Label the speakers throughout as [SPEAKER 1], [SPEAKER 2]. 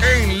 [SPEAKER 1] En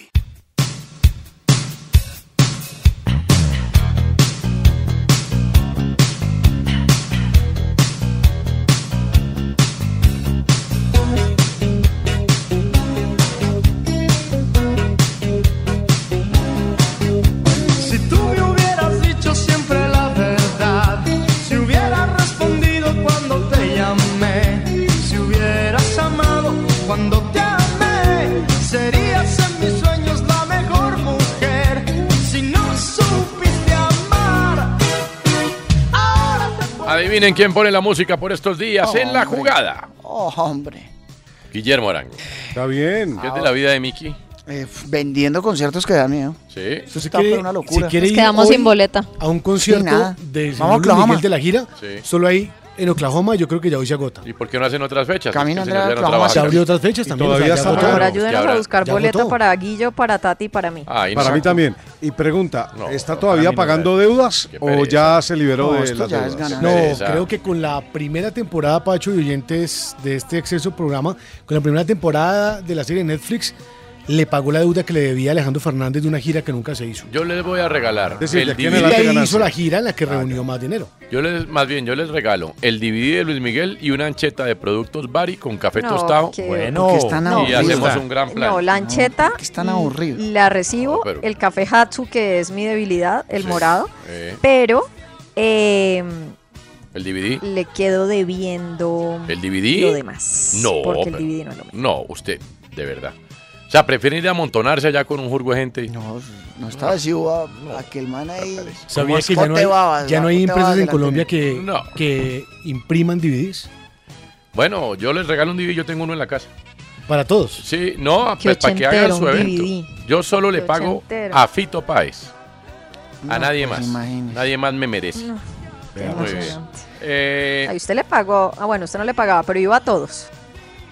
[SPEAKER 2] Si tú me hubieras dicho siempre la verdad, si hubieras respondido cuando te llamé, si hubieras amado cuando te amé, serías en mis sueños la mejor mujer. Si no supiste amar, ahora te
[SPEAKER 3] Adivinen quién pone la música por estos días en la
[SPEAKER 4] Hombre.
[SPEAKER 3] jugada.
[SPEAKER 4] Oh, hombre.
[SPEAKER 3] Guillermo Arango.
[SPEAKER 5] Está bien.
[SPEAKER 3] ¿Qué es de la vida de Mickey?
[SPEAKER 4] Eh, f- vendiendo conciertos que da miedo.
[SPEAKER 3] Sí.
[SPEAKER 4] Eso
[SPEAKER 5] Si
[SPEAKER 4] está
[SPEAKER 5] quiere-
[SPEAKER 4] fue una locura.
[SPEAKER 5] si quiere
[SPEAKER 6] Nos
[SPEAKER 5] ir
[SPEAKER 6] quedamos
[SPEAKER 5] hoy
[SPEAKER 6] sin boleta.
[SPEAKER 5] A un concierto
[SPEAKER 4] nada.
[SPEAKER 5] de
[SPEAKER 4] Vamos
[SPEAKER 5] Simón
[SPEAKER 4] a
[SPEAKER 5] Luis
[SPEAKER 4] Oklahoma.
[SPEAKER 5] Miguel de la gira,
[SPEAKER 3] Sí.
[SPEAKER 5] solo ahí en Oklahoma, yo creo que ya hoy se agota.
[SPEAKER 3] ¿Y por qué no hacen otras fechas?
[SPEAKER 4] Camino
[SPEAKER 3] Es que el señor
[SPEAKER 4] Andrade
[SPEAKER 3] ya no
[SPEAKER 4] Clavo
[SPEAKER 3] trabaja,
[SPEAKER 5] Se abrió
[SPEAKER 3] Camino.
[SPEAKER 5] otras fechas Y también. todavía ya está
[SPEAKER 6] Por
[SPEAKER 5] agotado.
[SPEAKER 6] favor,
[SPEAKER 5] Claro,
[SPEAKER 6] ayúdenos
[SPEAKER 3] ahora-
[SPEAKER 6] a buscar
[SPEAKER 5] ya
[SPEAKER 6] boleta
[SPEAKER 5] votó.
[SPEAKER 6] para Guillo, para Tati y para mí.
[SPEAKER 3] Ay, Ah, no.
[SPEAKER 5] Para mí también. Y pregunta,
[SPEAKER 3] No,
[SPEAKER 5] ¿está
[SPEAKER 3] no,
[SPEAKER 5] todavía
[SPEAKER 3] Camino
[SPEAKER 5] pagando
[SPEAKER 3] Andrade.
[SPEAKER 5] deudas
[SPEAKER 3] Qué
[SPEAKER 5] o
[SPEAKER 3] pereza.
[SPEAKER 5] ya se liberó
[SPEAKER 4] No,
[SPEAKER 5] de
[SPEAKER 4] esto
[SPEAKER 5] las
[SPEAKER 4] ya es
[SPEAKER 5] deudas?
[SPEAKER 4] ganar.
[SPEAKER 5] No,
[SPEAKER 3] Pereza.
[SPEAKER 5] creo que con la primera temporada, Pacho y oyentes de este exceso programa, con la primera temporada de la serie de Netflix, le pagó la deuda que le debía Alejandro Fernández de una gira que nunca se hizo.
[SPEAKER 3] Yo les voy a regalar
[SPEAKER 5] Es decir,
[SPEAKER 3] el
[SPEAKER 5] de aquí en
[SPEAKER 3] DVD.
[SPEAKER 5] adelante
[SPEAKER 3] Ahí
[SPEAKER 5] hizo ganancia. la gira en la que reunió más dinero.
[SPEAKER 3] Yo les, más bien, yo les regalo el DVD de Luis Miguel y una ancheta de productos Bari con café
[SPEAKER 6] No,
[SPEAKER 3] tostado.
[SPEAKER 6] qué-
[SPEAKER 7] Bueno,
[SPEAKER 4] Porque están
[SPEAKER 6] no,
[SPEAKER 3] Y
[SPEAKER 4] aburridos.
[SPEAKER 3] hacemos un gran plan.
[SPEAKER 6] No, la ancheta.
[SPEAKER 4] porque están
[SPEAKER 6] l-
[SPEAKER 4] aburridos.
[SPEAKER 6] La recibo,
[SPEAKER 3] No, pero-
[SPEAKER 6] el café Hatsu, que es mi debilidad, el
[SPEAKER 3] Sí.
[SPEAKER 6] morado.
[SPEAKER 3] Eh,
[SPEAKER 6] Pero eh,
[SPEAKER 3] el DVD.
[SPEAKER 6] le quedo debiendo
[SPEAKER 3] El
[SPEAKER 6] lo
[SPEAKER 3] DVD.
[SPEAKER 6] demás.
[SPEAKER 3] No,
[SPEAKER 6] Porque el
[SPEAKER 3] pero-
[SPEAKER 6] DVD no es lo mío.
[SPEAKER 3] No, usted, de verdad. O sea, prefieren ir a amontonarse allá con un jurgo de gente.
[SPEAKER 4] No, no estaba así, hubo a- aquel man ahí.
[SPEAKER 3] pereza.
[SPEAKER 5] ¿Sabía
[SPEAKER 4] Como
[SPEAKER 5] que ya no
[SPEAKER 4] escote
[SPEAKER 5] hay,
[SPEAKER 4] babas,
[SPEAKER 5] ya no hay
[SPEAKER 4] escote babas
[SPEAKER 5] empresas en
[SPEAKER 4] delante
[SPEAKER 5] Colombia
[SPEAKER 4] mío.
[SPEAKER 5] que,
[SPEAKER 3] No.
[SPEAKER 5] que impriman DVDs?
[SPEAKER 3] Bueno, yo les regalo un DVD, yo tengo uno en la casa.
[SPEAKER 5] Para todos.
[SPEAKER 3] Sí, no,
[SPEAKER 6] Qué
[SPEAKER 3] pues para que hagan
[SPEAKER 6] ochentero,
[SPEAKER 3] su
[SPEAKER 6] un
[SPEAKER 3] evento.
[SPEAKER 6] DVD.
[SPEAKER 3] Yo solo le
[SPEAKER 6] Qué
[SPEAKER 3] pago
[SPEAKER 6] ochentero.
[SPEAKER 3] a Fito Páez. A
[SPEAKER 4] No,
[SPEAKER 3] nadie
[SPEAKER 4] pues
[SPEAKER 3] más.
[SPEAKER 4] imagínese.
[SPEAKER 3] Nadie más me merece.
[SPEAKER 6] No, qué
[SPEAKER 3] Muy bien.
[SPEAKER 6] emocionante.
[SPEAKER 3] Eh,
[SPEAKER 6] Ay, usted le pagó. Ah, bueno, usted no le pagaba, pero iba a todos.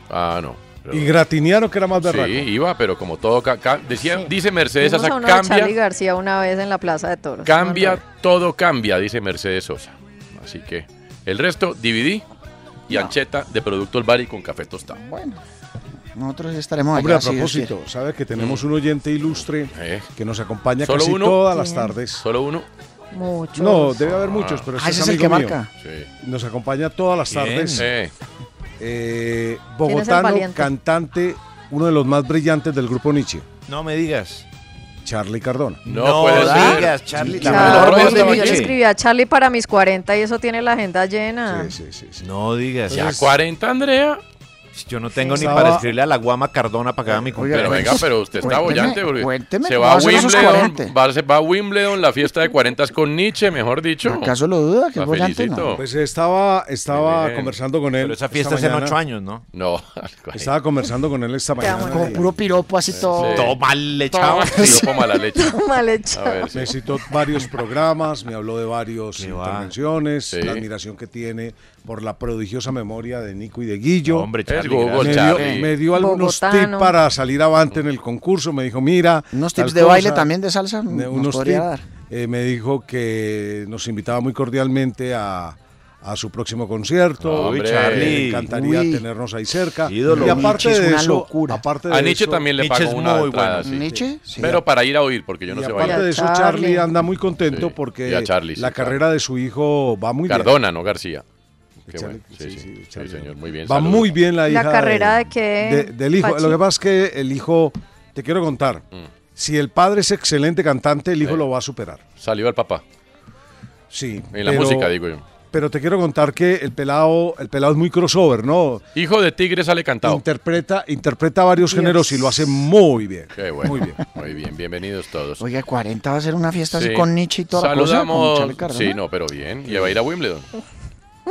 [SPEAKER 3] ah, no. Pero-
[SPEAKER 5] Y gratinearon que era más
[SPEAKER 3] sí,
[SPEAKER 5] berraco.
[SPEAKER 3] iba, pero como todo. ca- ca- decía, Dice Mercedes
[SPEAKER 6] Fuimos
[SPEAKER 3] Sosa,
[SPEAKER 6] a uno de Charly
[SPEAKER 3] cambia,
[SPEAKER 6] García una vez en la Plaza de
[SPEAKER 4] Pues,
[SPEAKER 6] Toros.
[SPEAKER 3] cambia,
[SPEAKER 6] No,
[SPEAKER 3] todo cambia, dice Mercedes Sosa. Así que el resto, DVD y
[SPEAKER 4] No.
[SPEAKER 3] ancheta de productos Bari con café tostado.
[SPEAKER 4] Bueno, nosotros estaremos
[SPEAKER 5] Hombre, a
[SPEAKER 4] allá, si Dios
[SPEAKER 5] propósito, sabe que tenemos un oyente ilustre
[SPEAKER 3] Eh,
[SPEAKER 5] que nos acompaña
[SPEAKER 3] ¿Solo
[SPEAKER 5] casi
[SPEAKER 3] uno?
[SPEAKER 5] todas las
[SPEAKER 6] Sí.
[SPEAKER 5] tardes.
[SPEAKER 3] Solo uno.
[SPEAKER 6] no, Muchos.
[SPEAKER 5] No, debe haber muchos, pero
[SPEAKER 4] quiere. Ah,
[SPEAKER 5] este es
[SPEAKER 4] ese es el
[SPEAKER 5] amigo
[SPEAKER 4] que
[SPEAKER 5] mío.
[SPEAKER 4] marca.
[SPEAKER 3] Sí.
[SPEAKER 5] Nos acompaña todas las
[SPEAKER 7] Bien.
[SPEAKER 5] tardes.
[SPEAKER 3] Eh,
[SPEAKER 6] ¿Quién es
[SPEAKER 5] Eh,
[SPEAKER 6] el
[SPEAKER 5] bogotano,
[SPEAKER 6] valiente?
[SPEAKER 5] cantante, uno de los más brillantes del grupo Nietzsche,
[SPEAKER 7] No me digas.
[SPEAKER 5] Charlie Cardona.
[SPEAKER 3] no, puede ser.
[SPEAKER 7] digas, Charlie.
[SPEAKER 4] La
[SPEAKER 6] Claro,
[SPEAKER 4] mejor voz
[SPEAKER 6] yo
[SPEAKER 4] de
[SPEAKER 6] le
[SPEAKER 4] Nietzsche.
[SPEAKER 6] escribí a Charlie para mis 40 y eso tiene la agenda llena.
[SPEAKER 5] Sí, sí, sí, sí.
[SPEAKER 4] Pues,
[SPEAKER 7] No digas.
[SPEAKER 3] Ya 40, Andrea.
[SPEAKER 7] Yo no tengo ni
[SPEAKER 8] Estaba-
[SPEAKER 7] para escribirle a la Guama Cardona para que haga mi
[SPEAKER 3] Pero
[SPEAKER 7] cumpleaños.
[SPEAKER 3] venga, pero usted está
[SPEAKER 4] pues, Cuénteme,
[SPEAKER 3] bollante, porque
[SPEAKER 4] cuénteme,
[SPEAKER 3] se va a
[SPEAKER 4] ¿cómo son esos
[SPEAKER 3] Wimbledon,
[SPEAKER 4] 40?
[SPEAKER 3] va, se va a Wimbledon, la fiesta de 40 con Nietzsche, mejor dicho.
[SPEAKER 4] ¿Acaso lo duda? Que
[SPEAKER 3] La
[SPEAKER 4] es volante,
[SPEAKER 3] felicito.
[SPEAKER 4] no.
[SPEAKER 8] Pues estaba,
[SPEAKER 3] Bien,
[SPEAKER 8] estaba
[SPEAKER 3] bien.
[SPEAKER 8] conversando con él.
[SPEAKER 7] Pero esa fiesta es
[SPEAKER 8] esta
[SPEAKER 7] en
[SPEAKER 8] mañana.
[SPEAKER 7] ocho años, ¿no?
[SPEAKER 3] No,
[SPEAKER 8] Estaba conversando con él esta mañana.
[SPEAKER 4] Como
[SPEAKER 8] y
[SPEAKER 4] puro piropo, así todo.
[SPEAKER 3] Sí.
[SPEAKER 7] Todo mal echado.
[SPEAKER 3] Sí, toma la leche.
[SPEAKER 6] Mal
[SPEAKER 3] A
[SPEAKER 6] hecho.
[SPEAKER 3] ver, sí.
[SPEAKER 8] Me citó varios programas, me habló de varios
[SPEAKER 7] Qué va.
[SPEAKER 8] intervenciones,
[SPEAKER 3] Sí.
[SPEAKER 8] la admiración que tiene por la prodigiosa memoria de Nico y de Guillo.
[SPEAKER 7] Hombre,
[SPEAKER 3] Es
[SPEAKER 7] Charlie,
[SPEAKER 3] Google,
[SPEAKER 8] me,
[SPEAKER 7] gracias.
[SPEAKER 8] dio,
[SPEAKER 3] Charlie.
[SPEAKER 8] me dio algunos
[SPEAKER 6] Bogotano.
[SPEAKER 8] tips para salir avante en el concurso. Me dijo, mira.
[SPEAKER 4] Unos
[SPEAKER 8] tal
[SPEAKER 4] tips de baile
[SPEAKER 8] cosa.
[SPEAKER 4] también de salsa.
[SPEAKER 8] Me-
[SPEAKER 4] Nos
[SPEAKER 8] unos
[SPEAKER 4] podría
[SPEAKER 8] tips.
[SPEAKER 4] dar.
[SPEAKER 8] Eh, me dijo que nos invitaba muy cordialmente a, a su próximo concierto.
[SPEAKER 3] Hombre.
[SPEAKER 8] que le encantaría
[SPEAKER 4] Uy.
[SPEAKER 8] tenernos ahí cerca.
[SPEAKER 7] Ídolo.
[SPEAKER 8] Y aparte
[SPEAKER 4] Nietzsche es
[SPEAKER 8] de
[SPEAKER 4] una
[SPEAKER 8] eso,
[SPEAKER 4] locura.
[SPEAKER 8] aparte de
[SPEAKER 3] A Nietzsche
[SPEAKER 8] eso-
[SPEAKER 3] también le
[SPEAKER 7] Nietzsche
[SPEAKER 3] pago
[SPEAKER 7] es
[SPEAKER 3] una
[SPEAKER 7] muy
[SPEAKER 3] entrada,
[SPEAKER 7] bueno.
[SPEAKER 3] sí.
[SPEAKER 4] ¿Nietzsche?
[SPEAKER 3] Pero para ir a oír, porque yo no
[SPEAKER 8] y
[SPEAKER 3] sé
[SPEAKER 8] aparte
[SPEAKER 3] bailar.
[SPEAKER 8] de eso,
[SPEAKER 6] Charlie.
[SPEAKER 8] Charlie anda muy contento
[SPEAKER 3] Sí,
[SPEAKER 8] porque
[SPEAKER 3] y a Charlie, sí,
[SPEAKER 8] la
[SPEAKER 3] claro.
[SPEAKER 8] carrera de su hijo va muy bien.
[SPEAKER 3] Cardona, no García. Qué
[SPEAKER 8] Charlie,
[SPEAKER 3] bueno. Sí, sí,
[SPEAKER 8] sí, sí,
[SPEAKER 3] sí,
[SPEAKER 8] Charlie.
[SPEAKER 3] señor, muy bien.
[SPEAKER 8] Va
[SPEAKER 3] saludos.
[SPEAKER 8] muy bien la
[SPEAKER 6] ¿La
[SPEAKER 8] hija.
[SPEAKER 6] carrera de
[SPEAKER 4] Eh,
[SPEAKER 6] qué,
[SPEAKER 8] de- del hijo.
[SPEAKER 6] Pachi?
[SPEAKER 8] Lo que pasa es que el hijo, te quiero contar, si el padre es excelente cantante, el hijo
[SPEAKER 3] Mm. Sí.
[SPEAKER 8] lo va a superar.
[SPEAKER 3] Salió al papá.
[SPEAKER 8] Sí.
[SPEAKER 3] En la música, digo yo.
[SPEAKER 8] Pero te quiero contar que el pelado, el pelado es muy crossover, ¿no?
[SPEAKER 3] Hijo de tigre sale cantado.
[SPEAKER 8] Interpreta, interpreta varios géneros y lo hace muy bien.
[SPEAKER 3] Qué bueno.
[SPEAKER 8] Muy bien.
[SPEAKER 3] Muy bien, bienvenidos todos.
[SPEAKER 4] Oiga, 40 va a ser una fiesta
[SPEAKER 3] Sí.
[SPEAKER 4] así con Nietzsche y toda
[SPEAKER 3] Saludamos.
[SPEAKER 4] la cosa. con Charlie
[SPEAKER 3] sí,
[SPEAKER 4] Cardona.
[SPEAKER 3] no, pero bien. Y va a ir a Wimbledon.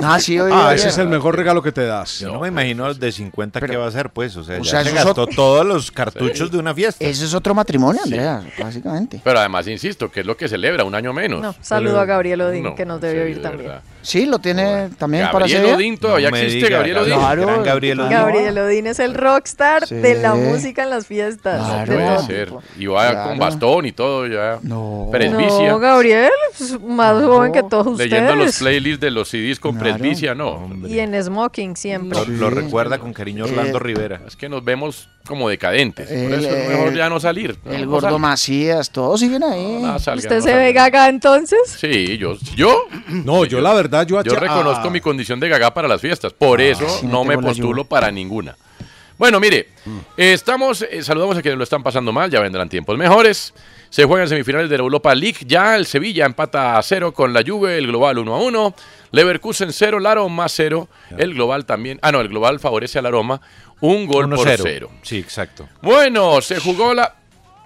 [SPEAKER 4] Ah, sí, oiga.
[SPEAKER 8] Ah,
[SPEAKER 4] oiga.
[SPEAKER 8] ese es el mejor regalo que te das.
[SPEAKER 7] Yo no
[SPEAKER 3] pues,
[SPEAKER 7] me imagino el de 50 que va a ser, pues. O sea,
[SPEAKER 4] O
[SPEAKER 7] ya
[SPEAKER 4] sea,
[SPEAKER 7] se
[SPEAKER 4] eso es
[SPEAKER 7] gastó
[SPEAKER 4] ot-
[SPEAKER 7] todos los cartuchos de una fiesta.
[SPEAKER 4] Ese es otro matrimonio, Andrea, básicamente.
[SPEAKER 3] Pero además, insisto, que es lo que celebra, un año menos.
[SPEAKER 6] No, saludo a Gabriel Odín,
[SPEAKER 3] No,
[SPEAKER 6] que nos
[SPEAKER 3] en
[SPEAKER 6] debió
[SPEAKER 3] serio,
[SPEAKER 6] ir
[SPEAKER 3] de
[SPEAKER 6] también.
[SPEAKER 3] verdad.
[SPEAKER 4] Sí, lo tiene también para
[SPEAKER 3] Gabriel
[SPEAKER 4] ese día.
[SPEAKER 3] Odín todavía
[SPEAKER 7] No me
[SPEAKER 3] existe,
[SPEAKER 7] diga,
[SPEAKER 3] Gabriel Odín.
[SPEAKER 4] Claro.
[SPEAKER 7] Gran Gabriel Odín.
[SPEAKER 6] Gabriel Odín es el rockstar
[SPEAKER 4] Sí.
[SPEAKER 6] de la música en las fiestas.
[SPEAKER 3] No
[SPEAKER 4] Claro.
[SPEAKER 3] puede ser. Y va
[SPEAKER 4] Claro.
[SPEAKER 3] con bastón y todo, ya.
[SPEAKER 4] No.
[SPEAKER 3] Presbicia.
[SPEAKER 6] No, Gabriel, pues, más joven que todos ustedes.
[SPEAKER 3] leyendo los playlists de los CDs con
[SPEAKER 4] Claro.
[SPEAKER 3] presbicia, no.
[SPEAKER 6] Y en smoking siempre.
[SPEAKER 7] Lo, lo
[SPEAKER 4] Sí. Eh,
[SPEAKER 7] recuerda con cariño Orlando Rivera.
[SPEAKER 3] Es que nos vemos como decadentes.
[SPEAKER 4] El-
[SPEAKER 3] por eso es mejor
[SPEAKER 4] el-
[SPEAKER 3] ya no salir.
[SPEAKER 4] El
[SPEAKER 3] No
[SPEAKER 4] gordo
[SPEAKER 3] salgan.
[SPEAKER 4] Macías, todos siguen ahí.
[SPEAKER 3] No salgan,
[SPEAKER 6] ¿Usted
[SPEAKER 3] no
[SPEAKER 6] se
[SPEAKER 3] salgan.
[SPEAKER 6] ve gaga entonces?
[SPEAKER 3] Sí, yo. ¿Yo?
[SPEAKER 8] No, yo la verdad, yo,
[SPEAKER 3] Yo
[SPEAKER 8] acha-
[SPEAKER 3] reconozco
[SPEAKER 8] ah,
[SPEAKER 3] mi condición de gaga para las fiestas. Por eso
[SPEAKER 4] Ah, sí, me
[SPEAKER 3] no me
[SPEAKER 4] pegó la Mm.
[SPEAKER 3] postulo
[SPEAKER 4] lluvia.
[SPEAKER 3] para ninguna. Bueno, mire, eh, estamos, eh, saludamos a quienes lo están pasando mal, ya vendrán tiempos mejores. Se juegan semifinales de la Europa League, ya el Sevilla empata a cero con la Juve, el global 1 a 1, Leverkusen 0, Laro más 0, el global también, ah no, el global favorece al Aroma, un gol por
[SPEAKER 7] 1-0.
[SPEAKER 3] cero.
[SPEAKER 7] Sí, exacto.
[SPEAKER 3] Bueno, se jugó la...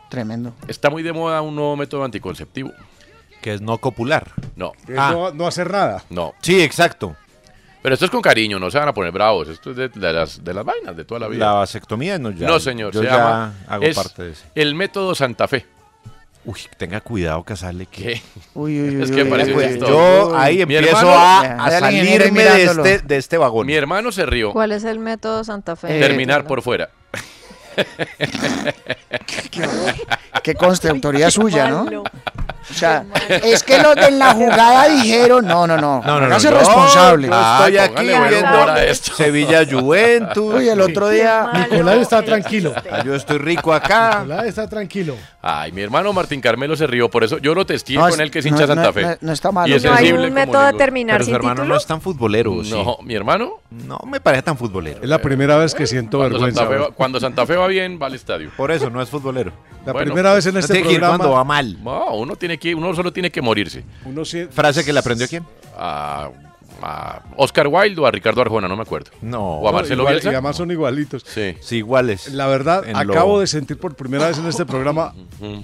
[SPEAKER 4] Tremendo.
[SPEAKER 3] Está muy de moda un nuevo método anticonceptivo.
[SPEAKER 7] Que es no copular.
[SPEAKER 3] No,
[SPEAKER 8] que
[SPEAKER 7] Ah.
[SPEAKER 8] no, no hacer nada.
[SPEAKER 3] no.
[SPEAKER 7] Sí, exacto.
[SPEAKER 3] Pero esto es con cariño, no se van a poner bravos, esto es de, de las, de las vainas de toda la vida.
[SPEAKER 7] La vasectomía no ya.
[SPEAKER 3] no, señor.
[SPEAKER 7] Yo
[SPEAKER 3] se
[SPEAKER 7] ya
[SPEAKER 3] llama,
[SPEAKER 7] hago
[SPEAKER 3] es
[SPEAKER 7] parte de eso.
[SPEAKER 3] El método Santa Fe.
[SPEAKER 7] Uy, tenga cuidado, Casale, que.
[SPEAKER 3] ¿Qué?
[SPEAKER 4] Uy, uy, uy.
[SPEAKER 3] Es que
[SPEAKER 4] uy,
[SPEAKER 3] parece
[SPEAKER 4] uy,
[SPEAKER 3] un
[SPEAKER 4] uy.
[SPEAKER 3] esto-
[SPEAKER 7] Yo ahí
[SPEAKER 3] Mi
[SPEAKER 7] empiezo
[SPEAKER 3] hermano-
[SPEAKER 7] a, a
[SPEAKER 4] Ya, ya el ingeniero
[SPEAKER 7] salirme de
[SPEAKER 4] mirándolo.
[SPEAKER 7] este, de este vagón.
[SPEAKER 3] Mi hermano Ah, se rió.
[SPEAKER 6] ¿Cuál es el método Santa Fe?
[SPEAKER 4] Eh,
[SPEAKER 3] Terminar por fuera.
[SPEAKER 4] Que conste, autoría suya, ¿no?
[SPEAKER 6] Malo.
[SPEAKER 4] O sea, es que los de la jugada dijeron, no, no, no,
[SPEAKER 7] No, no, no.
[SPEAKER 4] hágase
[SPEAKER 7] yo-
[SPEAKER 4] responsable.
[SPEAKER 7] yo estoy
[SPEAKER 3] Ah,
[SPEAKER 7] aquí
[SPEAKER 3] póngale buen
[SPEAKER 7] viendo
[SPEAKER 3] humor a esto.
[SPEAKER 7] Sevilla Juventus.
[SPEAKER 4] Oye, el otro día,
[SPEAKER 8] Nicolás está tranquilo.
[SPEAKER 7] Ah, yo estoy rico
[SPEAKER 4] Ah.
[SPEAKER 7] acá.
[SPEAKER 8] Hola, está tranquilo.
[SPEAKER 3] Ay, mi hermano Martín Carmelo se rió, por eso yo lo testié
[SPEAKER 4] No,
[SPEAKER 3] con
[SPEAKER 4] es-
[SPEAKER 3] él que es hincha
[SPEAKER 4] no,
[SPEAKER 3] Santa
[SPEAKER 4] no,
[SPEAKER 3] Fe.
[SPEAKER 4] no, no está malo.
[SPEAKER 3] Y es
[SPEAKER 6] ¿No hay
[SPEAKER 3] sensible
[SPEAKER 6] un
[SPEAKER 3] como
[SPEAKER 6] método de
[SPEAKER 3] ningún-
[SPEAKER 6] terminar
[SPEAKER 7] Pero su
[SPEAKER 6] sin
[SPEAKER 7] hermano no
[SPEAKER 6] título?
[SPEAKER 7] es tan futbolero, sí.
[SPEAKER 3] No, mi hermano.
[SPEAKER 7] No me parece tan futbolero.
[SPEAKER 8] Es la primera vez que siento
[SPEAKER 3] Cuando Santa,
[SPEAKER 8] vergüenza.
[SPEAKER 3] Fe va, cuando Santa Fe va bien, va al estadio.
[SPEAKER 7] Por eso no es futbolero.
[SPEAKER 8] La
[SPEAKER 3] Bueno,
[SPEAKER 8] primera vez en
[SPEAKER 7] No
[SPEAKER 8] este
[SPEAKER 7] tiene que ir cuando va
[SPEAKER 8] programa.
[SPEAKER 7] mal.
[SPEAKER 3] No, uno tiene que, uno solo tiene que morirse.
[SPEAKER 8] Uno sí-
[SPEAKER 7] Frase que le aprendió quién?
[SPEAKER 3] A, a Oscar Wilde o a Ricardo Arjona, no me acuerdo.
[SPEAKER 7] No.
[SPEAKER 3] O a Marcelo
[SPEAKER 8] igual-
[SPEAKER 3] Bielsa.
[SPEAKER 8] y además son igualitos.
[SPEAKER 3] Sí.
[SPEAKER 7] Sí, iguales.
[SPEAKER 8] La verdad,
[SPEAKER 7] En lo-
[SPEAKER 8] acabo de sentir por primera vez en este programa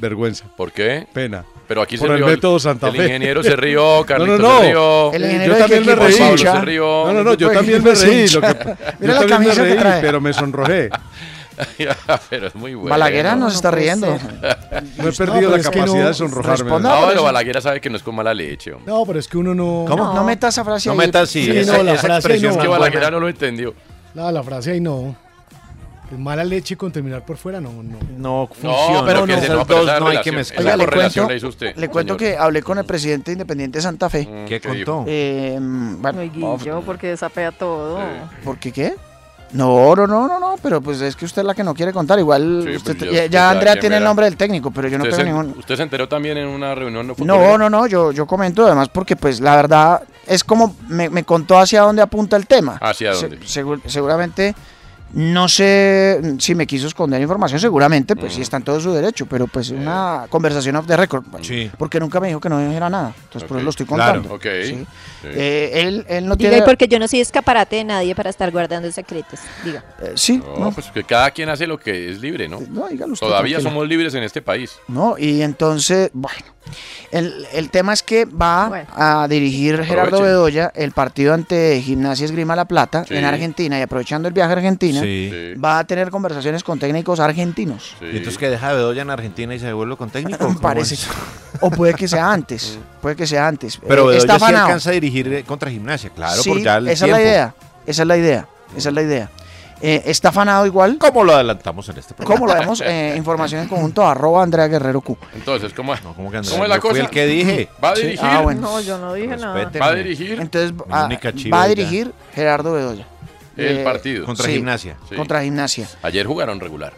[SPEAKER 8] vergüenza,
[SPEAKER 3] ¿Por qué?
[SPEAKER 8] pena.
[SPEAKER 3] Pero aquí
[SPEAKER 8] por
[SPEAKER 3] se
[SPEAKER 8] el
[SPEAKER 3] rió.
[SPEAKER 8] método Santa
[SPEAKER 3] el
[SPEAKER 8] Fe.
[SPEAKER 3] ingeniero se rió, Carlitos
[SPEAKER 8] no.
[SPEAKER 3] se rió.
[SPEAKER 4] El
[SPEAKER 8] Eh,
[SPEAKER 4] ingeniero
[SPEAKER 8] yo
[SPEAKER 4] de
[SPEAKER 8] también
[SPEAKER 4] qué
[SPEAKER 8] me
[SPEAKER 4] equipo es
[SPEAKER 8] reí.
[SPEAKER 3] Pablo
[SPEAKER 4] hincha?
[SPEAKER 3] se rió.
[SPEAKER 8] No, no, no, yo
[SPEAKER 4] Pues,
[SPEAKER 8] también me
[SPEAKER 4] pues,
[SPEAKER 8] reí.
[SPEAKER 4] hincha.
[SPEAKER 8] lo que-
[SPEAKER 4] Mira la
[SPEAKER 8] yo también me
[SPEAKER 4] camisa que
[SPEAKER 8] reí,
[SPEAKER 4] trae.
[SPEAKER 8] pero me sonrojé.
[SPEAKER 3] Pero es muy bueno.
[SPEAKER 4] Balaguera nos está
[SPEAKER 6] puede
[SPEAKER 4] riendo.
[SPEAKER 8] No he perdido pero la es que capacidad no-
[SPEAKER 4] de
[SPEAKER 8] de sonrojarme.
[SPEAKER 4] responda.
[SPEAKER 3] No,
[SPEAKER 4] No,
[SPEAKER 3] pero
[SPEAKER 4] pero-
[SPEAKER 3] Balaguera sabe que no es con mala leche, hombre.
[SPEAKER 8] No, pero es que uno no.
[SPEAKER 7] ¿Cómo?
[SPEAKER 4] No meta esa frase
[SPEAKER 7] No
[SPEAKER 4] ahí.
[SPEAKER 7] metas sí,
[SPEAKER 8] Sí,
[SPEAKER 7] esa,
[SPEAKER 8] no, la
[SPEAKER 7] esa
[SPEAKER 8] frase
[SPEAKER 7] expresión
[SPEAKER 8] no.
[SPEAKER 3] Es que
[SPEAKER 7] es buena.
[SPEAKER 3] Balaguera no lo entendió.
[SPEAKER 8] La, la frase ahí no. Es mala leche con terminar por fuera, no, no.
[SPEAKER 7] No funciona.
[SPEAKER 3] No, pero que
[SPEAKER 7] Esas
[SPEAKER 3] se no, pero
[SPEAKER 7] dos
[SPEAKER 3] esa
[SPEAKER 7] no hay
[SPEAKER 3] relación,
[SPEAKER 7] que
[SPEAKER 3] esa
[SPEAKER 4] Oiga,
[SPEAKER 7] mezclar.
[SPEAKER 4] le
[SPEAKER 3] correlación
[SPEAKER 4] cuento-
[SPEAKER 3] la hizo usted.
[SPEAKER 4] Le cuento
[SPEAKER 3] señor.
[SPEAKER 4] que hablé con el presidente independiente de Santa Fe.
[SPEAKER 3] Mm,
[SPEAKER 7] ¿Qué
[SPEAKER 3] dijo? pues,
[SPEAKER 7] contó?
[SPEAKER 4] Eh, bueno,
[SPEAKER 6] Ay, Guillo, porque desapea todo.
[SPEAKER 4] ¿por qué qué? No, no, no, no, no, pero pues es que usted es la que no quiere contar. Igual
[SPEAKER 3] Sí,
[SPEAKER 4] usted-
[SPEAKER 3] pues, ya
[SPEAKER 4] ya,
[SPEAKER 3] usted
[SPEAKER 4] ya
[SPEAKER 3] cada
[SPEAKER 4] Andrea
[SPEAKER 3] quien
[SPEAKER 4] tiene el
[SPEAKER 3] verá.
[SPEAKER 4] nombre del técnico, pero yo no
[SPEAKER 3] usted,
[SPEAKER 4] tengo
[SPEAKER 3] se,
[SPEAKER 4] ningún.
[SPEAKER 3] usted se enteró también en una reunión no
[SPEAKER 4] No, no, no, yo, yo comento, además, porque pues la verdad es como me, me contó hacia dónde apunta el tema.
[SPEAKER 3] ¿Hacia dónde?
[SPEAKER 4] Se- segur- seguramente No sé si me quiso esconder información, seguramente, pues
[SPEAKER 3] Mm.
[SPEAKER 4] sí está en todo su derecho, pero
[SPEAKER 3] Eh.
[SPEAKER 4] pues una conversación off the record. pues,
[SPEAKER 7] Sí.
[SPEAKER 4] Porque nunca me dijo que no dijera nada. Entonces por
[SPEAKER 3] Ok,
[SPEAKER 4] eso lo estoy
[SPEAKER 7] claro,
[SPEAKER 4] contando.
[SPEAKER 3] ok,
[SPEAKER 4] ¿sí?
[SPEAKER 3] sí.
[SPEAKER 4] Eh, él, él no
[SPEAKER 9] Diga,
[SPEAKER 4] tiene.
[SPEAKER 9] y porque yo no soy escaparate de nadie para estar guardando secretos. Diga.
[SPEAKER 4] eh, sí,
[SPEAKER 3] No,
[SPEAKER 4] no,
[SPEAKER 3] pues que cada quien hace lo que es libre, ¿no?
[SPEAKER 4] no, dígalo usted,
[SPEAKER 3] Todavía
[SPEAKER 4] tranquila.
[SPEAKER 3] somos libres en este país.
[SPEAKER 4] No, y entonces, bueno, el, el tema es que va
[SPEAKER 6] Bueno.
[SPEAKER 4] a dirigir Gerardo
[SPEAKER 3] Aprovechen.
[SPEAKER 4] Bedoya el partido ante Gimnasia Esgrima La Plata
[SPEAKER 3] Sí.
[SPEAKER 4] en Argentina y aprovechando el viaje a Argentina,
[SPEAKER 7] Sí.
[SPEAKER 3] Sí.
[SPEAKER 4] va a tener conversaciones con técnicos argentinos.
[SPEAKER 3] Sí.
[SPEAKER 7] ¿Y entonces que deja Bedoya en Argentina y se devuelve con técnico? ¿Cómo
[SPEAKER 4] Parece.
[SPEAKER 7] es?
[SPEAKER 4] O puede que sea antes, puede que sea antes.
[SPEAKER 7] Mm. Pero
[SPEAKER 4] Eh,
[SPEAKER 7] Bedoya
[SPEAKER 4] está
[SPEAKER 7] sí
[SPEAKER 4] afanado.
[SPEAKER 7] alcanza a dirigir eh, contra gimnasia, claro,
[SPEAKER 4] Sí,
[SPEAKER 7] por ya el
[SPEAKER 4] esa
[SPEAKER 7] tiempo.
[SPEAKER 4] es la idea, esa es la idea, esa es la idea. Eh, está afanado igual,
[SPEAKER 7] ¿Cómo lo adelantamos en este programa?
[SPEAKER 4] como lo vemos, eh, información en conjunto, arroba Andrea Guerrero Q.
[SPEAKER 3] Entonces, ¿cómo es?
[SPEAKER 7] No, ¿cómo que Andrés?
[SPEAKER 3] ¿Cómo es la
[SPEAKER 7] Yo fui
[SPEAKER 3] cosa?
[SPEAKER 7] el que dije.
[SPEAKER 3] ¿Va a
[SPEAKER 4] Sí,
[SPEAKER 3] dirigir?
[SPEAKER 4] ah, bueno.
[SPEAKER 6] No, yo no dije nada.
[SPEAKER 7] Respétenme.
[SPEAKER 3] ¿Va a dirigir
[SPEAKER 4] Entonces
[SPEAKER 7] Mi
[SPEAKER 4] ah,
[SPEAKER 7] única chiva
[SPEAKER 4] va a
[SPEAKER 7] ya.
[SPEAKER 4] dirigir Gerardo Bedoya.
[SPEAKER 3] el
[SPEAKER 4] Eh,
[SPEAKER 3] partido?
[SPEAKER 7] Contra
[SPEAKER 4] Sí.
[SPEAKER 7] gimnasia.
[SPEAKER 3] Sí.
[SPEAKER 4] Contra gimnasia.
[SPEAKER 3] Ayer jugaron regular.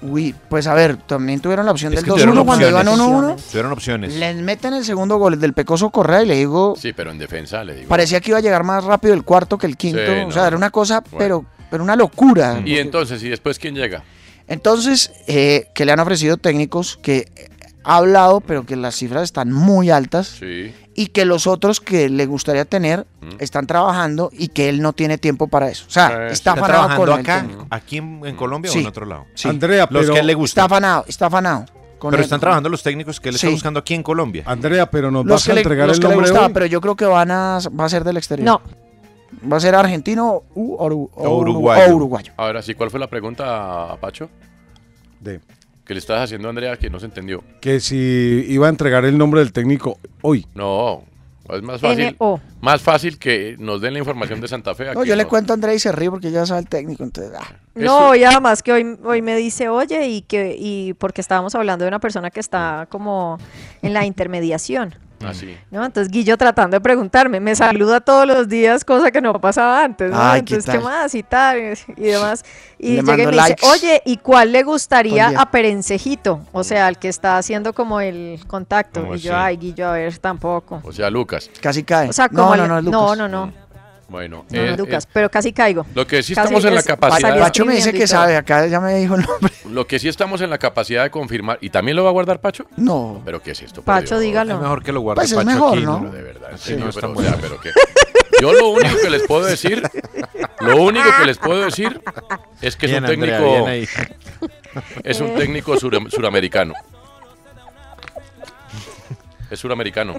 [SPEAKER 4] Uy, pues a ver, también tuvieron la opción
[SPEAKER 7] Es
[SPEAKER 4] del
[SPEAKER 7] que tuvieron
[SPEAKER 4] 2-1 cuando iban
[SPEAKER 7] opciones.
[SPEAKER 4] 1-1.
[SPEAKER 7] Tuvieron opciones.
[SPEAKER 4] Les meten el segundo gol el del Pecoso Correa y le digo,
[SPEAKER 3] Sí, pero en defensa le digo.
[SPEAKER 4] parecía que iba a llegar más rápido el cuarto que el quinto.
[SPEAKER 3] Sí,
[SPEAKER 4] O
[SPEAKER 3] no.
[SPEAKER 4] sea, era una cosa,
[SPEAKER 3] Bueno. Mm.
[SPEAKER 4] pero, pero una locura.
[SPEAKER 3] Y entonces, ¿y después quién llega?
[SPEAKER 4] Entonces, eh, que le han ofrecido técnicos que eh, ha hablado, pero que las cifras están muy altas.
[SPEAKER 3] Sí.
[SPEAKER 4] y que los otros que le gustaría tener están trabajando y que él no tiene tiempo para eso. O sea,
[SPEAKER 3] Eh,
[SPEAKER 4] está
[SPEAKER 7] ¿Está
[SPEAKER 4] afanado
[SPEAKER 7] trabajando
[SPEAKER 4] con el
[SPEAKER 7] acá?
[SPEAKER 4] técnico.
[SPEAKER 7] ¿Aquí en, en Colombia
[SPEAKER 4] Sí.
[SPEAKER 7] o en otro lado?
[SPEAKER 4] Sí.
[SPEAKER 5] Andrea,
[SPEAKER 7] Los
[SPEAKER 5] pero,
[SPEAKER 7] que a él le
[SPEAKER 4] Está
[SPEAKER 7] gustan.
[SPEAKER 4] afanado, está afanado. con
[SPEAKER 7] Pero
[SPEAKER 4] él.
[SPEAKER 7] están trabajando los técnicos que él está
[SPEAKER 4] Sí.
[SPEAKER 7] buscando aquí en Colombia.
[SPEAKER 5] Andrea, pero nos
[SPEAKER 4] Los
[SPEAKER 5] vas
[SPEAKER 4] que
[SPEAKER 5] a
[SPEAKER 4] le,
[SPEAKER 5] entregar
[SPEAKER 4] los
[SPEAKER 5] el
[SPEAKER 4] que le
[SPEAKER 5] nombre
[SPEAKER 4] gustaba,
[SPEAKER 5] hoy.
[SPEAKER 4] pero yo creo que van a, va a ser del exterior.
[SPEAKER 9] No,
[SPEAKER 4] Va a ser argentino u, oru- o
[SPEAKER 7] O
[SPEAKER 4] uruguayo.
[SPEAKER 7] uruguayo.
[SPEAKER 4] O uruguayo.
[SPEAKER 3] Ahora sí, ¿cuál fue la pregunta, Pacho?
[SPEAKER 5] De-
[SPEAKER 3] Que le estás haciendo, Andrea, que no se entendió.
[SPEAKER 5] que si iba a entregar el nombre del técnico hoy.
[SPEAKER 3] No, es más fácil.
[SPEAKER 6] NO.
[SPEAKER 3] Más fácil que nos den la información de Santa Fe. a
[SPEAKER 4] No,
[SPEAKER 3] que
[SPEAKER 4] yo le
[SPEAKER 3] nos-
[SPEAKER 4] cuento a Andrea y se ríe porque ya sabe el técnico. Entonces, ah.
[SPEAKER 6] No, y además que hoy, hoy me dice, oye, y que y porque estábamos hablando de una persona que está como en la intermediación,
[SPEAKER 3] Así.
[SPEAKER 6] ¿no? Entonces Guillo tratando de preguntarme, me saluda todos los días, cosa que no pasaba antes, ¿no?
[SPEAKER 4] Ay, ¿qué
[SPEAKER 6] Entonces, ¿qué
[SPEAKER 4] tal?
[SPEAKER 6] más? Y tal, y demás. Y
[SPEAKER 4] Le
[SPEAKER 6] llega y
[SPEAKER 4] mando
[SPEAKER 6] me
[SPEAKER 4] likes.
[SPEAKER 6] dice, oye, ¿y cuál le gustaría
[SPEAKER 4] Oye. Mm.
[SPEAKER 6] a Perencejito? O sea, al que está haciendo como el contacto.
[SPEAKER 4] Oh,
[SPEAKER 7] Como
[SPEAKER 6] y yo,
[SPEAKER 7] así.
[SPEAKER 6] ay, Guillo, a ver, tampoco.
[SPEAKER 3] O sea, Lucas.
[SPEAKER 4] Casi cae.
[SPEAKER 6] O sea, como
[SPEAKER 4] Pues, no,
[SPEAKER 6] al-
[SPEAKER 4] no, no, es Lucas. Eh,
[SPEAKER 6] no, no, no,
[SPEAKER 3] Bueno,
[SPEAKER 6] no,
[SPEAKER 3] eh,
[SPEAKER 6] Lucas,
[SPEAKER 3] eh,
[SPEAKER 6] pero casi caigo.
[SPEAKER 3] lo que sí
[SPEAKER 6] Casi
[SPEAKER 3] estamos en la
[SPEAKER 6] es- Pacho-
[SPEAKER 3] capacidad.
[SPEAKER 6] salió
[SPEAKER 4] Pacho me dice
[SPEAKER 6] escribiendo y
[SPEAKER 4] que
[SPEAKER 6] todo.
[SPEAKER 4] sabe, acá ya me dijo el nombre.
[SPEAKER 3] Lo que sí estamos en la capacidad de confirmar. ¿Y también lo va a guardar Pacho?
[SPEAKER 4] No.
[SPEAKER 3] ¿Pero qué es esto? por
[SPEAKER 6] Pacho,
[SPEAKER 3] Dios?
[SPEAKER 7] Es
[SPEAKER 6] dígalo.
[SPEAKER 7] mejor que lo guarde
[SPEAKER 4] Pues es
[SPEAKER 7] Pacho
[SPEAKER 4] mejor,
[SPEAKER 7] aquí,
[SPEAKER 4] ¿no?
[SPEAKER 3] De verdad, en
[SPEAKER 7] Sí,
[SPEAKER 3] serio,
[SPEAKER 7] no está
[SPEAKER 3] pero, o
[SPEAKER 7] muy
[SPEAKER 3] sea, pero qué. Yo lo único que les puedo decir, lo único que les puedo decir es que es
[SPEAKER 7] Bien,
[SPEAKER 3] un
[SPEAKER 7] Andrea,
[SPEAKER 3] técnico,
[SPEAKER 7] bien ahí.
[SPEAKER 3] es
[SPEAKER 6] Eh.
[SPEAKER 3] un técnico sura- suramericano. Es suramericano,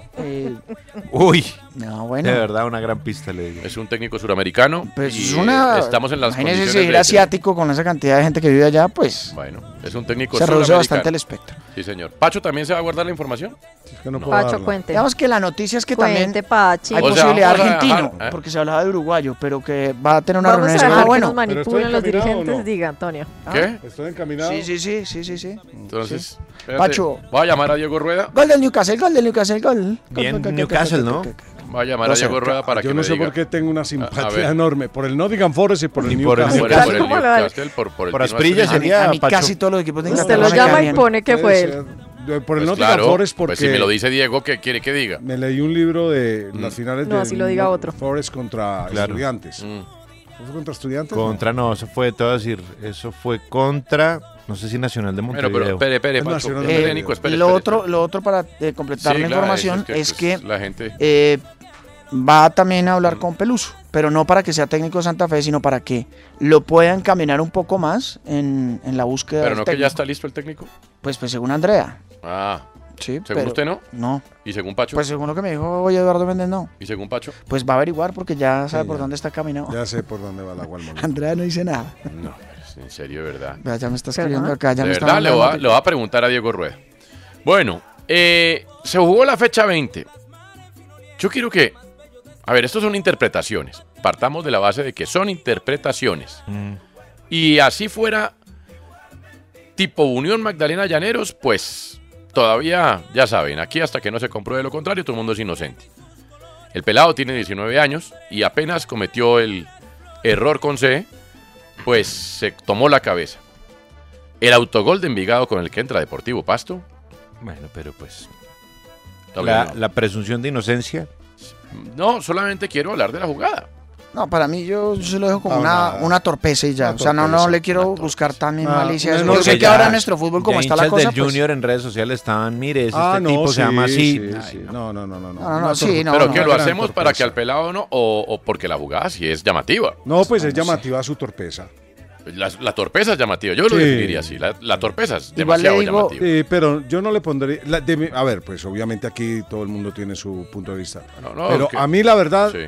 [SPEAKER 7] Uy,
[SPEAKER 4] No,
[SPEAKER 7] de
[SPEAKER 4] bueno.
[SPEAKER 7] verdad, una gran pista le digo.
[SPEAKER 3] es un técnico suramericano.
[SPEAKER 4] Pues
[SPEAKER 3] y,
[SPEAKER 4] es una.
[SPEAKER 3] eh, Estamos en las
[SPEAKER 4] imagínese
[SPEAKER 3] condiciones
[SPEAKER 4] si ir
[SPEAKER 3] de-
[SPEAKER 4] asiático con esa cantidad de gente que vive allá, pues.
[SPEAKER 3] Bueno, es un técnico
[SPEAKER 4] Se reduce
[SPEAKER 3] suramericano.
[SPEAKER 4] bastante el espectro.
[SPEAKER 3] Sí, señor. Pacho también se va a guardar la información.
[SPEAKER 5] Es que no puedo
[SPEAKER 6] Pacho,
[SPEAKER 5] darla.
[SPEAKER 6] cuente.
[SPEAKER 4] Digamos que la noticia es
[SPEAKER 6] Pues,
[SPEAKER 4] que también
[SPEAKER 6] Cuente, Pachi.
[SPEAKER 4] hay
[SPEAKER 3] O sea,
[SPEAKER 4] posibilidad
[SPEAKER 3] vamos a
[SPEAKER 4] argentino,
[SPEAKER 3] dejar, ¿eh?
[SPEAKER 4] porque se hablaba de uruguayo, pero que va a tener una
[SPEAKER 6] Vamos a
[SPEAKER 4] reunión.
[SPEAKER 6] dejar
[SPEAKER 4] Ah,
[SPEAKER 6] que
[SPEAKER 4] bueno.
[SPEAKER 6] nos
[SPEAKER 5] Pero estoy
[SPEAKER 6] manipulen los
[SPEAKER 5] encaminado, ¿o
[SPEAKER 6] dirigentes,
[SPEAKER 5] no? ¿Ah?
[SPEAKER 6] diga Antonio.
[SPEAKER 3] ¿Qué?
[SPEAKER 5] Estoy encaminado.
[SPEAKER 4] Sí, sí, sí, sí, sí, sí.
[SPEAKER 3] Entonces, espérate.
[SPEAKER 4] Pacho.
[SPEAKER 3] va a llamar a Diego Rueda,
[SPEAKER 4] Gol del Newcastle, gol del Newcastle, gol. Gol,
[SPEAKER 7] Bien,
[SPEAKER 4] gol, gol, gol,
[SPEAKER 7] Newcastle,
[SPEAKER 4] gol,
[SPEAKER 7] ¿no?
[SPEAKER 4] gol, gol, gol,
[SPEAKER 3] va a llamar a
[SPEAKER 4] Rosa,
[SPEAKER 3] Diego Rueda para
[SPEAKER 5] Yo
[SPEAKER 3] que
[SPEAKER 5] no
[SPEAKER 3] me
[SPEAKER 5] sé
[SPEAKER 3] diga.
[SPEAKER 5] por qué tengo una
[SPEAKER 3] ver.
[SPEAKER 5] simpatía enorme. Por el Nottingham Forest y por el
[SPEAKER 7] Y por el
[SPEAKER 5] Newcastle.
[SPEAKER 3] Por el, por el
[SPEAKER 6] ¿Cómo le va?
[SPEAKER 3] Newcastle, por, por el
[SPEAKER 7] Por
[SPEAKER 3] Tino
[SPEAKER 7] Asprilla
[SPEAKER 4] gol. A
[SPEAKER 3] Asprilla.
[SPEAKER 4] mí,
[SPEAKER 7] Sería
[SPEAKER 4] a mí
[SPEAKER 7] Pacho.
[SPEAKER 4] casi todos los equipos de
[SPEAKER 6] Usted
[SPEAKER 4] Inglaterra
[SPEAKER 6] lo
[SPEAKER 4] me caen
[SPEAKER 6] llama y
[SPEAKER 4] bien.
[SPEAKER 6] pone que fue
[SPEAKER 5] Puede
[SPEAKER 6] él.
[SPEAKER 5] ser, eh, Por el
[SPEAKER 3] Pues
[SPEAKER 5] Nottingham
[SPEAKER 3] claro,
[SPEAKER 5] Forest porque
[SPEAKER 3] pues si me lo dice Diego, ¿qué quiere que diga?
[SPEAKER 5] me leí un libro de las finales
[SPEAKER 6] Mm. No,
[SPEAKER 5] del
[SPEAKER 6] así lo diga
[SPEAKER 5] Not-
[SPEAKER 6] otro.
[SPEAKER 5] Forest contra
[SPEAKER 7] Claro.
[SPEAKER 5] estudiantes.
[SPEAKER 3] Mm.
[SPEAKER 5] ¿No fue contra estudiantes?
[SPEAKER 7] Contra, no, eso fue, te voy a decir, eso fue contra, no sé si Nacional de
[SPEAKER 3] Bueno, pero
[SPEAKER 7] Montevideo.
[SPEAKER 3] espere, espere,
[SPEAKER 5] Es
[SPEAKER 3] Pacho.
[SPEAKER 5] nacional.
[SPEAKER 3] Espere,
[SPEAKER 4] Eh,
[SPEAKER 3] Nico, espere,
[SPEAKER 4] lo,
[SPEAKER 3] espere,
[SPEAKER 4] otro,
[SPEAKER 3] espere.
[SPEAKER 4] lo otro, para eh, completar
[SPEAKER 3] Sí,
[SPEAKER 4] la
[SPEAKER 3] claro,
[SPEAKER 4] información, es que,
[SPEAKER 3] pues, la gente
[SPEAKER 4] eh, va también a hablar con Peluso, pero no para que sea técnico de Santa Fe, sino para que lo puedan caminar un poco más en, en la búsqueda
[SPEAKER 3] Pero
[SPEAKER 4] del
[SPEAKER 3] no que ya
[SPEAKER 4] técnico.
[SPEAKER 3] está listo el técnico.
[SPEAKER 4] Pues, pues según Andrea.
[SPEAKER 3] Ah,
[SPEAKER 4] Sí,
[SPEAKER 3] según
[SPEAKER 4] pero-
[SPEAKER 3] usted no
[SPEAKER 4] No,
[SPEAKER 3] y según Pacho
[SPEAKER 4] pues según lo que me dijo hoy Eduardo Méndez, no.
[SPEAKER 3] y según Pacho.
[SPEAKER 4] Pues va a averiguar porque ya sabe
[SPEAKER 5] Sí,
[SPEAKER 4] por
[SPEAKER 5] ya.
[SPEAKER 4] dónde está caminando.
[SPEAKER 5] Ya sé por dónde va la Walmart.
[SPEAKER 4] Andrea no dice nada.
[SPEAKER 3] No, es en serio, de verdad.
[SPEAKER 4] Vea, ya me está
[SPEAKER 6] ¿Verdad?
[SPEAKER 4] escribiendo acá, ya
[SPEAKER 3] de
[SPEAKER 4] me está
[SPEAKER 3] verdad le
[SPEAKER 4] mandando
[SPEAKER 3] va,
[SPEAKER 4] noticias.
[SPEAKER 3] le va a preguntar a Diego Rueda. Bueno, eh, se jugó la fecha 20. Yo quiero que a ver, esto son interpretaciones. Partamos de la base de que son interpretaciones.
[SPEAKER 7] Mm.
[SPEAKER 3] Y así fuera, tipo Unión Magdalena Llaneros, pues todavía, ya saben, aquí hasta que no se compruebe lo contrario, todo el mundo es inocente. El pelado tiene 19 años y apenas cometió el error con C, pues se tomó la cabeza. El autogol de Envigado con el que entra Deportivo Pasto.
[SPEAKER 7] Bueno, pero pues,
[SPEAKER 3] todavía
[SPEAKER 7] la,
[SPEAKER 3] no.
[SPEAKER 7] la presunción de inocencia.
[SPEAKER 3] No, solamente quiero hablar de la jugada.
[SPEAKER 4] No, para mí yo, yo se lo dejo como
[SPEAKER 7] Ah,
[SPEAKER 4] una,
[SPEAKER 7] una-
[SPEAKER 4] una torpeza y ya.
[SPEAKER 7] una
[SPEAKER 4] o sea, no, no
[SPEAKER 7] torpeza,
[SPEAKER 4] le quiero
[SPEAKER 7] una
[SPEAKER 4] buscar también
[SPEAKER 5] Ah,
[SPEAKER 4] malicia. a
[SPEAKER 5] una
[SPEAKER 4] eso,
[SPEAKER 5] no,
[SPEAKER 4] porque sé
[SPEAKER 5] sé porque
[SPEAKER 4] que
[SPEAKER 5] ya-
[SPEAKER 4] ahora en nuestro fútbol, como
[SPEAKER 7] ya
[SPEAKER 4] está la
[SPEAKER 7] hinchas
[SPEAKER 4] cosa.
[SPEAKER 7] del
[SPEAKER 4] pues-
[SPEAKER 7] Junior en redes sociales estaban, mire, es
[SPEAKER 5] Ah,
[SPEAKER 7] este
[SPEAKER 5] no,
[SPEAKER 7] tipo
[SPEAKER 5] sí,
[SPEAKER 7] se llama así.
[SPEAKER 5] sí,
[SPEAKER 7] Ay,
[SPEAKER 5] sí.
[SPEAKER 7] No, no, no, no. no.
[SPEAKER 4] No, no, no, sí, no.
[SPEAKER 3] Pero
[SPEAKER 4] no.
[SPEAKER 3] que lo
[SPEAKER 7] gran
[SPEAKER 3] hacemos para que
[SPEAKER 7] torpeza.
[SPEAKER 3] al pelado no, o, o porque la jugada sí es llamativa.
[SPEAKER 8] No, pues
[SPEAKER 3] Ah,
[SPEAKER 8] es llamativa su torpeza.
[SPEAKER 3] La, la torpeza es llamativa, yo lo
[SPEAKER 8] Sí.
[SPEAKER 3] definiría así. La, la torpeza es
[SPEAKER 4] Igual le
[SPEAKER 3] demasiado
[SPEAKER 4] digo-
[SPEAKER 3] llamativa.
[SPEAKER 8] Eh, pero yo no le pondré. la de mi- a ver, pues obviamente aquí todo el mundo tiene su punto de vista.
[SPEAKER 3] No, no,
[SPEAKER 8] pero
[SPEAKER 3] que-
[SPEAKER 8] a mí la verdad,
[SPEAKER 3] Sí.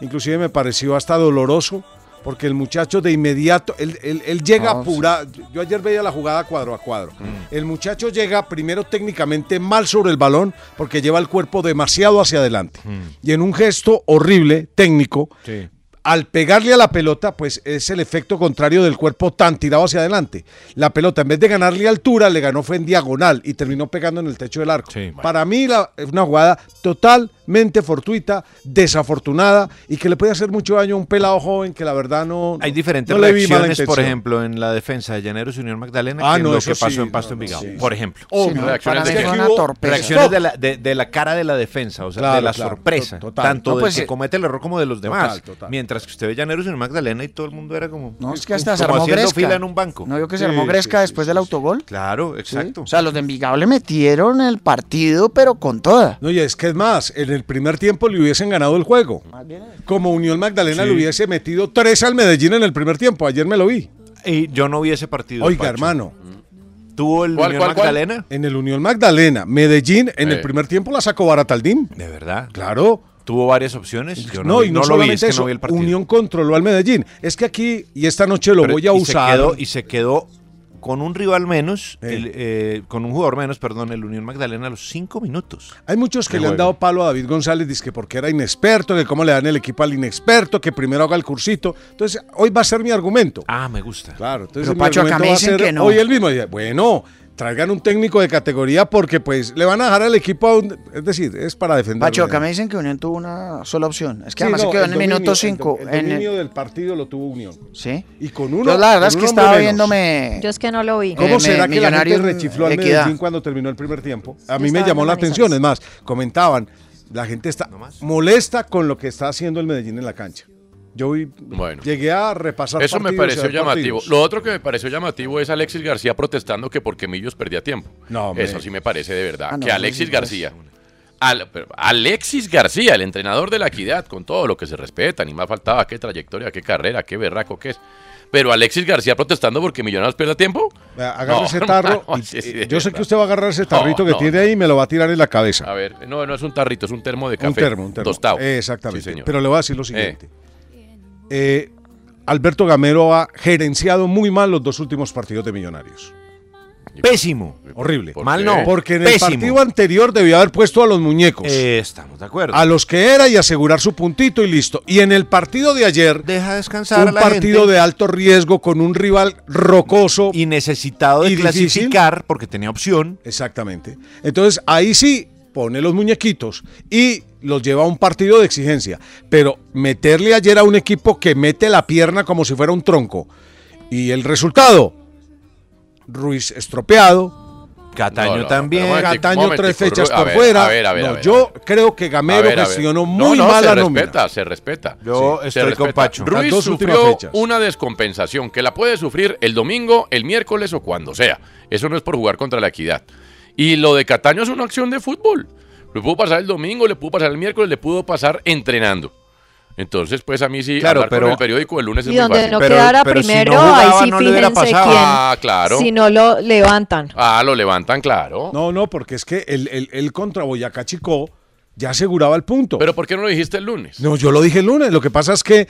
[SPEAKER 8] inclusive me pareció hasta doloroso. Porque el muchacho de inmediato, él, él- él llega
[SPEAKER 4] No, sí. Mm.
[SPEAKER 8] apurado. Yo ayer veía la jugada cuadro a cuadro. El muchacho llega primero técnicamente mal sobre el balón porque lleva el cuerpo demasiado hacia adelante. Y en un gesto horrible, técnico,
[SPEAKER 7] Sí.
[SPEAKER 8] al pegarle a la pelota, pues es el efecto contrario del cuerpo tan tirado hacia adelante. La pelota, en vez de ganarle altura, le ganó fue en diagonal y terminó pegando en el techo del arco.
[SPEAKER 7] Sí, bueno.
[SPEAKER 8] Para mí la- es una jugada totalmente fortuita, desafortunada y que le puede hacer mucho daño a un pelado joven que la verdad no...
[SPEAKER 7] Hay
[SPEAKER 8] no-
[SPEAKER 7] diferentes
[SPEAKER 8] no le vi mala
[SPEAKER 7] reacciones, por
[SPEAKER 8] intención.
[SPEAKER 7] ejemplo, en la defensa de Llaneros Unión Magdalena
[SPEAKER 8] Ah,
[SPEAKER 7] que en
[SPEAKER 8] no,
[SPEAKER 7] lo
[SPEAKER 8] eso
[SPEAKER 7] que pasó
[SPEAKER 8] sí,
[SPEAKER 7] en Pasto
[SPEAKER 8] no, no,
[SPEAKER 7] Envigado,
[SPEAKER 8] sí.
[SPEAKER 7] por ejemplo.
[SPEAKER 4] Sí, no,
[SPEAKER 3] reacciones
[SPEAKER 4] para mí
[SPEAKER 3] de
[SPEAKER 4] es
[SPEAKER 3] que
[SPEAKER 4] una
[SPEAKER 8] hubo
[SPEAKER 4] torpeza.
[SPEAKER 7] Reacciones de la, de, de la cara de la defensa, o sea, de
[SPEAKER 8] Claro,
[SPEAKER 7] la
[SPEAKER 8] claro,
[SPEAKER 7] sorpresa,
[SPEAKER 8] to- total.
[SPEAKER 7] tanto
[SPEAKER 4] No,
[SPEAKER 7] del
[SPEAKER 4] pues,
[SPEAKER 7] que
[SPEAKER 4] eh,
[SPEAKER 7] comete el error como de los demás.
[SPEAKER 8] total, total.
[SPEAKER 7] Mientras que usted ve Llaneros Unión Magdalena y todo el mundo era como,
[SPEAKER 4] No, es que hasta se
[SPEAKER 7] como
[SPEAKER 4] armó
[SPEAKER 7] haciendo
[SPEAKER 4] Gresca.
[SPEAKER 7] fila en un banco.
[SPEAKER 4] No, yo que se
[SPEAKER 8] Sí,
[SPEAKER 4] armó
[SPEAKER 8] sí,
[SPEAKER 4] Gresca
[SPEAKER 8] sí,
[SPEAKER 4] después
[SPEAKER 8] sí,
[SPEAKER 4] del
[SPEAKER 8] sí.
[SPEAKER 4] autogol.
[SPEAKER 7] Claro,
[SPEAKER 4] Sí.
[SPEAKER 7] exacto.
[SPEAKER 4] O sea, los de Envigado le metieron el partido, pero con toda.
[SPEAKER 8] No, y es que es más, en el primer tiempo le hubiesen ganado el juego. Como Unión Magdalena le hubiese metido tres al Medellín en el primer tiempo. Ayer me lo vi.
[SPEAKER 7] y yo no vi ese partido.
[SPEAKER 8] Oiga,
[SPEAKER 7] Pacho.
[SPEAKER 8] hermano.
[SPEAKER 7] ¿Tuvo el
[SPEAKER 3] ¿Cuál,
[SPEAKER 7] Unión
[SPEAKER 3] cuál, cuál?
[SPEAKER 7] Magdalena?
[SPEAKER 8] En el Unión Magdalena, Medellín, en
[SPEAKER 3] Eh.
[SPEAKER 8] el primer tiempo la sacó Barataldín.
[SPEAKER 7] De verdad.
[SPEAKER 8] Claro.
[SPEAKER 7] Tuvo varias opciones. Yo no,
[SPEAKER 8] no,
[SPEAKER 7] vi-
[SPEAKER 8] y no,
[SPEAKER 7] no lo vi,
[SPEAKER 8] solamente
[SPEAKER 7] es que
[SPEAKER 8] eso,
[SPEAKER 7] no vi el partido.
[SPEAKER 8] Unión controló al Medellín. Es que aquí, y esta noche lo
[SPEAKER 7] Pero-
[SPEAKER 8] voy a
[SPEAKER 7] y se
[SPEAKER 8] usar.
[SPEAKER 7] quedó- y se quedó con un rival menos,
[SPEAKER 8] Eh.
[SPEAKER 7] el, eh, con un jugador menos, perdón, el Unión Magdalena a los cinco minutos.
[SPEAKER 8] Hay muchos que
[SPEAKER 7] de
[SPEAKER 8] le han
[SPEAKER 7] juego.
[SPEAKER 8] dado palo a David González, dizque porque era inexperto, que cómo le dan el equipo al inexperto, que primero haga el cursito. Entonces, hoy va a ser mi argumento.
[SPEAKER 7] Ah, me gusta.
[SPEAKER 8] Claro, entonces
[SPEAKER 4] Pero,
[SPEAKER 8] mi
[SPEAKER 4] Pacho, acá
[SPEAKER 8] argumento
[SPEAKER 4] me
[SPEAKER 8] va a
[SPEAKER 4] dicen
[SPEAKER 8] ser
[SPEAKER 4] que no.
[SPEAKER 8] hoy el mismo. Y, Bueno, traigan un técnico de categoría porque pues le van a dejar al equipo a un... Es decir, es para defender.
[SPEAKER 4] Pacho, acá me dicen que Unión tuvo una sola opción. Es que
[SPEAKER 8] Sí,
[SPEAKER 4] además
[SPEAKER 8] no,
[SPEAKER 4] se quedó en el
[SPEAKER 8] dominio,
[SPEAKER 4] minuto
[SPEAKER 8] do-
[SPEAKER 4] 5.
[SPEAKER 8] El, dominio del partido lo tuvo Unión.
[SPEAKER 4] Sí.
[SPEAKER 8] Y con uno.
[SPEAKER 4] Yo la
[SPEAKER 8] con
[SPEAKER 4] verdad es
[SPEAKER 8] un
[SPEAKER 4] que
[SPEAKER 8] hombre
[SPEAKER 4] estaba
[SPEAKER 8] menos.
[SPEAKER 4] viéndome.
[SPEAKER 6] Yo es que no lo vi.
[SPEAKER 8] ¿Cómo
[SPEAKER 4] Eh,
[SPEAKER 8] será
[SPEAKER 4] me-
[SPEAKER 8] que la gente
[SPEAKER 4] Millonarios,
[SPEAKER 8] rechifló al
[SPEAKER 4] Equidad.
[SPEAKER 8] Medellín cuando terminó el primer tiempo? A mí me
[SPEAKER 6] estaba
[SPEAKER 8] llamó
[SPEAKER 6] normalizando.
[SPEAKER 8] la atención, es más, comentaban, la gente está molesta con lo que está haciendo el Medellín en la cancha. Yo vi-
[SPEAKER 3] Bueno.
[SPEAKER 8] llegué a repasar
[SPEAKER 3] Eso me
[SPEAKER 8] partidos, a
[SPEAKER 3] pareció
[SPEAKER 8] ver
[SPEAKER 3] llamativo.
[SPEAKER 8] partidos.
[SPEAKER 3] Lo otro que me pareció llamativo es Alexis García protestando que porque Millos perdía tiempo.
[SPEAKER 8] No, hombre.
[SPEAKER 3] Eso sí me parece de verdad.
[SPEAKER 4] Ah, no,
[SPEAKER 3] que
[SPEAKER 4] no,
[SPEAKER 3] Alexis
[SPEAKER 4] sí, no es.
[SPEAKER 3] García. al- pero Alexis García, el entrenador de la equidad, con todo lo que se respeta, ni más faltaba, qué trayectoria, qué carrera, qué berraco que es. Pero Alexis García protestando porque Millonarios pierde tiempo.
[SPEAKER 8] Vea, Agarre
[SPEAKER 3] No,
[SPEAKER 8] ese tarro.
[SPEAKER 3] hermano,
[SPEAKER 8] y-
[SPEAKER 3] sí, sí,
[SPEAKER 8] eh,
[SPEAKER 3] de
[SPEAKER 8] yo sé
[SPEAKER 3] verdad.
[SPEAKER 8] que usted va a agarrar ese tarrito
[SPEAKER 3] No,
[SPEAKER 8] que
[SPEAKER 3] no,
[SPEAKER 8] tiene
[SPEAKER 3] no.
[SPEAKER 8] ahí y me lo va a tirar en la cabeza.
[SPEAKER 3] A ver, no, no es un tarrito, es un termo de café.
[SPEAKER 8] Un termo, un termo.
[SPEAKER 3] Tostado.
[SPEAKER 8] Eh, Exactamente.
[SPEAKER 3] Sí, señor.
[SPEAKER 8] Pero le voy a decir lo siguiente. Eh, Alberto Gamero ha gerenciado muy mal los dos últimos partidos de Millonarios.
[SPEAKER 7] Pésimo.
[SPEAKER 8] Horrible.
[SPEAKER 3] ¿Por
[SPEAKER 7] Mal
[SPEAKER 3] qué?
[SPEAKER 7] no.
[SPEAKER 8] Porque en
[SPEAKER 7] Pésimo.
[SPEAKER 8] el partido anterior debió haber puesto a los muñecos.
[SPEAKER 7] Eh, estamos de acuerdo.
[SPEAKER 8] a los que era y asegurar su puntito y listo. Y en el partido de ayer,
[SPEAKER 7] Deja descansar a
[SPEAKER 8] un
[SPEAKER 7] la
[SPEAKER 8] partido
[SPEAKER 7] gente
[SPEAKER 8] de alto riesgo con un rival rocoso.
[SPEAKER 7] y necesitado de
[SPEAKER 8] y difícil.
[SPEAKER 7] clasificar porque tenía opción.
[SPEAKER 8] Exactamente. Entonces ahí sí pone los muñequitos y los lleva a un partido de exigencia. Pero meterle ayer a un equipo que mete la pierna como si fuera un tronco. Y el resultado, Ruiz estropeado,
[SPEAKER 7] Cataño
[SPEAKER 3] No, no,
[SPEAKER 7] también.
[SPEAKER 3] pero bueno,
[SPEAKER 8] Cataño
[SPEAKER 3] momentico,
[SPEAKER 8] tres fechas
[SPEAKER 3] Ruiz- a
[SPEAKER 8] por
[SPEAKER 3] ver,
[SPEAKER 8] fuera.
[SPEAKER 3] a ver, a ver,
[SPEAKER 8] No,
[SPEAKER 3] a ver,
[SPEAKER 8] yo
[SPEAKER 3] a ver.
[SPEAKER 8] creo que
[SPEAKER 3] A
[SPEAKER 8] Gamero
[SPEAKER 3] ver, a ver.
[SPEAKER 8] gestionó
[SPEAKER 3] No,
[SPEAKER 8] muy
[SPEAKER 3] no,
[SPEAKER 8] mal la
[SPEAKER 3] se
[SPEAKER 8] nómina.
[SPEAKER 3] respeta, se respeta.
[SPEAKER 7] Yo
[SPEAKER 3] Se
[SPEAKER 7] estoy con
[SPEAKER 3] respeta.
[SPEAKER 7] Pacho.
[SPEAKER 8] Las
[SPEAKER 3] Ruiz
[SPEAKER 8] dos últimas
[SPEAKER 3] sufrió
[SPEAKER 8] fechas.
[SPEAKER 3] una descompensación que la puede sufrir el domingo, el miércoles o cuando sea. Eso no es por jugar contra la equidad. Y lo de Cataño es una acción de fútbol. Le pudo pasar el domingo, le pudo pasar el miércoles, le pudo pasar entrenando. Entonces, pues a mí sí,
[SPEAKER 7] Claro,
[SPEAKER 3] hablar
[SPEAKER 7] pero-
[SPEAKER 3] con el periódico el lunes es
[SPEAKER 6] Y
[SPEAKER 3] muy
[SPEAKER 6] donde
[SPEAKER 3] fácil.
[SPEAKER 6] no
[SPEAKER 7] Pero-
[SPEAKER 6] quedara
[SPEAKER 7] pero si no
[SPEAKER 6] primero,
[SPEAKER 7] jugaba,
[SPEAKER 6] ahí sí
[SPEAKER 7] no le hubiera
[SPEAKER 6] fíjense
[SPEAKER 7] pasado.
[SPEAKER 6] quién.
[SPEAKER 3] Ah, claro.
[SPEAKER 6] Si no lo levantan.
[SPEAKER 3] Ah, lo levantan, claro.
[SPEAKER 8] No, no, porque es que el, el- el contra Boyacá Chico ya aseguraba el punto.
[SPEAKER 3] Pero ¿por qué no lo dijiste el lunes?
[SPEAKER 8] No, yo lo dije el lunes. Lo que pasa es que eh,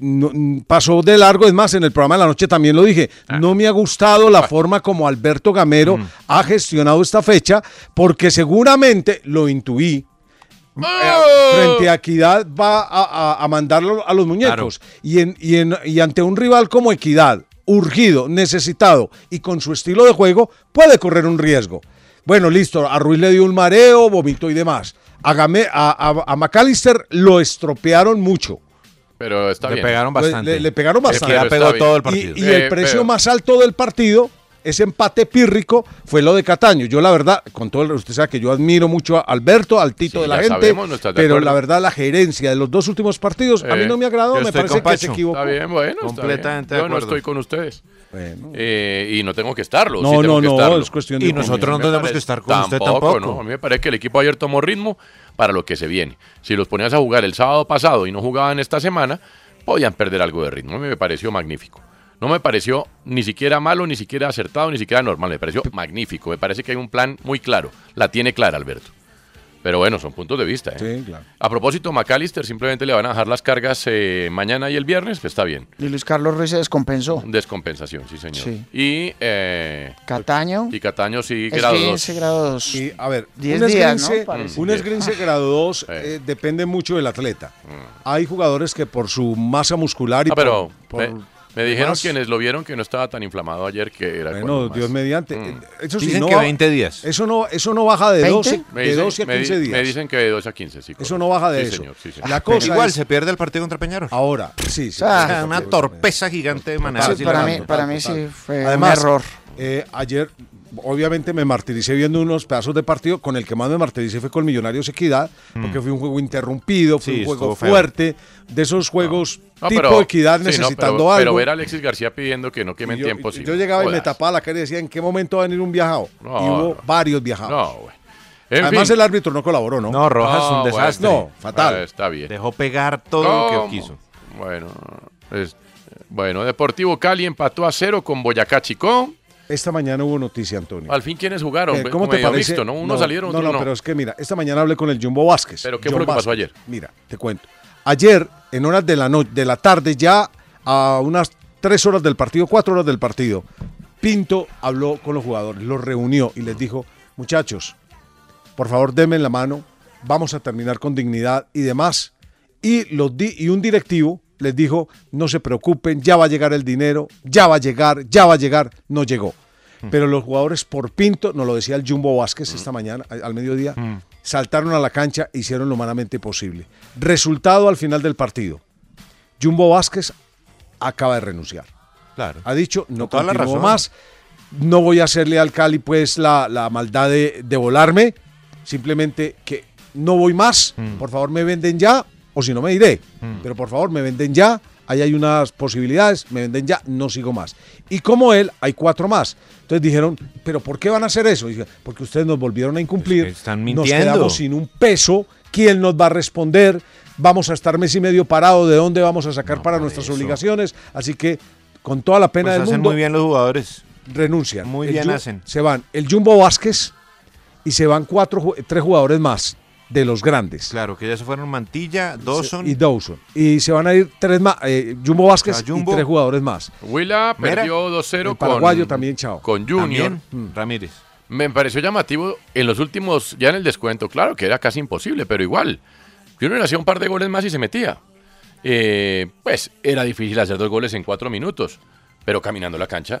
[SPEAKER 8] no- mm, pasó de largo. Es más, en el programa de la noche también lo dije. No me ha gustado la forma como Alberto Gamero ha gestionado esta fecha, porque seguramente lo intuí. eh,
[SPEAKER 3] ¡Oh!
[SPEAKER 8] Frente a Equidad va a, a- a mandarlo a los muñecos. Y, en, y, en- y ante un rival como Equidad, urgido, necesitado y con su estilo de juego, puede correr un riesgo. Bueno, listo, a Ruiz le dio un mareo, vomitó y demás. A, Game- a, a- a McAllister lo estropearon mucho.
[SPEAKER 3] Pero está
[SPEAKER 7] Le
[SPEAKER 3] bien.
[SPEAKER 7] pegaron
[SPEAKER 8] Le-
[SPEAKER 7] bastante.
[SPEAKER 8] Le, le
[SPEAKER 7] Es
[SPEAKER 8] pegaron
[SPEAKER 7] que
[SPEAKER 8] bastante.
[SPEAKER 7] ya
[SPEAKER 3] Pero
[SPEAKER 7] pegó
[SPEAKER 3] está
[SPEAKER 7] todo el
[SPEAKER 8] Y,
[SPEAKER 7] partido.
[SPEAKER 8] y el
[SPEAKER 3] Eh,
[SPEAKER 8] precio
[SPEAKER 3] pero-
[SPEAKER 8] más alto del partido ese empate pírrico fue lo de Cataño. Yo la verdad, con todo el, usted sabe que yo admiro mucho a Alberto, al Tito
[SPEAKER 3] Sí,
[SPEAKER 8] de la
[SPEAKER 3] ya
[SPEAKER 8] gente,
[SPEAKER 3] sabemos, no estás de
[SPEAKER 8] pero
[SPEAKER 3] acuerdo.
[SPEAKER 8] la verdad la gerencia de los dos últimos partidos a mí
[SPEAKER 3] Eh,
[SPEAKER 8] no me agradó,
[SPEAKER 3] yo
[SPEAKER 8] me
[SPEAKER 3] estoy
[SPEAKER 8] parece
[SPEAKER 3] con
[SPEAKER 8] que se
[SPEAKER 3] Pacho.
[SPEAKER 8] equivocó.
[SPEAKER 3] Está bien, bueno, está
[SPEAKER 7] Completamente
[SPEAKER 3] bien.
[SPEAKER 7] de
[SPEAKER 3] Yo no
[SPEAKER 7] acuerdo.
[SPEAKER 3] estoy con ustedes. Eh, y no tengo que estarlo.
[SPEAKER 8] No,
[SPEAKER 3] sí tengo
[SPEAKER 8] no,
[SPEAKER 3] que
[SPEAKER 8] no,
[SPEAKER 3] estarlo.
[SPEAKER 8] es cuestión de Y nosotros opinión. no
[SPEAKER 3] Me
[SPEAKER 8] tenemos
[SPEAKER 3] parece-
[SPEAKER 8] que estar con usted tampoco.
[SPEAKER 3] ¿no? A mí me parece que el equipo ayer tomó ritmo para lo que se viene. Si los ponías a jugar el sábado pasado y no jugaban esta semana, podían perder algo de ritmo. A mí me pareció magnífico. No me pareció ni siquiera malo, ni siquiera acertado, ni siquiera normal. Me pareció magnífico. Me parece que hay un plan muy claro. La tiene clara, Alberto. Pero bueno, son puntos de vista. ¿eh?
[SPEAKER 8] Sí, claro.
[SPEAKER 3] A propósito, McAllister simplemente le van a dejar las cargas eh, mañana y el viernes. pues está bien.
[SPEAKER 4] Y Luis Carlos Ruiz se descompensó.
[SPEAKER 3] Descompensación, sí, señor.
[SPEAKER 4] Sí.
[SPEAKER 3] Y eh,
[SPEAKER 4] Cataño.
[SPEAKER 3] y Cataño sí,
[SPEAKER 4] Es
[SPEAKER 3] grado 2.
[SPEAKER 4] 15 grados.
[SPEAKER 8] Y, a ver,
[SPEAKER 4] Diez
[SPEAKER 8] un
[SPEAKER 4] días,
[SPEAKER 8] esguince,
[SPEAKER 4] ¿no? Parece.
[SPEAKER 8] un esguince grado 2 depende mucho del atleta. Hay jugadores que por su masa muscular y
[SPEAKER 3] Mm. Ah, pero
[SPEAKER 8] por-
[SPEAKER 3] me,
[SPEAKER 8] por-
[SPEAKER 3] me dijeron
[SPEAKER 8] demás-
[SPEAKER 3] quienes lo vieron que no estaba tan inflamado ayer que era el
[SPEAKER 8] Bueno,
[SPEAKER 3] cuerpo
[SPEAKER 8] Dios
[SPEAKER 3] más.
[SPEAKER 8] mediante.
[SPEAKER 3] Mm.
[SPEAKER 8] eh, Eso sí,
[SPEAKER 7] Dicen
[SPEAKER 8] no
[SPEAKER 7] que
[SPEAKER 8] va-
[SPEAKER 7] 20 días.
[SPEAKER 8] Eso no, eso no baja de
[SPEAKER 7] ¿Veinte?
[SPEAKER 8] 12,
[SPEAKER 3] Me
[SPEAKER 8] de
[SPEAKER 3] dicen-
[SPEAKER 8] 12 a
[SPEAKER 3] me di-
[SPEAKER 8] 15 días.
[SPEAKER 3] Me dicen que de 2 a 15, sí.
[SPEAKER 8] Eso no baja de
[SPEAKER 3] Sí,
[SPEAKER 8] eso.
[SPEAKER 3] señor, sí, señor.
[SPEAKER 8] La
[SPEAKER 3] Pero
[SPEAKER 8] cosa
[SPEAKER 7] Igual
[SPEAKER 8] es-
[SPEAKER 7] se pierde el partido contra Peñarol.
[SPEAKER 8] Ahora, sí, sí.
[SPEAKER 7] O sea,
[SPEAKER 8] sí,
[SPEAKER 7] una
[SPEAKER 8] sí,
[SPEAKER 7] torpeza gigante de manejar
[SPEAKER 8] Total,
[SPEAKER 7] así
[SPEAKER 8] total,
[SPEAKER 7] la
[SPEAKER 8] total,
[SPEAKER 7] mano.
[SPEAKER 4] para mí
[SPEAKER 8] total.
[SPEAKER 4] sí fue un
[SPEAKER 8] Además,
[SPEAKER 4] error.
[SPEAKER 8] eh, ayer, obviamente, me martiricé viendo unos pedazos de partido. Con el que más me martiricé fue con Millonarios Equidad, porque fue un juego interrumpido, fue
[SPEAKER 7] Mm. Sí,
[SPEAKER 8] un juego
[SPEAKER 7] estuvo feo.
[SPEAKER 8] fuerte. De esos juegos
[SPEAKER 3] No,
[SPEAKER 8] tipo
[SPEAKER 3] pero-
[SPEAKER 8] Equidad
[SPEAKER 3] sí, no,
[SPEAKER 8] necesitando
[SPEAKER 3] pero,
[SPEAKER 8] algo.
[SPEAKER 3] Pero ver a Alexis García pidiendo que no
[SPEAKER 8] Y
[SPEAKER 3] quemen
[SPEAKER 8] yo,
[SPEAKER 3] tiempo.
[SPEAKER 8] y
[SPEAKER 3] sí,
[SPEAKER 8] yo llegaba y me
[SPEAKER 3] jodas.
[SPEAKER 8] tapaba la cara y decía, ¿en qué momento va a venir un viajado?
[SPEAKER 3] No,
[SPEAKER 8] y hubo
[SPEAKER 3] no.
[SPEAKER 8] varios viajados.
[SPEAKER 3] No, güey. En
[SPEAKER 8] Además,
[SPEAKER 3] fin.
[SPEAKER 8] el árbitro no colaboró, ¿no?
[SPEAKER 7] No, Rojas es
[SPEAKER 3] No,
[SPEAKER 7] un
[SPEAKER 3] Ah, bueno,
[SPEAKER 7] desastre.
[SPEAKER 8] No, fatal.
[SPEAKER 3] Bueno, está bien.
[SPEAKER 7] Dejó pegar todo lo
[SPEAKER 3] ¿Cómo?
[SPEAKER 7] que quiso.
[SPEAKER 3] Bueno, es- bueno, Deportivo Cali empató a cero con Boyacá Chicó.
[SPEAKER 8] Esta mañana hubo noticia, Antonio.
[SPEAKER 3] Al fin, ¿quiénes jugaron?
[SPEAKER 8] Eh,
[SPEAKER 3] Ve-
[SPEAKER 8] ¿Cómo te
[SPEAKER 3] medio
[SPEAKER 8] parece?
[SPEAKER 3] mixto, ¿no? Uno salieron,
[SPEAKER 8] no,
[SPEAKER 3] otro
[SPEAKER 8] no,
[SPEAKER 3] no.
[SPEAKER 8] pero es que mira, esta mañana hablé con el Jumbo Vázquez.
[SPEAKER 3] ¿Pero qué
[SPEAKER 8] John
[SPEAKER 3] fue lo que pasó
[SPEAKER 8] Vázquez.
[SPEAKER 3] ayer?
[SPEAKER 8] Mira, te cuento. Ayer, en horas de la noche, de la tarde, ya a unas tres horas del partido, cuatro horas del partido, Pinto habló con los jugadores, los reunió y les dijo, muchachos, por favor denme la mano, vamos a terminar con dignidad y demás. Y, los di- y un directivo les dijo, no se preocupen, ya va a llegar el dinero, ya va a llegar, ya va a llegar, no llegó.
[SPEAKER 7] Hmm.
[SPEAKER 8] Pero los jugadores por Pinto, nos lo decía el Jumbo Vázquez esta mañana, a- al mediodía,
[SPEAKER 7] Hmm.
[SPEAKER 8] saltaron a la cancha e hicieron lo humanamente posible. Resultado al final del partido. Jumbo Vázquez acaba de renunciar.
[SPEAKER 7] Claro.
[SPEAKER 8] Ha dicho, no
[SPEAKER 7] Con toda la
[SPEAKER 8] continúo
[SPEAKER 7] razón.
[SPEAKER 8] más, no voy a hacerle al Cali pues la, la maldad de, de volarme, simplemente que no voy más,
[SPEAKER 7] Mm.
[SPEAKER 8] por favor me venden ya, o si no me iré, pero por favor me venden ya, ahí hay unas posibilidades, me venden ya, no sigo más. Y como él, hay cuatro más. Entonces dijeron, pero ¿por qué van a hacer eso? Y dije, Porque ustedes nos volvieron a incumplir,
[SPEAKER 7] Es que están
[SPEAKER 8] nos
[SPEAKER 7] mintiendo.
[SPEAKER 8] quedamos sin un peso, ¿quién nos va a responder? Vamos a estar mes y medio parado, ¿de dónde vamos a sacar
[SPEAKER 7] No,
[SPEAKER 8] para
[SPEAKER 7] por
[SPEAKER 8] nuestras
[SPEAKER 7] eso.
[SPEAKER 8] obligaciones? Así que con toda la pena
[SPEAKER 7] Pues
[SPEAKER 8] del
[SPEAKER 7] hacen
[SPEAKER 8] mundo
[SPEAKER 7] muy bien los jugadores.
[SPEAKER 8] renuncian.
[SPEAKER 7] Muy
[SPEAKER 8] El
[SPEAKER 7] bien
[SPEAKER 8] Ju-
[SPEAKER 7] hacen.
[SPEAKER 8] Se van el Jumbo Vázquez y se van cuatro, ju- tres jugadores más de los grandes.
[SPEAKER 7] Claro, que ya se fueron Mantilla, Dawson.
[SPEAKER 8] Y Dawson. Y se van a ir tres más, eh, Jumbo Vázquez
[SPEAKER 7] O sea, Jumbo.
[SPEAKER 8] y tres jugadores más.
[SPEAKER 3] Huila
[SPEAKER 7] Mira,
[SPEAKER 3] perdió
[SPEAKER 8] El
[SPEAKER 3] 2-0
[SPEAKER 8] paraguayo
[SPEAKER 3] con,
[SPEAKER 8] también, chao.
[SPEAKER 3] con Junior.
[SPEAKER 7] También, mm, Ramírez.
[SPEAKER 3] Me pareció llamativo en los últimos, ya en el descuento, claro que era casi imposible, pero igual. Junior hacía un par de goles más y se metía. Eh, pues era difícil hacer dos goles en cuatro minutos, pero caminando la cancha,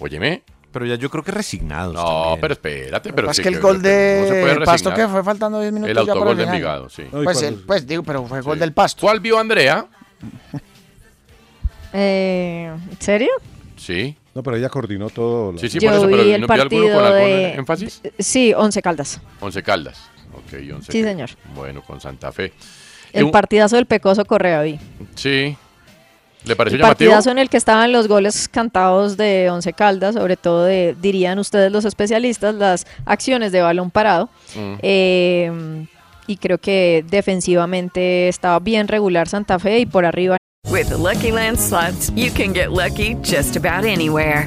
[SPEAKER 3] óyeme.
[SPEAKER 7] Pero ya yo creo que resignados.
[SPEAKER 3] No,
[SPEAKER 7] también.
[SPEAKER 3] pero espérate,
[SPEAKER 4] Pero
[SPEAKER 3] pero
[SPEAKER 4] es
[SPEAKER 3] sí
[SPEAKER 4] que el
[SPEAKER 3] que-
[SPEAKER 4] gol
[SPEAKER 3] que no se puede
[SPEAKER 4] de Pasto
[SPEAKER 3] resignar.
[SPEAKER 4] que fue faltando 10 minutos
[SPEAKER 3] El
[SPEAKER 4] ya para
[SPEAKER 3] autogol de
[SPEAKER 4] final.
[SPEAKER 3] Envigado, sí.
[SPEAKER 8] No, ¿y
[SPEAKER 4] Pues,
[SPEAKER 8] cuál
[SPEAKER 4] el-
[SPEAKER 8] es?
[SPEAKER 4] pues digo, pero fue gol
[SPEAKER 3] Sí.
[SPEAKER 4] del Pasto.
[SPEAKER 3] ¿Cuál vio Andrea?
[SPEAKER 6] Eh, ¿En serio?
[SPEAKER 3] Sí,
[SPEAKER 8] No, pero ella coordinó todo. lo-
[SPEAKER 3] sí, sí,
[SPEAKER 6] Yo
[SPEAKER 3] por eso, pero
[SPEAKER 6] vi el
[SPEAKER 3] ¿no vio alguno con
[SPEAKER 6] partido
[SPEAKER 3] algún
[SPEAKER 6] de-
[SPEAKER 3] énfasis?
[SPEAKER 6] Sí, Once Caldas.
[SPEAKER 3] Once Caldas. Ok, once.
[SPEAKER 6] Sí,
[SPEAKER 3] Caldas.
[SPEAKER 6] señor.
[SPEAKER 3] Bueno, con Santa Fe. Y
[SPEAKER 6] El
[SPEAKER 3] un-
[SPEAKER 6] partidazo del Pecoso Correa vi.
[SPEAKER 3] Sí. ¿Le pareció
[SPEAKER 6] El
[SPEAKER 3] llamativo?
[SPEAKER 6] partidazo en el que estaban los goles cantados de Once Caldas, sobre todo de, dirían ustedes los especialistas, las acciones de balón parado.
[SPEAKER 3] Mm.
[SPEAKER 6] Eh, y creo que defensivamente estaba bien regular Santa Fe y por arriba
[SPEAKER 10] With the Lucky Land slots, you can get lucky just about anywhere.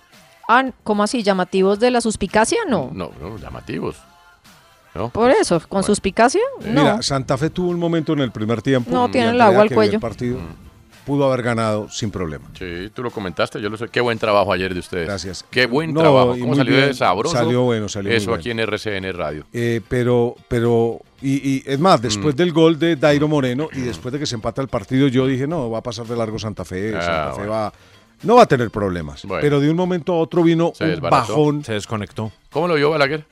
[SPEAKER 6] Ah, ¿cómo así? ¿Llamativos de la suspicacia? No.
[SPEAKER 3] No, no, llamativos. ¿no?
[SPEAKER 6] Por eso, ¿con suspicacia? No.
[SPEAKER 8] Eh, Mira, Santa Fe tuvo un momento en el primer tiempo.
[SPEAKER 6] No,
[SPEAKER 8] y
[SPEAKER 6] tiene el
[SPEAKER 8] Andrea,
[SPEAKER 6] agua al
[SPEAKER 8] que vio
[SPEAKER 6] cuello.
[SPEAKER 8] El partido
[SPEAKER 3] Mm.
[SPEAKER 8] pudo haber ganado sin problema.
[SPEAKER 3] Sí, tú lo comentaste, yo lo sé. Qué buen trabajo ayer de ustedes. Gracias. Qué buen
[SPEAKER 8] No,
[SPEAKER 3] trabajo.
[SPEAKER 8] y
[SPEAKER 3] ¿Cómo
[SPEAKER 8] muy
[SPEAKER 3] salió
[SPEAKER 8] bien.
[SPEAKER 3] de sabroso?
[SPEAKER 8] Salió bueno, salió muy
[SPEAKER 3] Eso
[SPEAKER 8] bueno.
[SPEAKER 3] aquí en RCN Radio.
[SPEAKER 8] Eh, pero, pero, y, y es
[SPEAKER 3] Mm.
[SPEAKER 8] más, después del gol de Dairo Moreno y después de que se empata el partido, yo dije, no, va a pasar de largo Santa Fe,
[SPEAKER 3] Ah,
[SPEAKER 8] Santa Fe
[SPEAKER 3] bueno.
[SPEAKER 8] va, no va a tener problemas. Pero de un momento a otro vino
[SPEAKER 3] Se
[SPEAKER 8] un
[SPEAKER 3] desbarató.
[SPEAKER 8] bajón.
[SPEAKER 7] Se desconectó.
[SPEAKER 3] ¿Cómo lo vio Balaguer?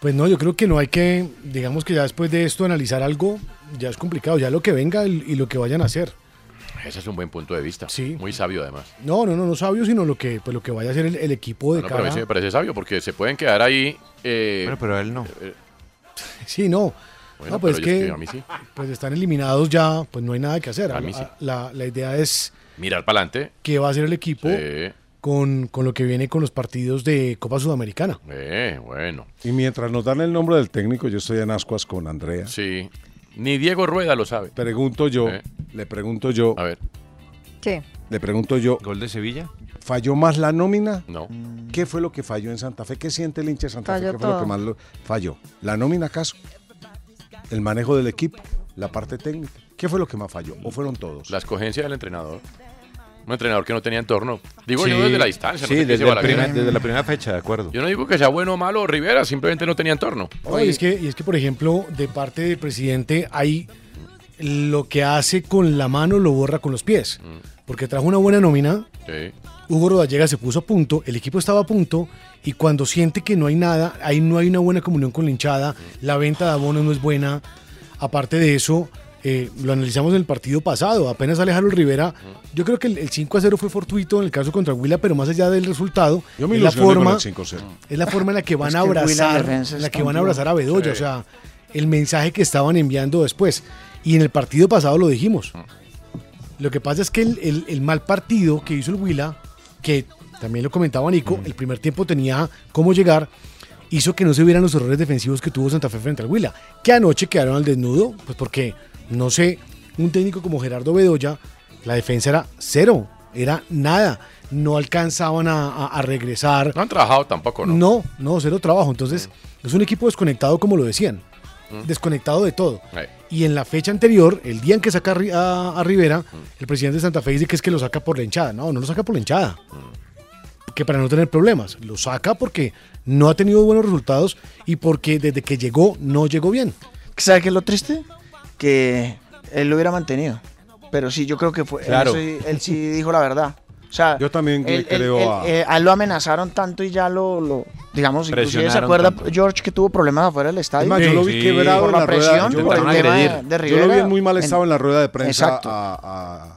[SPEAKER 5] Pues no, yo creo que no hay que, digamos que ya después de esto analizar algo, ya es complicado, ya lo que venga y y lo que vayan a hacer.
[SPEAKER 3] Ese es un buen punto de vista. Sí. Muy sabio, además.
[SPEAKER 5] No, no, no, no sabio, sino lo que, pues lo que vaya a hacer el, el equipo de
[SPEAKER 3] No, pero a
[SPEAKER 5] cara.
[SPEAKER 3] mí sí me parece sabio porque se pueden quedar ahí. bueno,
[SPEAKER 7] pero a él no.
[SPEAKER 5] Sí, no.
[SPEAKER 3] Bueno,
[SPEAKER 5] no, pues
[SPEAKER 3] pero
[SPEAKER 5] es
[SPEAKER 3] yo
[SPEAKER 5] que
[SPEAKER 3] estoy- a mí sí.
[SPEAKER 5] pues están eliminados ya, pues no hay nada que hacer.
[SPEAKER 3] A mí sí.
[SPEAKER 5] la, la idea es
[SPEAKER 3] Mirar eh, para adelante.
[SPEAKER 5] qué va a hacer el equipo
[SPEAKER 3] Sí.
[SPEAKER 5] con, con lo que viene con los partidos de Copa Sudamericana.
[SPEAKER 3] Eh, bueno.
[SPEAKER 8] Y mientras nos dan el nombre del técnico, yo estoy en ascuas con Andrea.
[SPEAKER 3] Sí. Ni Diego Rueda lo sabe. Eh.
[SPEAKER 8] Pregunto yo, le pregunto yo. A
[SPEAKER 3] ver.
[SPEAKER 6] ¿Qué?
[SPEAKER 8] Le pregunto yo.
[SPEAKER 7] ¿Gol de Sevilla?
[SPEAKER 8] ¿Falló más la nómina?
[SPEAKER 3] No.
[SPEAKER 8] ¿Qué fue lo que falló en Santa Fe? ¿Qué siente el hincha de Santa
[SPEAKER 6] Falló
[SPEAKER 8] Fe? ¿Qué fue lo que
[SPEAKER 6] todo.
[SPEAKER 8] más lo- falló? ¿La nómina acaso? ¿El manejo del equipo? ¿La parte técnica? ¿Qué fue lo que más falló? ¿O fueron todos?
[SPEAKER 3] La escogencia del entrenador. Un entrenador que no tenía entorno. Digo yo
[SPEAKER 7] Sí.
[SPEAKER 3] desde la distancia. no
[SPEAKER 7] Sí,
[SPEAKER 3] sé qué
[SPEAKER 7] desde,
[SPEAKER 3] dice
[SPEAKER 7] el
[SPEAKER 3] Balaguer.
[SPEAKER 7] primer- desde la primera fecha, de acuerdo.
[SPEAKER 3] Yo no digo que sea bueno o malo o Rivera, simplemente no tenía entorno.
[SPEAKER 5] No, y, es que, y es que, por ejemplo, de parte del presidente hay lo que hace con la mano lo borra con los pies.
[SPEAKER 3] Mm.
[SPEAKER 5] Porque trajo una buena nómina,
[SPEAKER 3] Sí.
[SPEAKER 5] Hugo Rodallega se puso a punto, el equipo estaba a punto, y cuando siente que no hay nada, ahí no hay una buena comunión con la hinchada, la venta de abonos no es buena. Aparte de eso, eh, lo analizamos en el partido pasado, apenas sale Harold Rivera. Yo creo que el, el 5 a 0 fue fortuito en el caso contra Huila, pero más allá del resultado,
[SPEAKER 8] Yo me
[SPEAKER 5] es la
[SPEAKER 8] ilusioné con
[SPEAKER 5] forma
[SPEAKER 8] el 5-0.
[SPEAKER 5] es la forma en la que van
[SPEAKER 8] Es
[SPEAKER 5] a
[SPEAKER 8] que Huila
[SPEAKER 5] abrazar,
[SPEAKER 8] defensa
[SPEAKER 5] en la
[SPEAKER 8] está
[SPEAKER 5] que van a
[SPEAKER 8] duro.
[SPEAKER 5] abrazar a Bedoya,
[SPEAKER 8] Sí.
[SPEAKER 5] o sea, el mensaje que estaban enviando después. Y en el partido pasado lo dijimos. Lo que pasa es que el, el- el mal partido que hizo el Huila, que también lo comentaba Nico, el primer tiempo tenía cómo llegar, hizo que no se vieran los errores defensivos que tuvo Santa Fe frente al Huila, que anoche quedaron al desnudo, pues porque, no sé, un técnico como Gerardo Bedoya, la defensa era cero, era nada, no alcanzaban a, a- a regresar.
[SPEAKER 3] No han trabajado tampoco, ¿no?
[SPEAKER 5] No, no, cero trabajo. Entonces, es un equipo desconectado, como lo decían.
[SPEAKER 3] Mm.
[SPEAKER 5] Desconectado de todo.
[SPEAKER 3] Eh.
[SPEAKER 5] Y en la fecha anterior, el día en que saca a Ri- a, a Rivera, el presidente de Santa Fe dice que es que lo saca por la hinchada. No, no lo saca por la hinchada. Que para no tener problemas. Lo saca porque no ha tenido buenos resultados y porque desde que llegó, no llegó bien.
[SPEAKER 4] ¿Sabe qué es lo triste? Que él lo hubiera mantenido. Pero sí, yo creo que fue. él
[SPEAKER 8] Claro.
[SPEAKER 4] sí- Él, sí, dijo la verdad. O sea,
[SPEAKER 8] Yo también le
[SPEAKER 4] él- él-
[SPEAKER 8] creo
[SPEAKER 4] él-
[SPEAKER 8] a...
[SPEAKER 4] eh, a él lo amenazaron tanto y ya lo, lo- digamos, inclusive se
[SPEAKER 8] Presionaron
[SPEAKER 4] acuerda
[SPEAKER 8] tanto.
[SPEAKER 4] George que tuvo problemas afuera del estadio.
[SPEAKER 8] Es más, yo lo vi quebrado
[SPEAKER 4] por
[SPEAKER 8] en la,
[SPEAKER 4] la presión,
[SPEAKER 8] rueda yo,
[SPEAKER 4] por el tema de, de
[SPEAKER 8] Yo lo vi
[SPEAKER 4] Rivera.
[SPEAKER 8] en muy mal estado en, la rueda de prensa
[SPEAKER 4] Exacto.
[SPEAKER 8] a, a-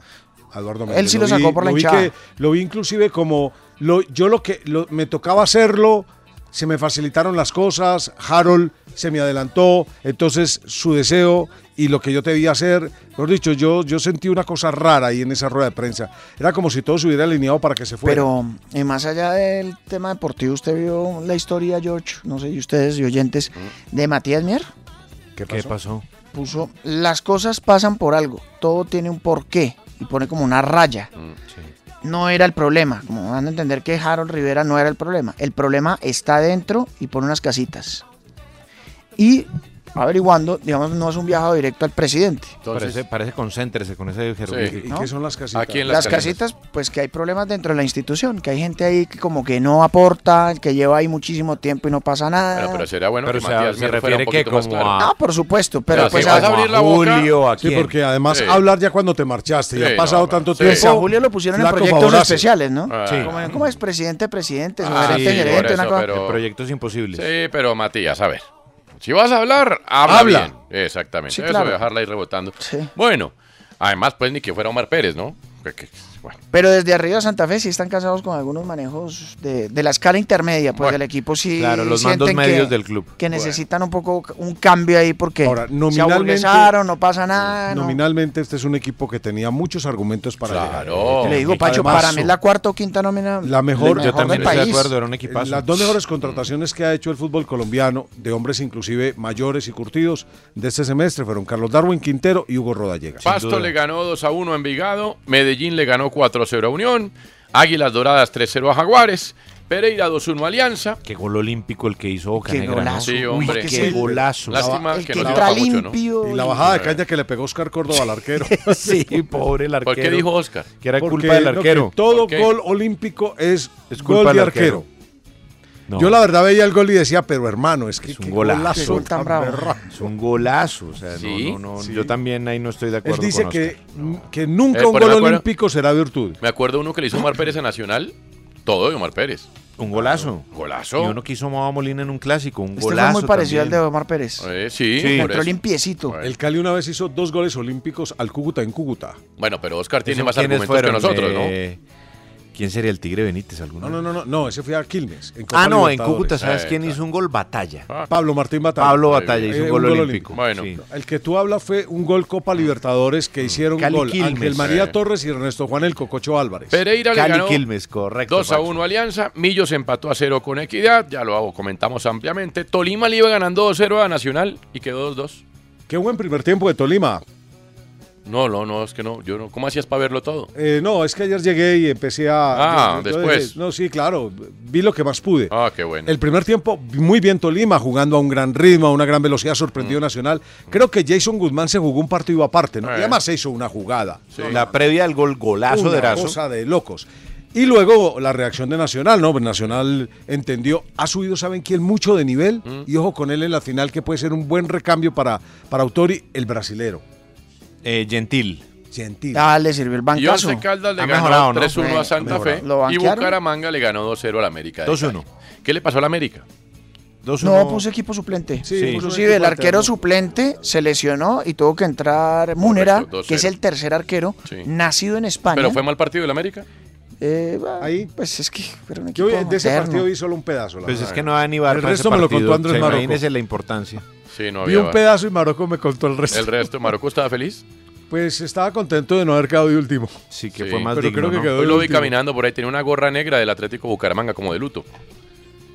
[SPEAKER 8] a Eduardo
[SPEAKER 4] Él
[SPEAKER 8] Méndez.
[SPEAKER 4] sí lo
[SPEAKER 8] vi-
[SPEAKER 4] sacó por la
[SPEAKER 8] vi
[SPEAKER 4] hinchada.
[SPEAKER 8] que- lo vi inclusive como lo, yo lo que lo- me tocaba hacerlo, se me facilitaron las cosas, Harold se me adelantó, entonces su deseo y lo que yo debía hacer, mejor dicho, yo, yo sentí una cosa rara ahí en esa rueda de prensa. Era como si todo se hubiera alineado para que se fuera.
[SPEAKER 4] Pero eh, más allá del tema deportivo, usted vio la historia, George, no sé, y ustedes y oyentes, de Matías Mier.
[SPEAKER 7] ¿Qué pasó?
[SPEAKER 4] Puso, las cosas pasan por algo, todo tiene un porqué, y pone como una raya.
[SPEAKER 3] Mm.
[SPEAKER 4] No era el problema, como van a entender que Harold Rivera no era el problema. El problema está dentro y pone unas casitas. Y averiguando, digamos, no es un viaje directo al presidente.
[SPEAKER 7] parece, parece concéntrese con ese
[SPEAKER 8] ¿Y- y qué son las casitas?
[SPEAKER 7] Aquí en
[SPEAKER 4] las casitas, pues que hay problemas dentro de la institución, que hay gente ahí que como que no aporta, que lleva ahí muchísimo tiempo y no pasa nada.
[SPEAKER 3] Bueno, pero sería bueno
[SPEAKER 7] Pero
[SPEAKER 3] que
[SPEAKER 7] se-
[SPEAKER 3] Matías
[SPEAKER 7] se
[SPEAKER 3] Mier fuera
[SPEAKER 7] refiere
[SPEAKER 3] un poquito
[SPEAKER 7] que
[SPEAKER 3] más
[SPEAKER 7] como
[SPEAKER 3] claro.
[SPEAKER 7] a-
[SPEAKER 4] Ah, por supuesto, pero
[SPEAKER 3] Pero
[SPEAKER 4] pues
[SPEAKER 3] si vas a abrir la boca- Julio, ¿a
[SPEAKER 8] sí,
[SPEAKER 3] quién?
[SPEAKER 8] porque además
[SPEAKER 3] Sí.
[SPEAKER 8] hablar ya cuando te marchaste, ya
[SPEAKER 3] Sí,
[SPEAKER 8] ha pasado
[SPEAKER 3] no,
[SPEAKER 8] tanto
[SPEAKER 3] sí.
[SPEAKER 8] tiempo.
[SPEAKER 3] Pues a
[SPEAKER 4] Julio lo pusieron en
[SPEAKER 8] flaco,
[SPEAKER 4] proyectos
[SPEAKER 8] favorace.
[SPEAKER 4] especiales, ¿no?
[SPEAKER 3] Ah.
[SPEAKER 4] Como, como es presidente, presidente, su
[SPEAKER 3] Ah,
[SPEAKER 4] gerente,
[SPEAKER 3] sí, por
[SPEAKER 4] gerente,
[SPEAKER 3] eso,
[SPEAKER 4] una cosa.
[SPEAKER 3] pero-
[SPEAKER 7] Proyectos imposibles.
[SPEAKER 3] Sí, pero Matías, a ver. Si vas a hablar, habla,
[SPEAKER 7] Habla.
[SPEAKER 3] bien. Exactamente.
[SPEAKER 7] Sí,
[SPEAKER 3] Eso
[SPEAKER 7] claro.
[SPEAKER 3] de dejarla ir rebotando. Bueno, además, pues ni que fuera Omar Pérez, ¿no? Que- que- Bueno.
[SPEAKER 4] Pero desde arriba Santa Fe sí están cansados con algunos manejos de, de la escala intermedia, pues
[SPEAKER 3] Bueno,
[SPEAKER 4] del equipo sí
[SPEAKER 7] claro, los
[SPEAKER 4] sienten
[SPEAKER 7] mandos medios
[SPEAKER 4] que,
[SPEAKER 7] del club.
[SPEAKER 4] que necesitan un poco un cambio ahí porque
[SPEAKER 8] Ahora,
[SPEAKER 4] se
[SPEAKER 8] nominalmente-
[SPEAKER 4] aburguesaron, no pasa nada. Ah, no.
[SPEAKER 8] Nominalmente este es un equipo que tenía muchos argumentos para
[SPEAKER 3] Claro.
[SPEAKER 8] llegar.
[SPEAKER 4] Le digo, Pacho,
[SPEAKER 8] Además,
[SPEAKER 4] para mí es la cuarta o quinta nómina.
[SPEAKER 8] La mejor, Eh,
[SPEAKER 4] la mejor del país.
[SPEAKER 8] Las dos mejores contrataciones que ha hecho el fútbol colombiano, de hombres inclusive mayores y curtidos, de este semestre fueron Carlos Darwin Quintero y Hugo Rodallega.
[SPEAKER 3] Pasto le ganó 2 a 1 a Envigado, Medellín le ganó 4 a 0 a Unión, Águilas Doradas 3 a 0 a Jaguares, Pereira 2 a 1 a Alianza.
[SPEAKER 7] Qué gol olímpico el que hizo Bocanegra. ¿no?
[SPEAKER 3] Sí, hombre.
[SPEAKER 7] Qué golazo.
[SPEAKER 3] Lástima
[SPEAKER 7] El
[SPEAKER 3] que,
[SPEAKER 7] que
[SPEAKER 3] no
[SPEAKER 7] entra
[SPEAKER 3] dio para mucho, ¿no?
[SPEAKER 8] Y la bajada de caña que le pegó Oscar Córdoba al arquero.
[SPEAKER 7] sí, pobre el
[SPEAKER 3] ¿Por qué dijo Oscar?
[SPEAKER 7] Que era
[SPEAKER 8] Porque,
[SPEAKER 7] culpa del
[SPEAKER 8] no, que
[SPEAKER 7] arquero.
[SPEAKER 8] todo
[SPEAKER 7] ¿Por qué?
[SPEAKER 8] gol olímpico es,
[SPEAKER 7] Es
[SPEAKER 8] gol
[SPEAKER 7] culpa
[SPEAKER 8] de
[SPEAKER 7] del
[SPEAKER 8] arquero.
[SPEAKER 7] arquero. No.
[SPEAKER 8] Yo la verdad veía el gol y decía, pero hermano, es que
[SPEAKER 7] Es un
[SPEAKER 8] qué
[SPEAKER 7] golazo.
[SPEAKER 8] golazo tan berraco".
[SPEAKER 7] Es un golazo. O sea, no,
[SPEAKER 3] Sí.
[SPEAKER 7] no, no,
[SPEAKER 3] Sí.
[SPEAKER 7] Yo también ahí no estoy de
[SPEAKER 8] Él
[SPEAKER 7] acuerdo
[SPEAKER 8] dice
[SPEAKER 7] con Oscar.
[SPEAKER 8] que, que nunca
[SPEAKER 3] Eh,
[SPEAKER 8] un
[SPEAKER 3] por ahí
[SPEAKER 8] gol
[SPEAKER 3] me acuerdo.
[SPEAKER 8] olímpico será virtud.
[SPEAKER 3] Me acuerdo uno que le hizo Omar Pérez a Nacional, todo de Omar Pérez.
[SPEAKER 7] Un golazo.
[SPEAKER 3] Golazo.
[SPEAKER 7] Y uno que hizo Mao Molina en un clásico. Un
[SPEAKER 4] Este fue
[SPEAKER 7] golazo
[SPEAKER 4] muy parecido
[SPEAKER 7] también.
[SPEAKER 4] al de Omar Pérez.
[SPEAKER 3] Eh, sí,
[SPEAKER 7] Sí.
[SPEAKER 3] por
[SPEAKER 7] Entró
[SPEAKER 3] eso.
[SPEAKER 4] limpiecito.
[SPEAKER 8] El Cali una vez hizo dos goles olímpicos al Cúcuta en Cúcuta.
[SPEAKER 3] Bueno, pero Oscar tiene
[SPEAKER 7] ¿Eso
[SPEAKER 3] más
[SPEAKER 7] quiénes
[SPEAKER 3] argumentos
[SPEAKER 7] fueron?
[SPEAKER 3] que nosotros,
[SPEAKER 7] Eh, ¿Quién sería el Tigre Benítez? ¿Alguno?
[SPEAKER 8] No, no, no, no, no, ese fue a Quilmes. en Copa
[SPEAKER 7] Ah, no, en
[SPEAKER 8] Libertadores. Ah,
[SPEAKER 7] Cúcuta, ¿sabes quién hizo un gol? Batalla.
[SPEAKER 8] Pablo Martín Batalla.
[SPEAKER 7] Pablo Batalla hizo
[SPEAKER 8] Eh,
[SPEAKER 7] un gol olímpico.
[SPEAKER 3] Bueno.
[SPEAKER 7] sí.
[SPEAKER 8] El que tú hablas fue un gol Copa Libertadores que hicieron
[SPEAKER 7] Cali
[SPEAKER 8] gol
[SPEAKER 7] Quilmes.
[SPEAKER 8] Ángel María
[SPEAKER 3] Sí.
[SPEAKER 8] Torres y Ernesto Juan el Cococho Álvarez.
[SPEAKER 3] ¿no? Pereira
[SPEAKER 7] Cali
[SPEAKER 3] le ganó
[SPEAKER 7] Quilmes, correcto.
[SPEAKER 3] 2 a
[SPEAKER 7] Pacho.
[SPEAKER 3] 1 Alianza, Millos empató a 0 con Equidad, ya lo hago, comentamos ampliamente. Tolima le iba ganando 2 0 a Nacional y quedó 2 2.
[SPEAKER 8] Qué buen primer tiempo de Tolima.
[SPEAKER 3] No, no, no, es que no, yo no, ¿cómo hacías para verlo todo?
[SPEAKER 8] Eh, no, es que ayer llegué y empecé a...
[SPEAKER 3] Ah,
[SPEAKER 8] yo- yo-
[SPEAKER 3] después.
[SPEAKER 8] No, sí, claro, vi lo que más pude.
[SPEAKER 3] Ah, qué bueno.
[SPEAKER 8] El primer tiempo, muy bien Tolima, jugando a un gran ritmo, a una gran velocidad, sorprendido Nacional. Creo que Jason Guzmán se jugó un partido aparte, ¿no?
[SPEAKER 7] Mm. Eh.
[SPEAKER 8] Y además se hizo una jugada.
[SPEAKER 7] La previa del gol, golazo
[SPEAKER 8] una
[SPEAKER 7] de Erazo.
[SPEAKER 8] cosa de locos. Y luego la reacción de Nacional, ¿no? Pues Nacional entendió, ha subido, ¿saben quién? Mucho de nivel.
[SPEAKER 7] Mm.
[SPEAKER 8] Y ojo con él en la final, que puede ser un buen recambio para, para Autori, el brasilero.
[SPEAKER 7] Eh, Gentil.
[SPEAKER 8] Gentil.
[SPEAKER 4] Ah, le sirvió el
[SPEAKER 3] Y
[SPEAKER 4] bancazo.
[SPEAKER 3] Once Caldas le
[SPEAKER 7] Ha
[SPEAKER 3] ganó
[SPEAKER 7] mejorado, ¿no?
[SPEAKER 3] 3-1 a
[SPEAKER 7] Sí,
[SPEAKER 3] Santa
[SPEAKER 7] ha
[SPEAKER 3] Fe
[SPEAKER 4] mejorado. ¿Lo
[SPEAKER 3] y
[SPEAKER 4] banquearon?
[SPEAKER 3] Bucaramanga le ganó 2-0 a la América. de
[SPEAKER 7] 2-1.
[SPEAKER 3] Cali. ¿Qué le pasó a la América?
[SPEAKER 4] No, puso equipo suplente.
[SPEAKER 8] Sí, Sí. puso
[SPEAKER 4] Inclusive el
[SPEAKER 8] equipo
[SPEAKER 4] arquero
[SPEAKER 8] alterno.
[SPEAKER 4] suplente se lesionó y tuvo que entrar Múnera,
[SPEAKER 3] Correcto, 2-0.
[SPEAKER 4] que es el tercer arquero,
[SPEAKER 3] Sí.
[SPEAKER 4] nacido en España.
[SPEAKER 3] Pero fue mal partido el América.
[SPEAKER 4] Eh, bah,
[SPEAKER 8] Ahí.
[SPEAKER 4] Pues es que era un
[SPEAKER 8] Yo
[SPEAKER 4] equipo
[SPEAKER 8] de ese
[SPEAKER 4] moderno.
[SPEAKER 8] partido vi solo un pedazo. la
[SPEAKER 7] Pues es
[SPEAKER 8] verdad.
[SPEAKER 7] que no da ni bar
[SPEAKER 8] El
[SPEAKER 7] para
[SPEAKER 8] resto
[SPEAKER 7] ese
[SPEAKER 8] me lo
[SPEAKER 7] partido.
[SPEAKER 8] contó Andrés
[SPEAKER 7] O sea,
[SPEAKER 8] Marocco.
[SPEAKER 7] Imagínese la importancia.
[SPEAKER 3] Sí, no
[SPEAKER 8] Vi
[SPEAKER 3] había.
[SPEAKER 8] un pedazo y Marocco me contó el resto.
[SPEAKER 3] El resto, Marocco estaba feliz.
[SPEAKER 8] Pues estaba contento de no haber quedado de último.
[SPEAKER 7] Sí, que
[SPEAKER 3] Sí.
[SPEAKER 7] fue más
[SPEAKER 8] Pero
[SPEAKER 7] digno,
[SPEAKER 8] creo que
[SPEAKER 7] ¿no?
[SPEAKER 8] quedó
[SPEAKER 3] Hoy
[SPEAKER 8] el
[SPEAKER 3] lo vi
[SPEAKER 8] último.
[SPEAKER 3] caminando por ahí, tenía una gorra negra del Atlético Bucaramanga como de luto.